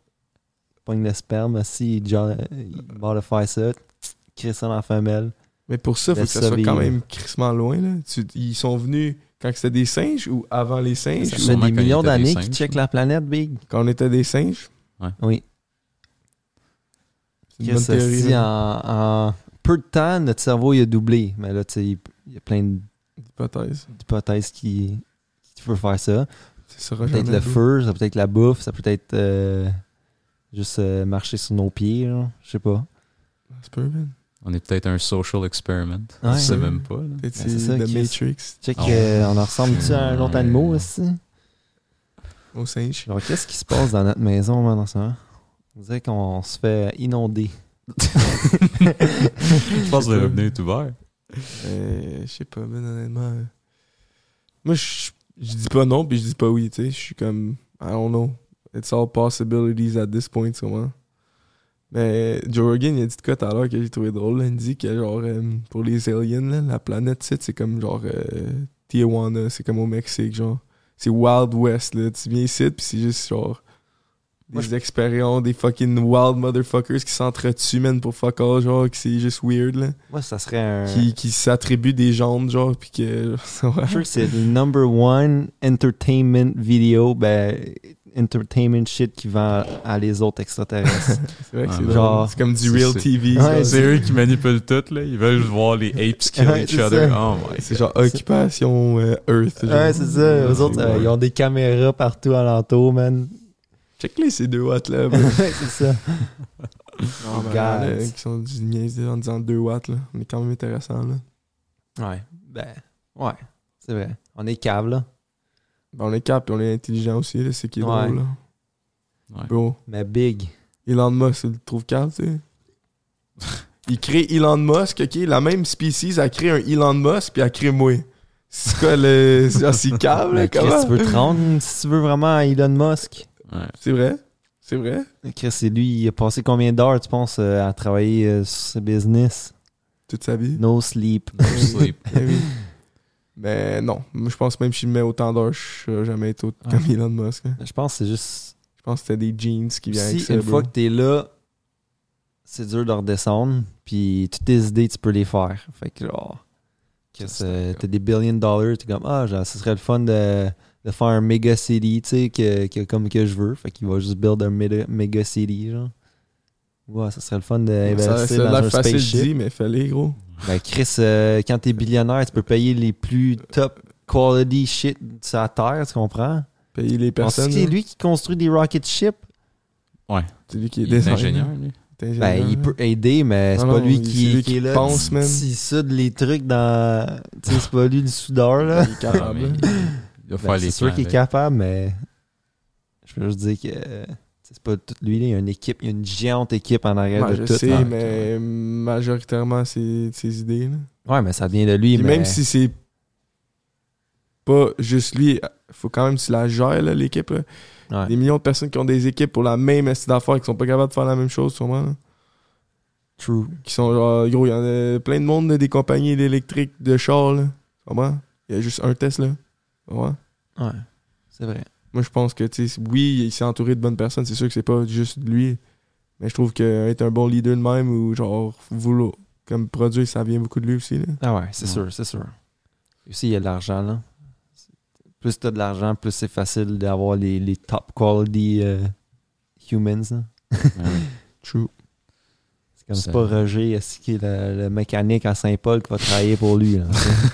B: Pogne le sperme, si il jo- il modifie ça, crée ça dans la femelle.
A: Mais pour ça, faut que
B: Laisse
A: ça
B: ça
A: soit quand
B: vivre.
A: même crissement loin, là. Tu- Ils sont venus quand c'était des singes ou avant les singes?
B: Ça
C: Ça fait
B: fait
C: sûrement
B: des
C: quand il
B: millions
C: était des
B: d'années qu'ils
C: singes,
B: checkent la planète, Big.
A: Quand on était des singes?
B: Oui.
A: C'est une
B: Chris,
A: bonne théorie,
B: si en,
A: là.
B: en peu de temps, notre cerveau il a doublé. Mais là, tu sais, il il y a plein
A: Hypothèse.
B: d'hypothèses qui, qui peuvent faire ça.
A: Tu sauras
B: Peut-être
A: jamais,
B: le
A: bro.
B: feu, ça peut être la bouffe, ça peut être euh, juste euh, marcher sur nos pieds, là. je sais pas.
A: Ça se peut, man.
C: On est peut-être un social experiment.
B: Ouais.
C: On sait même
A: (laughs)
C: pas. là.
A: Peut-être
B: Ben, c'est
A: c'est
B: ça,
A: The
B: Chris.
A: Matrix
B: Check,
C: Oh.
B: euh, on en ressemble-tu à un autre animal aussi?
A: au singe.
B: Genre, qu'est-ce qui se passe dans notre maison, man, en ce moment? On dirait qu'on se fait inonder.
C: Je pense que le revenu est ouvert.
A: Euh, je sais pas, mais honnêtement. euh, Moi, je je dis pas non, puis je dis pas oui, tu sais. Je suis comme, I don't know. It's all possibilities at this point, sûrement. Mais Joe Rogan, il a dit de quoi tout à l'heure que j'ai trouvé drôle. là. Il dit que, genre, euh, pour les aliens, là, la planète, tu sais, c'est comme, genre, euh, Tijuana, c'est comme au Mexique, genre. C'est Wild West, là. Tu viens ici, puis c'est juste, genre, des
B: Moi,
A: expériences, des fucking wild motherfuckers qui s'entretuent, man, pour fuck all, genre, que c'est juste weird, là
B: Moi, ça serait un.
A: qui, qui s'attribue des jambes, genre, puis que. (laughs)
B: Je suis sûr que c'est le number one entertainment vidéo, ben, entertainment shit qui vend à les autres extraterrestres.
A: c'est vrai que
C: Ah,
A: c'est
C: mais-
A: drôle. C'est comme du
C: c'est-
A: real
C: c'est-
A: TV.
B: Ouais,
A: genre.
C: C'est eux qui manipulent tout. Là. Ils veulent voir les apes kill
B: Ouais,
C: each
B: c'est
C: other.
B: ça.
C: Oh my
A: C'est genre Occupation euh, Earth. genre.
B: ouais, (laughs) c'est ça. Eux autres, euh, ils ont des caméras partout alentour, man. (laughs)
A: Check les ces deux watts là.
B: ouais, c'est ça.
A: Non,
B: mais
A: là,
B: guys.
A: qui sont du niaisé en disant 2 watts là. On est quand même intéressant là.
B: Ouais. Ben, ouais. C'est vrai. On est cave, là.
A: Ben, on est cap puis on est intelligent aussi, là, c'est qui est
B: Ouais.
A: drôle là.
C: Ouais.
A: Bro,
B: Mais big.
A: Elon Musk, il le trouve cap, tu sais. Il crée Elon Musk, ok? La même species a créé un Elon Musk puis a créé moi. C'est quoi le. c'est genre, c'est câble, là?
B: Ben, Chris,
A: Comment?
B: tu veux te rendre si tu veux vraiment à Elon Musk.
C: God. Ouais.
A: C'est vrai? C'est vrai?
B: Chris, c'est lui, il a passé combien d'heures, tu penses, euh, à travailler euh, sur ses business?
A: Toute sa vie?
B: No sleep.
C: No (laughs) sleep.
A: Eh oui. Mais non, Moi, je pense même si je mets autant d'heures, je serais jamais été autant comme Elon Musk. hein.
B: Je pense que c'est juste
A: Je pense que c'était des jeans qui viennent avec
B: si
A: ça.
B: une
A: bro.
B: fois que t'es là, c'est dur de redescendre, puis toutes tes idées, tu peux les faire. Fait que oh. genre, que
C: Ça,
B: c'est-
C: c'est
B: t'as des billion dollars, t'es comme, ah, genre, ce serait le fun de, de faire un méga city, tu sais, que, que- comme que je veux. Fait qu'il va juste build un méga, méga city, genre. Ouais, ça serait le fun
A: ça,
B: d'investir
A: ça
B: dans
A: a
B: un
A: l'air facile dit,
B: spaceship.
A: mais fallait, gros.
B: Ben Chris, euh, quand t'es billionnaire, tu peux payer les plus
A: Euh,
B: top quality shit sur la Terre, tu comprends?
A: Payer les
B: Personne.
A: personnes.
B: C'est
A: là.
B: lui qui construit des rocket ships.
A: C'est lui qui est
C: Il est
A: designer.
C: ingénieur, lui.
A: T'es ingénieur, hein.
B: Ben, il
A: là.
B: peut aider, mais c'est
A: Non,
B: pas
A: non,
B: lui
A: il-
B: qui,
A: c'est lui
B: qui
A: qui
B: est là.
A: pense, man.
B: S'il soude les trucs dans. Tu sais, c'est pas lui le soudeur, là.
A: Il est
C: Ah,
A: capable.
C: mais
A: là.
C: il- Il va
B: Ben,
C: faire les
B: c'est sûr
C: plans
B: qu'il est
C: avec.
B: capable, mais. je peux juste dire que euh, c'est pas tout lui, là, il y a une équipe, il y a une géante équipe en arrière
A: Ouais,
B: de
A: je
B: tout.
A: sais,
B: là.
A: mais majoritairement, c'est c'est ses idées. là.
B: Ouais, mais ça vient de lui.
A: Puis
B: mais...
A: même si c'est pas juste lui, faut quand même qu'il la gère, là, l'équipe. là.
B: Ouais.
A: Des millions de personnes qui ont des équipes pour la même estime d'affaires qui sont pas capables de faire la même chose, sûrement. là.
B: True.
A: Qui sont genre, gros, il y en a plein de monde, là, des compagnies d'électrique, de char, là. Tu comprends? Il y a juste un test, là. Tu comprends?
B: Ouais. C'est vrai.
A: Moi, je pense que, tu sais, oui, il s'est entouré de bonnes personnes, c'est sûr que c'est pas juste lui. Mais je trouve que euh, être un bon leader de même ou genre, vouloir comme produit, ça vient beaucoup de lui aussi, là.
B: Ah ouais, c'est
C: Ouais.
B: sûr, c'est sûr. Et aussi, il y a de l'argent, là. Plus t'as de l'argent, plus c'est facile d'avoir les, les top quality euh, humans, là.
A: True.
B: C'est comme
C: Ça-
B: c'est pas Roger, est-ce qui est le, le mécanique à Saint-Paul qui va travailler pour lui, là.
C: (laughs)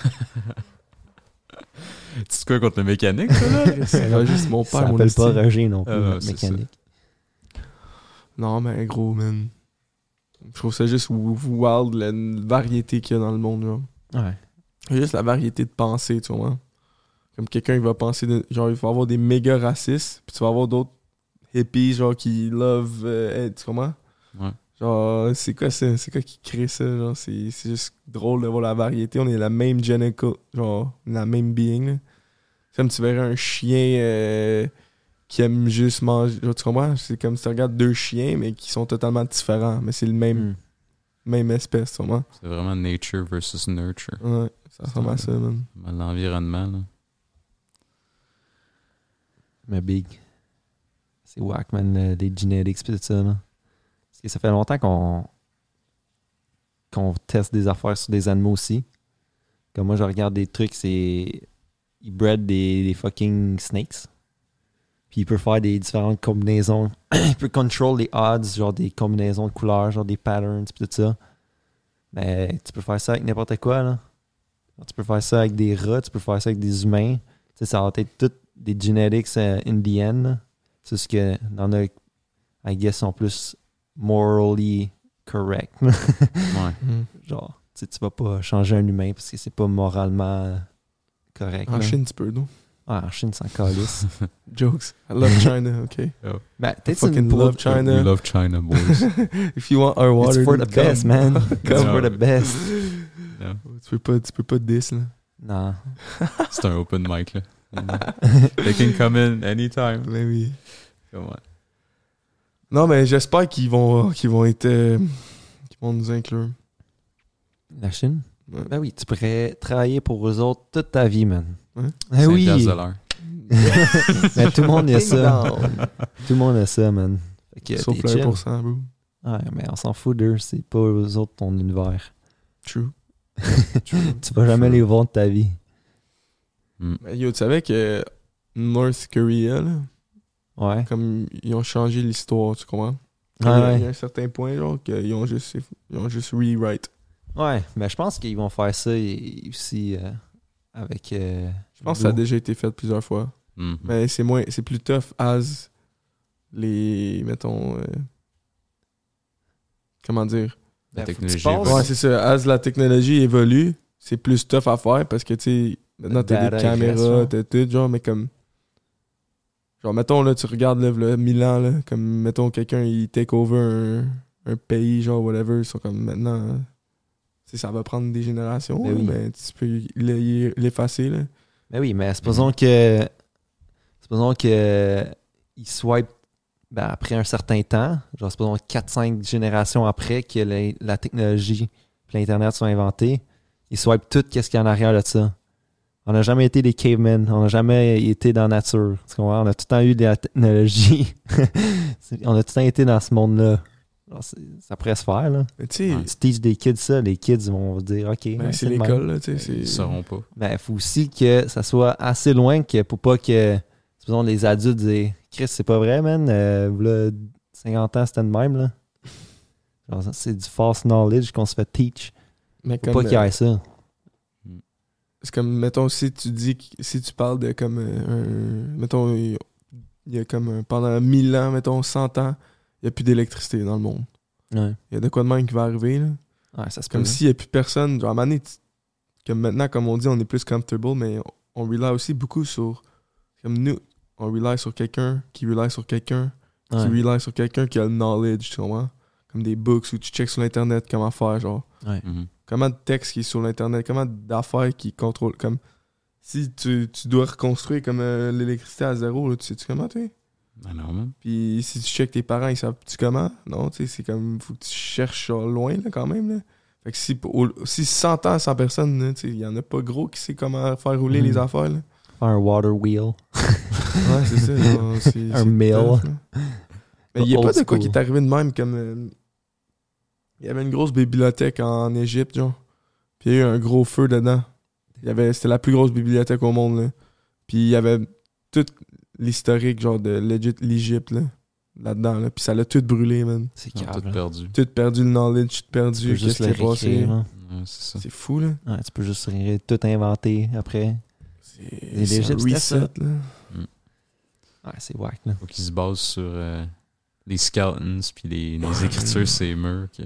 C: Tu te quoi contre le mécanique, toi, là?
A: Ça va juste mon
B: Ça
A: père, mon
B: s'appelle pas
A: esti.
B: Roger non plus,
C: Ah non,
B: le
C: c'est
B: mécanique.
A: Non, mais gros, man. Je trouve ça juste w- wild, la n- variété qu'il y a dans le monde, genre.
B: Ouais.
A: Juste la variété de pensée, tu vois. Comme quelqu'un qui va penser, de- genre, il va avoir des méga racistes, puis tu vas avoir d'autres hippies, genre, qui love, euh, hey, tu comprends?
C: (laughs) Ouais.
A: Genre, c'est quoi ça? C'est quoi qui crée ça? Genre, c'est c'est juste drôle de voir la variété. On est la même génico, genre, la même being, là. C'est comme tu verrais un chien euh, qui aime juste manger. Genre, tu comprends? C'est comme si tu regardes deux chiens, mais qui sont totalement différents, mais c'est le même,
B: Mm.
A: même espèce, tu comprends?
C: C'est vraiment nature versus nurture.
A: Ouais, ça ressemble à ça, man.
C: L'environnement, là.
B: Mais big. C'est euh, whack, man, le- les genetics pis tout ça, là. Parce que ça fait longtemps qu'on qu'on teste des affaires sur des animaux aussi. Comme moi, je regarde des trucs, c'est... Ils bred des, des fucking snakes. Puis il peut faire des différentes combinaisons. (clears throat) il peut contrôle les odds, genre des combinaisons de couleurs, genre des patterns pis tout ça. Mais tu peux faire ça avec n'importe quoi, là. Tu peux faire ça avec des rats, tu peux faire ça avec des humains. Tu sais, ça va être tout des genetics euh, indiennes. C'est ce que dans le, I guess, sont plus morally correct.
C: Ouais.
B: Genre, tu sais, tu vas pas changer un humain parce que c'est pas moralement correct.
A: En
B: là.
A: Chine, tu peux, non?
B: Ah, en Chine, c'est encore (laughs) lisse.
A: Jokes. I love
B: (laughs)
A: China, okay?
B: Ben,
A: I
B: peut-être c'est
A: fucking
B: une
A: love
C: We
A: China.
C: love China, boys.
A: If you want our
B: It's
A: water,
B: for
A: then
B: the best,
A: come.
B: man. (laughs) It's
A: Come.
B: for the best.
C: Yeah.
A: Tu peux pas, tu peux pas diss, là.
B: Non.
C: C'est un open
B: (laughs)
C: mic, là. They can come in anytime.
A: Mais Ben oui.
C: Come on.
A: Non, mais j'espère qu'ils vont, qu'ils vont être, euh, qu'ils vont nous inclure.
B: La Chine?
A: Ouais.
B: Ben oui, tu pourrais travailler pour eux autres toute ta vie, man.
A: Ouais.
B: Ben oui.
C: 5$
B: (laughs)
C: de l'heure.
B: Mais tout le monde a ça.
A: Ding dong.
B: Tout le monde a ça, man. Fait que
A: (laughs) Sauf
B: t'es
A: le
B: chill.
A: 1%, bro.
B: Ouais, mais on s'en fout d'eux, c'est pas eux autres ton univers.
A: True.
B: (laughs) Tu vas jamais les voir de ta vie.
C: Mm.
A: Mais yo, tu savais que North Korea, là,
B: Ouais.
A: comme ils ont changé l'histoire, tu comprends?
B: Ah
A: il, y a, il y a
B: ouais.
A: un certain point, genre, qu'ils ont juste, ils ont juste rewrite.
B: Ouais, mais je pense qu'ils vont faire ça i- aussi euh, avec. euh,
A: Je pense que ça a déjà été fait plusieurs fois.
C: Mm.
B: Ben,
A: Mais c'est moins, c'est plus tough as les, mettons, euh, comment dire.
B: Ben,
C: La
B: faut que tu
C: technologie
B: passes-
C: évolue.
A: Ouais, c'est ça. As la technologie évolue, c'est plus tough à faire parce que, tu sais, maintenant, t'as des
B: Data
A: caméras,
B: régression.
A: t'as tout, genre, mais comme. Genre, mettons, là, tu regardes, là, le Milan, là, comme, mettons, quelqu'un, il take over un, un pays, genre, whatever, ils sont comme, maintenant, hein, tu sais, ça va prendre des générations,
B: Ben
A: là,
B: oui.
A: mais tu peux l'e- l'effacer, là.
B: Ben oui, mais supposons que. Supposons que. Ils swipent ben, après un certain temps, genre supposons 4-5 générations après que la, la technologie et l'Internet sont inventés, ils swipent tout quest ce qu'il y a en arrière de ça. On n'a jamais été des cavemen, on n'a jamais été dans la nature. Tu comprends? On a tout le temps eu de la technologie. (laughs) C'est- on a tout le temps été dans ce monde-là. Alors, c'est- Ça pourrait se faire, là.
A: Mais, tu sais,
C: Ouais.
B: Tu teaches des kids ça, les kids vont dire OK.
A: ben,
B: ouais,
A: c'est
B: le même.
A: l'école, là, tu sais,
C: Ils
A: c'est.
C: sauront pas.
B: Mais il Ben, faut aussi que ça soit assez loin que pour pas que, disons, les adultes disent Chris, c'est pas vrai, man. Euh, v'là 50 ans, c'était de même, là. Genre, ça, c'est du false knowledge qu'on se fait teach.
A: Mais
B: Faut
A: comme,
B: pas qu'il y
A: euh,
B: ait ça.
A: C'est comme, mettons, si tu dis, qu- si tu parles de comme euh, un. Mettons, il y a- il y a comme un- pendant 1000 ans, mettons, 100 ans, il n'y a plus d'électricité dans le monde.
B: Ouais.
A: Il y a de quoi de même qui va arriver, là.
B: Ouais, ça se peut.
A: Comme s'il n'y a plus personne. Genre, à un moment donné, tu- comme maintenant, comme on dit, on est plus comfortable, mais on, on rely aussi beaucoup sur. Comme nous, on rely sur quelqu'un qui rely sur quelqu'un
B: Ouais.
A: qui rely sur quelqu'un qui a le knowledge, tu comprends? Comme des books où tu checks sur l'internet comment faire, genre.
C: Mhm.
A: Comment de texte qui est sur l'internet, comment d'affaires qui contrôle. Comme si tu, tu dois reconstruire comme euh, l'électricité à zéro, là, tu sais-tu comment tu
C: Ah non, man.
A: Puis si tu checkes tes parents, ils savent-tu comment? Non, tu sais, c'est comme, faut que tu cherches genre, loin, là, quand même, là. Fait que si, au- si 100 ans, 100 personnes, là, tu sais, il y en a pas gros qui sait comment faire rouler
B: Mhm.
A: les affaires, là.
B: Faire un water wheel.
A: Ouais, c'est ça.
B: (laughs)
A: genre, c'est-
B: Un
A: c'est
B: mill.
A: tough, là. Mais il n'y a
B: Old
A: pas de quoi
B: school.
A: qui est arrivé de même. comme euh, Il y avait une grosse bibliothèque en Égypte, genre. Puis il y a eu un gros feu dedans. Il y avait, c'était la plus grosse bibliothèque au monde, là. Puis il y avait tout l'historique, genre, de l'Égypte, l'Égypte, là. Là-dedans, là. Puis ça l'a tout brûlé, man.
B: C'est
C: Ils ont tout
B: câble. hein.
C: perdu.
A: Tout perdu le knowledge, tout
B: Tu
A: perdu,
B: peux
A: qu'est-ce
B: juste
A: qui
B: le
A: est passé.
B: réécrire. hein.
C: Ouais, c'est ça.
A: C'est fou, là.
B: Ouais, tu peux juste ré- tout inventer après.
A: C'est
B: Et
A: c'est un
B: l'Égypte, c'était ça.
A: reset, là.
B: Ouais, c'est whack, là.
C: Faut qu'ils se basent sur euh, les skeletons puis les, les écritures, ces murs que.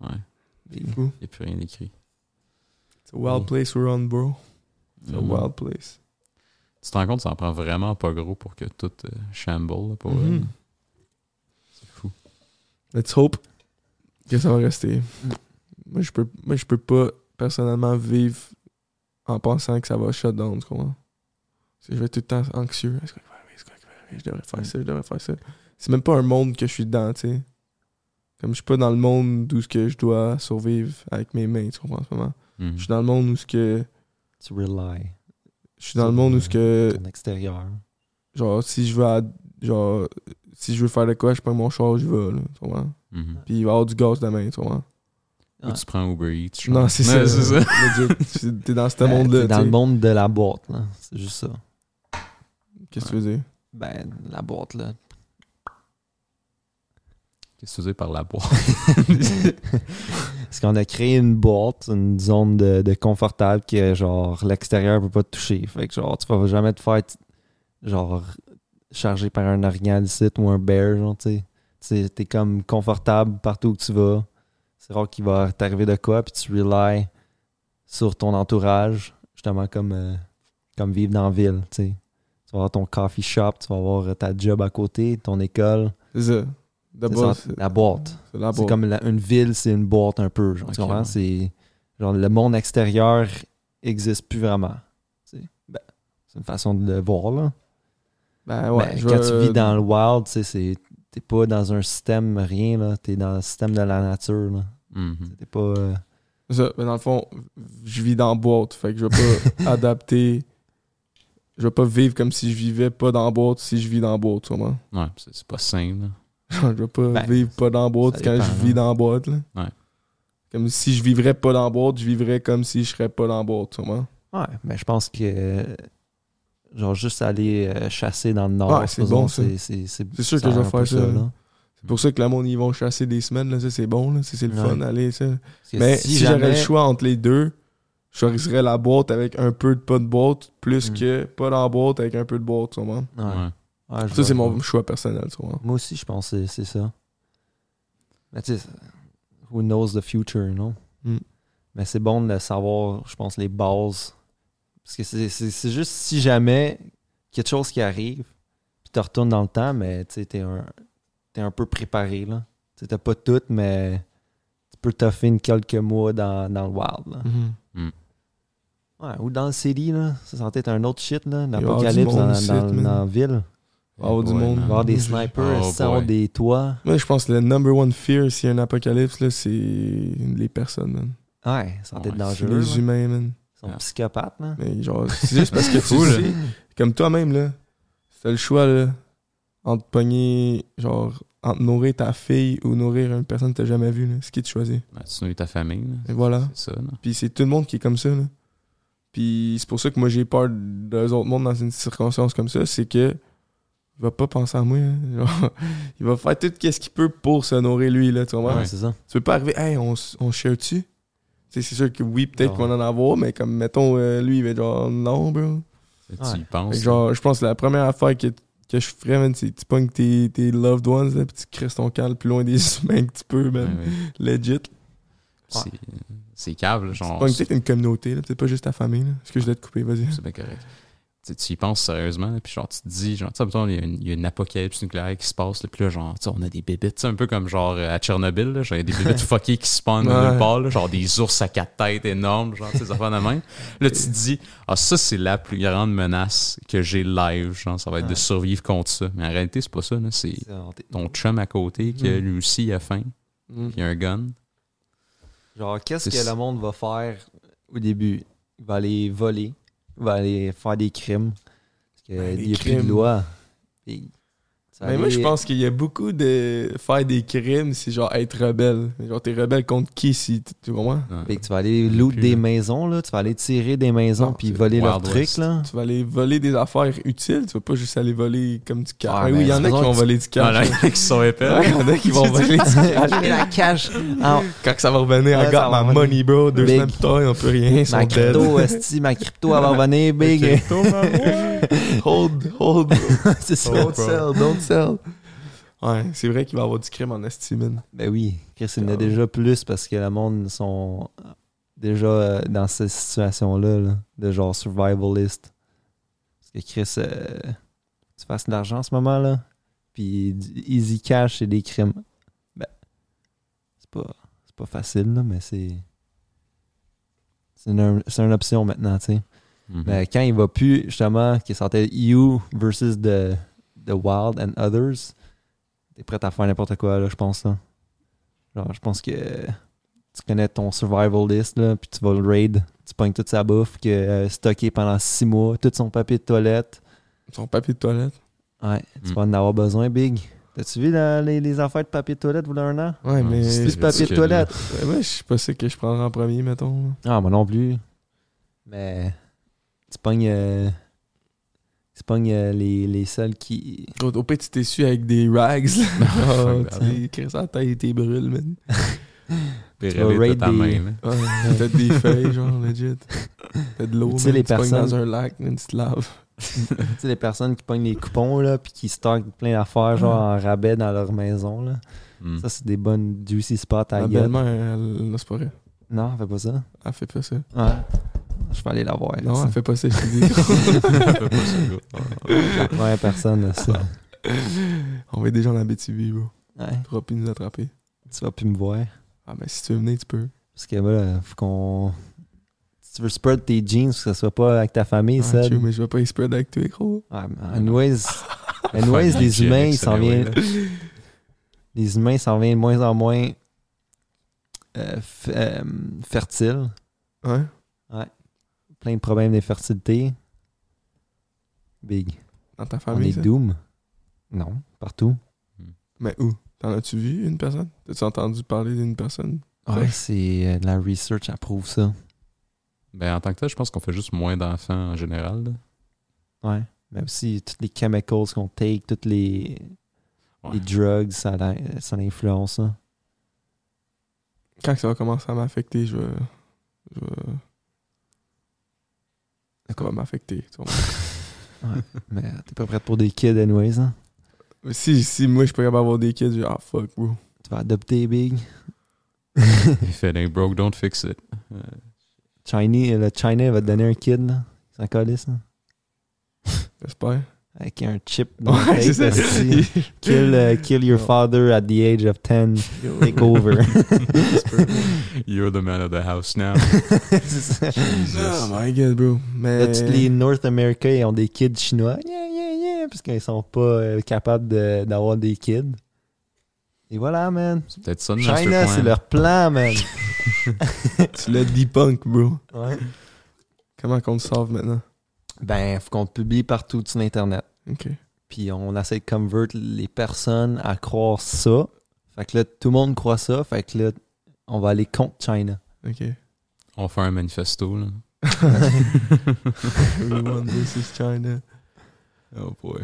C: Ouais,
B: Des-
A: Fou.
C: il n'y a plus rien d'écrit.
A: It's a
B: Mm.
A: wild place we're on, bro. It's a
C: Mhm.
A: wild place.
C: Tu te rends compte, ça en prend vraiment pas gros pour que tout euh, shamble, là, pour vrai,
A: Mhm.
C: là. C'est fou.
A: Let's hope que ça va rester. Moi, je peux, moi, je peux pas personnellement vivre en pensant que ça va shut down, tu comprends? Parce que Je vais être tout le temps anxieux. Est-ce que je vais arriver? Est-ce que je vais arriver? Je devrais faire ça, je devrais faire ça. C'est même pas un monde que je suis dedans, tu sais. Comme je suis pas dans le monde où ce que je dois survivre avec mes mains, tu comprends en ce moment.
C: Mhm.
A: Je suis dans le monde où ce que
B: Tu rely.
A: je suis dans le monde où ce que
B: Ton extérieur.
A: genre si je veux à- genre si je veux faire de quoi, je prends mon char, je vais là, tu comprends?
C: Mhm.
A: Puis il va y avoir du gaz demain, tu comprends?
C: Ou tu prends Uber Eats. genre.
A: Ah. Non, c'est ça.
C: Ouais, c'est ça.
A: (laughs) Legit. Tu- T'es dans ce
B: Ouais,
A: monde-là.
B: t'es Ben, dans
A: tu
B: le
A: sais.
B: monde de la boîte, là. C'est juste ça.
A: Qu'est-ce que tu veux dire?
B: Ben, la boîte, là.
C: Qu'est-ce que tu veux dire par
A: (laughs)
C: la boîte?
B: Parce qu'on a créé une boîte, une zone de, de confortable que, genre, l'extérieur peut pas te toucher. Fait que, genre, tu vas jamais te faire, t- genre, chargé par un orignal ici ou un bear, genre, tu sais. tu sais. T'es comme confortable partout où tu vas. C'est rare qu'il va t'arriver de quoi, puis tu relies sur ton entourage, justement, comme, euh, comme vivre dans la ville, tu sais. Tu vas avoir ton coffee shop, tu vas avoir euh, ta job à côté, ton école.
A: C'est ça.
B: C'est
A: D'abord,
B: ça,
A: c'est
B: la boîte.
A: c'est la
B: C'est
A: boîte.
B: comme la- une ville, c'est une boîte un peu. Genre, tu
C: Ok,
B: comprends?
C: ouais.
B: C'est genre le monde extérieur existe plus vraiment. tu sais. Ben, c'est une façon de le voir là.
A: Ben ouais,
B: Ben,
A: je
B: quand
A: vais-
B: tu vis dans le wild, tu sais, c'est- t'es pas dans un système rien là. T'es dans le système de la nature là.
A: Hmm.
C: Mhm.
B: T'es pas. euh,
A: C'est ça. Mais dans le fond, je vis dans la boîte. Fait que je vais
B: (laughs)
A: pas adapter. Je vais pas vivre comme si je vivais pas dans la boîte si je vis dans la boîte, tu comprends?
C: Ouais, c'est c'est pas sain, là.
A: (laughs) Je vais pas
B: Ben,
A: vivre pas dans la boîte
B: ça
A: quand
B: dépend,
A: je vis
B: hein.
A: dans la boîte, là.
C: Ouais.
A: Comme si je vivrais pas dans la boîte, je vivrais comme si je serais pas dans la boîte, tu comprends?
B: Ouais, mais ben, je pense que euh, genre juste aller euh, chasser dans le nord,
A: Ouais, c'est
B: supposons,
A: bon, ça.
B: c'est- c'est c'est-
A: C'est sûr que
B: a
A: je vais
B: un peu
A: faire ça, là.
B: là.
A: C'est pour ça que le monde, ils vont chasser des semaines, là. Ça, c'est bon, là. Ça, c'est le
B: Ouais.
A: fun, allez, ça.
B: Parce que
A: Mais Ben, si, j'avais
B: jamais-
A: le choix entre les deux, je choisirais la boîte avec un peu de pas de boîte plus
B: Mm.
A: que pas dans la boîte avec un peu de boîte, tu comprends?
B: Ouais.
C: Ouais.
B: Ouais, je
A: Ça,
B: vois-
A: c'est mon choix personnel, tu comprends?
B: Moi aussi, je pense que c'est c'est ça. Mais tu sais, who knows the future, non?
A: Mm.
B: Mais c'est bon de le savoir, je pense, les bases. Parce que c'est- c'est c'est juste si jamais quelque chose qui arrive, puis tu retournes dans le temps, mais tu sais, t'es un, t'es un peu préparé, là. Tu sais, t'as pas tout, mais tu peux toffer une quelques mois dans, dans le wild,
A: Mm.
B: là. Ouais, ou dans le city, là. Ça sentait être un autre shit, là.
A: y aura du
B: L'apocalypse
A: monde
B: dans,
A: ici,
B: dans-
A: man.
B: dans la ville.
A: Oh, du
C: Ouais,
A: monde.
C: man.
B: Voir des
A: Mm.
B: snipers,
C: Oh
B: ils sont
C: boy.
B: des toits.
A: Moi, je pense que le number one fear s'il y a un apocalypse, là, c'est les personnes, man.
B: Ouais, ça sentait
C: Ouais,
B: être
A: Ah, C'est
B: dangereux.
A: les
B: là.
A: humains, man.
B: Ils sont
C: Ah.
B: psychopathes, là.
A: Mais
B: (laughs)
A: genre, c'est juste parce que
C: C'est fou,
A: tu
C: là.
A: sais, comme toi-même, là, si t'as le choix, là, entre pogner, genre, entre nourrir ta fille ou nourrir une personne que t'as jamais vue, là. C'est qui tu choisis?
C: Ouais, tu nourris ta famille, là.
A: Et voilà.
C: C'est ça, là.
A: Puis c'est tout le monde qui est comme ça. Là. Puis c'est pour ça que moi j'ai peur des autres mondes dans une circonstance comme ça, c'est que il va pas penser à moi. hein. (laughs) Genre, il va faire tout ce qu'il peut pour se nourrir lui là, tu
B: Ouais,
A: vois.
B: c'est ça.
A: Tu peux pas arriver, hey, on, s- on share tu c'est sûr que oui, peut-être
B: Non.
A: qu'on en a avoir, mais comme mettons euh, lui, il va être genre non, bro.
C: Tu y penses.
A: Fait que genre, je pense que la première affaire que, que je ferais, man, c'est que tu pognes tes, tes loved ones, là, puis tu crisses ton camp le plus loin des (laughs) humains que tu peux,
C: là.
A: man.
C: Ouais, ouais.
A: Legit.
C: C'est- C'est câble,
A: euh, Tu te
C: genre.
A: pognes
C: C'est
A: peut-être une communauté, là, peut-être pas juste ta famille. là. Est-ce que je dois te couper, vas-y.
C: c'est bien correct. tu sais, tu y penses sérieusement, là, puis genre, tu te dis, genre, tu sais, mettons, il y, a une- il y a une apocalypse nucléaire qui se passe, là, puis là, genre, tu sais, on a des bébites, tu sais, un peu comme genre euh, à Tchernobyl, là, genre, il y a des bébites fuckées qui spawnent de
A: Ouais.
C: nulle part, là, genre des ours à quatre têtes énormes, genre, tu sais, des affaires de même. Là, tu te dis, ah, ça, c'est la plus grande menace que j'ai live, genre, ça va être de
B: Ouais.
C: survivre contre ça. Mais en réalité, c'est pas ça, là, c'est
B: C'est hanté.
C: ton chum à côté qui,
A: Mm.
C: lui aussi, il a faim,
A: Mm.
C: il a un gun.
B: Genre, qu'est-ce
C: C'est-
B: que le monde va faire au début? Il va aller voler, il va aller faire des crimes. Parce
A: Ben,
B: qu'il
A: les
B: n'y a plus de
A: crimes.
B: loi. Puis, ça
A: Mais moi,
B: allait-
A: je pense qu'il y a beaucoup de faire des crimes, c'est genre être rebelle. Genre, t'es rebelle contre qui si tu tu comprends?
B: Fait que tu vas aller
C: Il y a
B: loot
C: plus,
B: des
C: là.
B: maisons, là. Tu vas aller tirer des maisons
A: Non,
B: puis
A: Ah, c'est
B: voler leurs
C: Wild
B: trucs,
C: West.
B: là.
A: Tu vas aller voler des affaires utiles, tu vas pas juste aller voler comme du cash.
B: Ah,
A: Ah, oui,
B: mais
A: il y en a qui
B: disons
A: vont
B: que-
A: voler du
C: (laughs) Ah,
A: cash.
C: là, il y en a qui se sont épais.
A: Ouais, (laughs) Il y en a qui vont voler du cash.
B: J'ai (laughs) la cash. Ah,
A: Quand que ça va revenir,
B: Ouais,
A: I
B: ça
A: got
B: va
A: my money, bro. Deux
B: Big.
A: semaines plus tard, ils n'ont plus rien, ils sont
B: ma
A: dead. (laughs)
B: crypto, esti, ma crypto, elle va revenir big.
A: Ok. hold, hold,
B: (laughs) c'est ça.
A: don't sell, don't sell. Ouais, c'est vrai qu'il va y avoir du crime en estimine.
B: Ben oui, Chris, il y en a
A: Calme.
B: déjà plus parce que le monde sont déjà euh, dans cette situation-là, là, de genre survivalist. Parce que Chris, euh, tu fasses de l'argent en ce moment, là, puis du easy cash, c'est des crimes. Ben, c'est pas, c'est pas facile, là, mais c'est. C'est une, c'est une option maintenant, tu sais.
C: Mhm.
B: Mais quand il va plus, justement, qu'il sortait You versus the, the Wild and Others, t'es prêt à faire n'importe quoi, là, je pense. Là. Genre, je pense que tu connais ton survival list, là, puis tu vas le raid, tu pognes toute sa bouffe que euh, stockée pendant six mois, tout son papier de toilette.
A: Son papier de toilette.
B: Ouais, tu
C: Mm.
B: vas en avoir besoin, Big. T'as-tu vu la- les, les affaires de papier de toilette, voilà un an?
A: Ouais, mais.
C: c'est-
B: Plus de papier de
C: ridicule, là.
B: toilette.
A: Ouais, Moi, je suis pas sûr que je prendrais en premier, mettons.
B: Ah, moi non plus. Mais tu pognes. euh, tu pognes euh, les, les seuls qui.
A: Au, au pire, tu t'essuies avec des rags.
B: (laughs)
A: là.
C: Fuck
A: Ah,
C: that.
A: tu crées ça, t'as été brûle, man.
C: Puis
B: tu vas
C: rêver de
B: raid
C: ta
B: des-
C: main, là.
A: Ouais, t'as des feuilles, genre, legit. T'as de l'eau,
B: Tu
A: man.
B: sais, les
A: tu pognes
B: personnes-
A: dans un lac, man, tu te laves.
B: Tu sais, les personnes qui pognent les coupons, là, puis qui stockent plein d'affaires, genre en rabais dans leur maison, là.
C: Mm.
B: Ça, c'est des bonnes juicy spots à
A: Ma
B: gueule.
A: belle-mère, elle, non, c'est pas vrai.
B: Non, fais pas ça.
A: Elle fait pas ça.
B: Ouais. Je vais aller la voir.
A: non, elle
B: ça.
A: fait pas ça, je te dis. (laughs)
C: Fais pas ça, gros.
B: Ouais, personne, là, ça.
A: On va être déjà en Abitibi, bro.
B: (laughs) Ouais,
A: Tu pourras plus nous attraper.
B: tu vas plus me voir.
A: Ah, mais si tu veux venir, tu peux.
B: Parce que, voilà, faut qu'on. Si tu veux spread tes jeans, que ça soit pas avec ta famille,
A: Ah,
B: ça.
A: tu veux, mais je vais pas y spread avec toi, gros.
B: Ouais, anyways, anyways,
C: Fuck,
B: les
C: j'ai
B: humains,
C: avec
B: ils
C: ça,
B: s'en
C: mais ouais,
B: viennent.
C: là.
B: les humains s'en viennent de moins en moins euh, f- euh, fertiles.
A: Ouais.
B: Plein de problèmes d'infertilité. Big.
A: Dans ta
B: On est
A: famille. Ah ça.
B: doom. Non, partout.
C: Hmm.
A: Mais où T'en as-tu vu une personne T'as-tu entendu parler d'une personne Ouais.
B: Ouais, c'est euh, de la research approuve ça.
C: Ben, en tant que tel, je pense qu'on fait juste moins d'enfants en général. là.
B: Ouais. Mais aussi, toutes les chemicals qu'on take, toutes les,
C: Ouais.
B: les drugs, ça, l'in- ça l'influence. hein.
A: Quand ça va commencer à m'affecter, je vais. Je vais. Ça va
B: (laughs)
A: m'affecter. tu vois.
B: Mais euh, t'es pas prête pour des kids, anyways. hein.
A: Mais si, si moi je peux capable d'avoir des kids, je vais, ah fuck, bro.
B: Tu vas
A: (laughs)
B: adopter, Big.
C: Il fait des broke, don't fix it. Euh,
B: Chinese, le China va te donner un kid, là. Ça calisse, hein.
A: J'espère.
B: Avec un chip. dans le
A: Ouais, c'est
B: tête,
A: ça. (laughs) Oh
B: aussi. kill, euh, kill your father at the age of 10.
A: Mm. Yo.
B: Take over.
C: You're the man of the
B: (laughs)
C: house now.
B: C'est ça. Ah,
A: Oh my god, bro.
B: (laughs) Là,
A: Mais.
B: tous les North America, ils ont des kids chinois. Yeah, yeah, yeah, parce qu'ils sont pas euh, capables de- d'avoir des kids. Et voilà, man.
C: C'est peut-être ça le master
B: China,
C: plan.
B: c'est leur plan, man.
A: Tu l'as debunk, bro.
B: Ouais.
A: Comment qu'on le sauve maintenant
B: Ben, faut qu'on publie partout sur Internet.
A: Ok.
B: Puis on essaie de convert les personnes à croire ça. Fait que là, tout le monde croit ça. Fait que là, on va aller contre China.
A: Ok.
C: On fait un manifesto, là.
A: Everyone versus China.
C: Oh boy.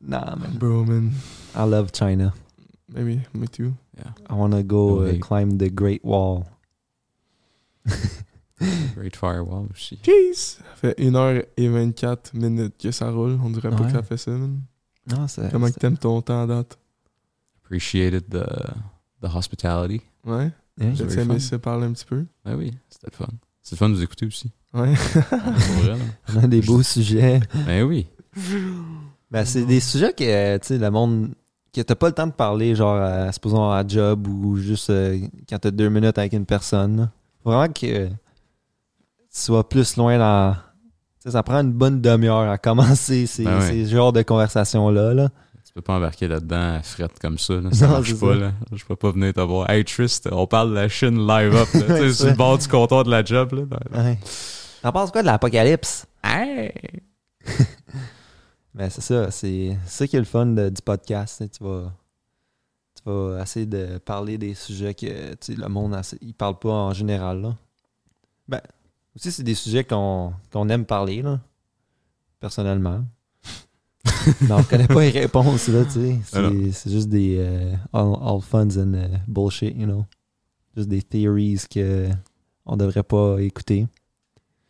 B: Nah, man.
A: Bro, man.
B: I love China.
A: Maybe, me too.
C: Yeah.
B: I wanna go
C: Ouais.
B: uh, climb the Great Wall.
C: Great Firewall aussi.
A: Jeez! Ça fait 1h24 minutes que ça roule. On dirait pas
B: Ouais.
A: que ça fait ça, man.
B: (laughs) Non, c'est.
A: Comment que
B: c'est-
A: t'aimes ton temps à date?
C: Appreciated the, the hospitality.
A: Ouais?
B: Hein?
A: T'as
C: very
A: aimé
C: fun.
A: ça parler un petit peu?
B: (laughs)
C: Ben oui, c'était le fun. C'était le fun de vous écouter aussi.
A: Ouais.
C: Pour vrai, là.
B: On a des beaux sujets.
C: Ben oui.
B: Ben, c'est des sujets que, euh, tu sais, le monde, que t'as pas le temps de parler, genre, à, supposons à job ou juste euh, quand t'as deux minutes avec une personne. là. Faut Vraiment que euh, tu sois plus loin dans. tu sais, ça prend une bonne demi-heure à commencer ces,
C: Ben ouais.
B: ces genres de conversations-là. Là.
C: Tu peux pas embarquer là-dedans à frette comme ça. Là. Ça
B: Non,
C: marche
B: c'est
C: pas.
B: ça.
C: Là. Je peux pas venir te voir. Hey Trist, on parle de la Chine
B: (laughs)
C: live up. Là. Tu sais, sur le bord du comptoir de la job. Là. Ben,
B: Ouais. T'en penses quoi de l'apocalypse?
C: Hey!
B: Ben, c'est ça, c'est c'est ça qui est le fun de- du podcast. hein. Tu vas, tu vas essayer de parler des sujets que tu sais, le monde essa- il parle pas en général. Là. Ben, aussi, c'est des sujets qu'on qu'on aime parler, là, personnellement. Ben, on connaît pas les réponses, là, tu sais.
C: Alors.
B: C'est- C'est juste des euh, all, all funds and euh, bullshit, you know. Juste des theories que on devrait pas écouter.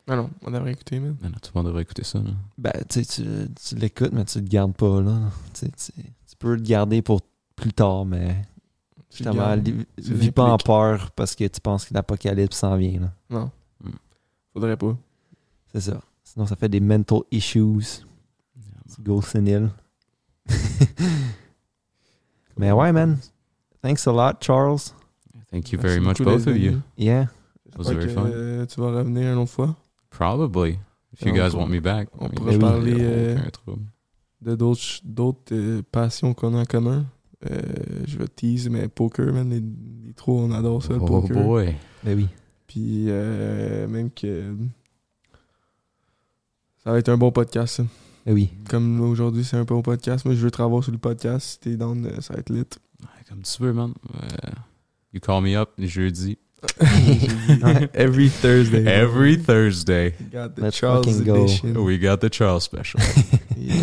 A: Ah non, on devrait écouter, man.
C: Ben non, tout le monde devrait écouter ça. là.
B: Ben, tu sais, tu, tu l'écoutes, mais tu le gardes pas, là. Tu, sais, tu- tu peux le garder pour plus tard, mais
A: Tu le
B: justement,
A: gardes.
B: li-
A: Tu
B: vis pas en
A: l'impliques.
B: peur parce que tu penses que l'apocalypse s'en vient, là.
A: Non.
C: Hmm.
A: Faudrait pas.
B: C'est ça. Sinon, ça fait des mental issues. Tu go sénile. mais ouais, man. Thanks a lot, Charles.
C: Thank
A: Merci
C: you very much,
A: beaucoup,
C: both
A: les
C: of you.
A: amis.
B: Yeah.
C: was
A: J'espère
C: very
A: que,
C: fun.
A: euh, tu vas revenir une autre fois
C: Probably. If
A: On
C: you guys
A: peut-
C: want me back.
A: on
C: I mean,
A: pourrait
C: je-
A: parler,
C: aucun
A: euh,
C: trouble.
A: de d'autres ch- d'autres euh, passions qu'on a en commun. Euh, je vais tease, mais poker, man, les, les trois, on adore ça, le
C: Oh
A: poker.
C: boy.
B: Ben oui.
A: Puis euh, même que ça va être un bon podcast. ça.
B: Ben oui.
A: Comme là, aujourd'hui, c'est un bon podcast. Moi, je veux travailler sur le podcast. Si t'es down, euh, ça va être
C: (laughs)
A: lit.
C: Ouais, Comme tu veux, man. Euh, you call me up jeudi.
A: Every Thursday.
C: Every Oh, Thursday.
A: Got the
B: Let's
A: Charles
B: fucking go.
A: edition.
C: We got the Charles special. (laughs)
A: Yes.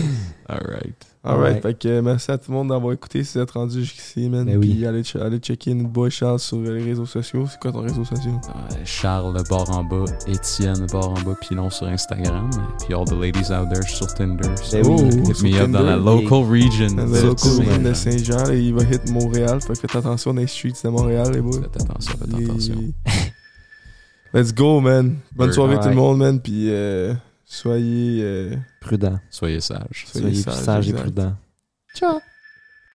C: All right.
A: Alright,
B: Alright.
A: fait que euh, merci à tout le monde d'avoir écouté si vous êtes rendu jusqu'ici, man.
B: Ben
A: Puis
B: oui.
A: allez, ch- allez checker notre boy Charles sur euh, les réseaux sociaux. C'est quoi ton réseau social?
C: Euh, Charles barre en bas, Étienne barre en bas, Pilon sur Instagram, puis all the ladies out there je suis sur Tinder. So
B: Ben oui.
A: Oh,
C: hit
A: sur
C: me up dans
A: Tinder.
C: la local region.
A: Dans
C: That's
A: le
B: local
C: it,
A: cool, Ben, man,
C: man.
A: de Saint-Jean, là, il va hit Montréal. Fait que faites attention dans les streets de Montréal, les boys.
C: Faites attention, faites attention.
A: Les- (laughs) Let's go, man. Bonne
C: Word.
A: soirée tout le
B: Ouais.
A: monde, man. Puis euh, soyez, euh,
B: Prudent.
C: Soyez sages.
A: soyez,
B: Soyez,
A: sages,
B: sage et
A: exact.
B: prudent.
D: Ciao.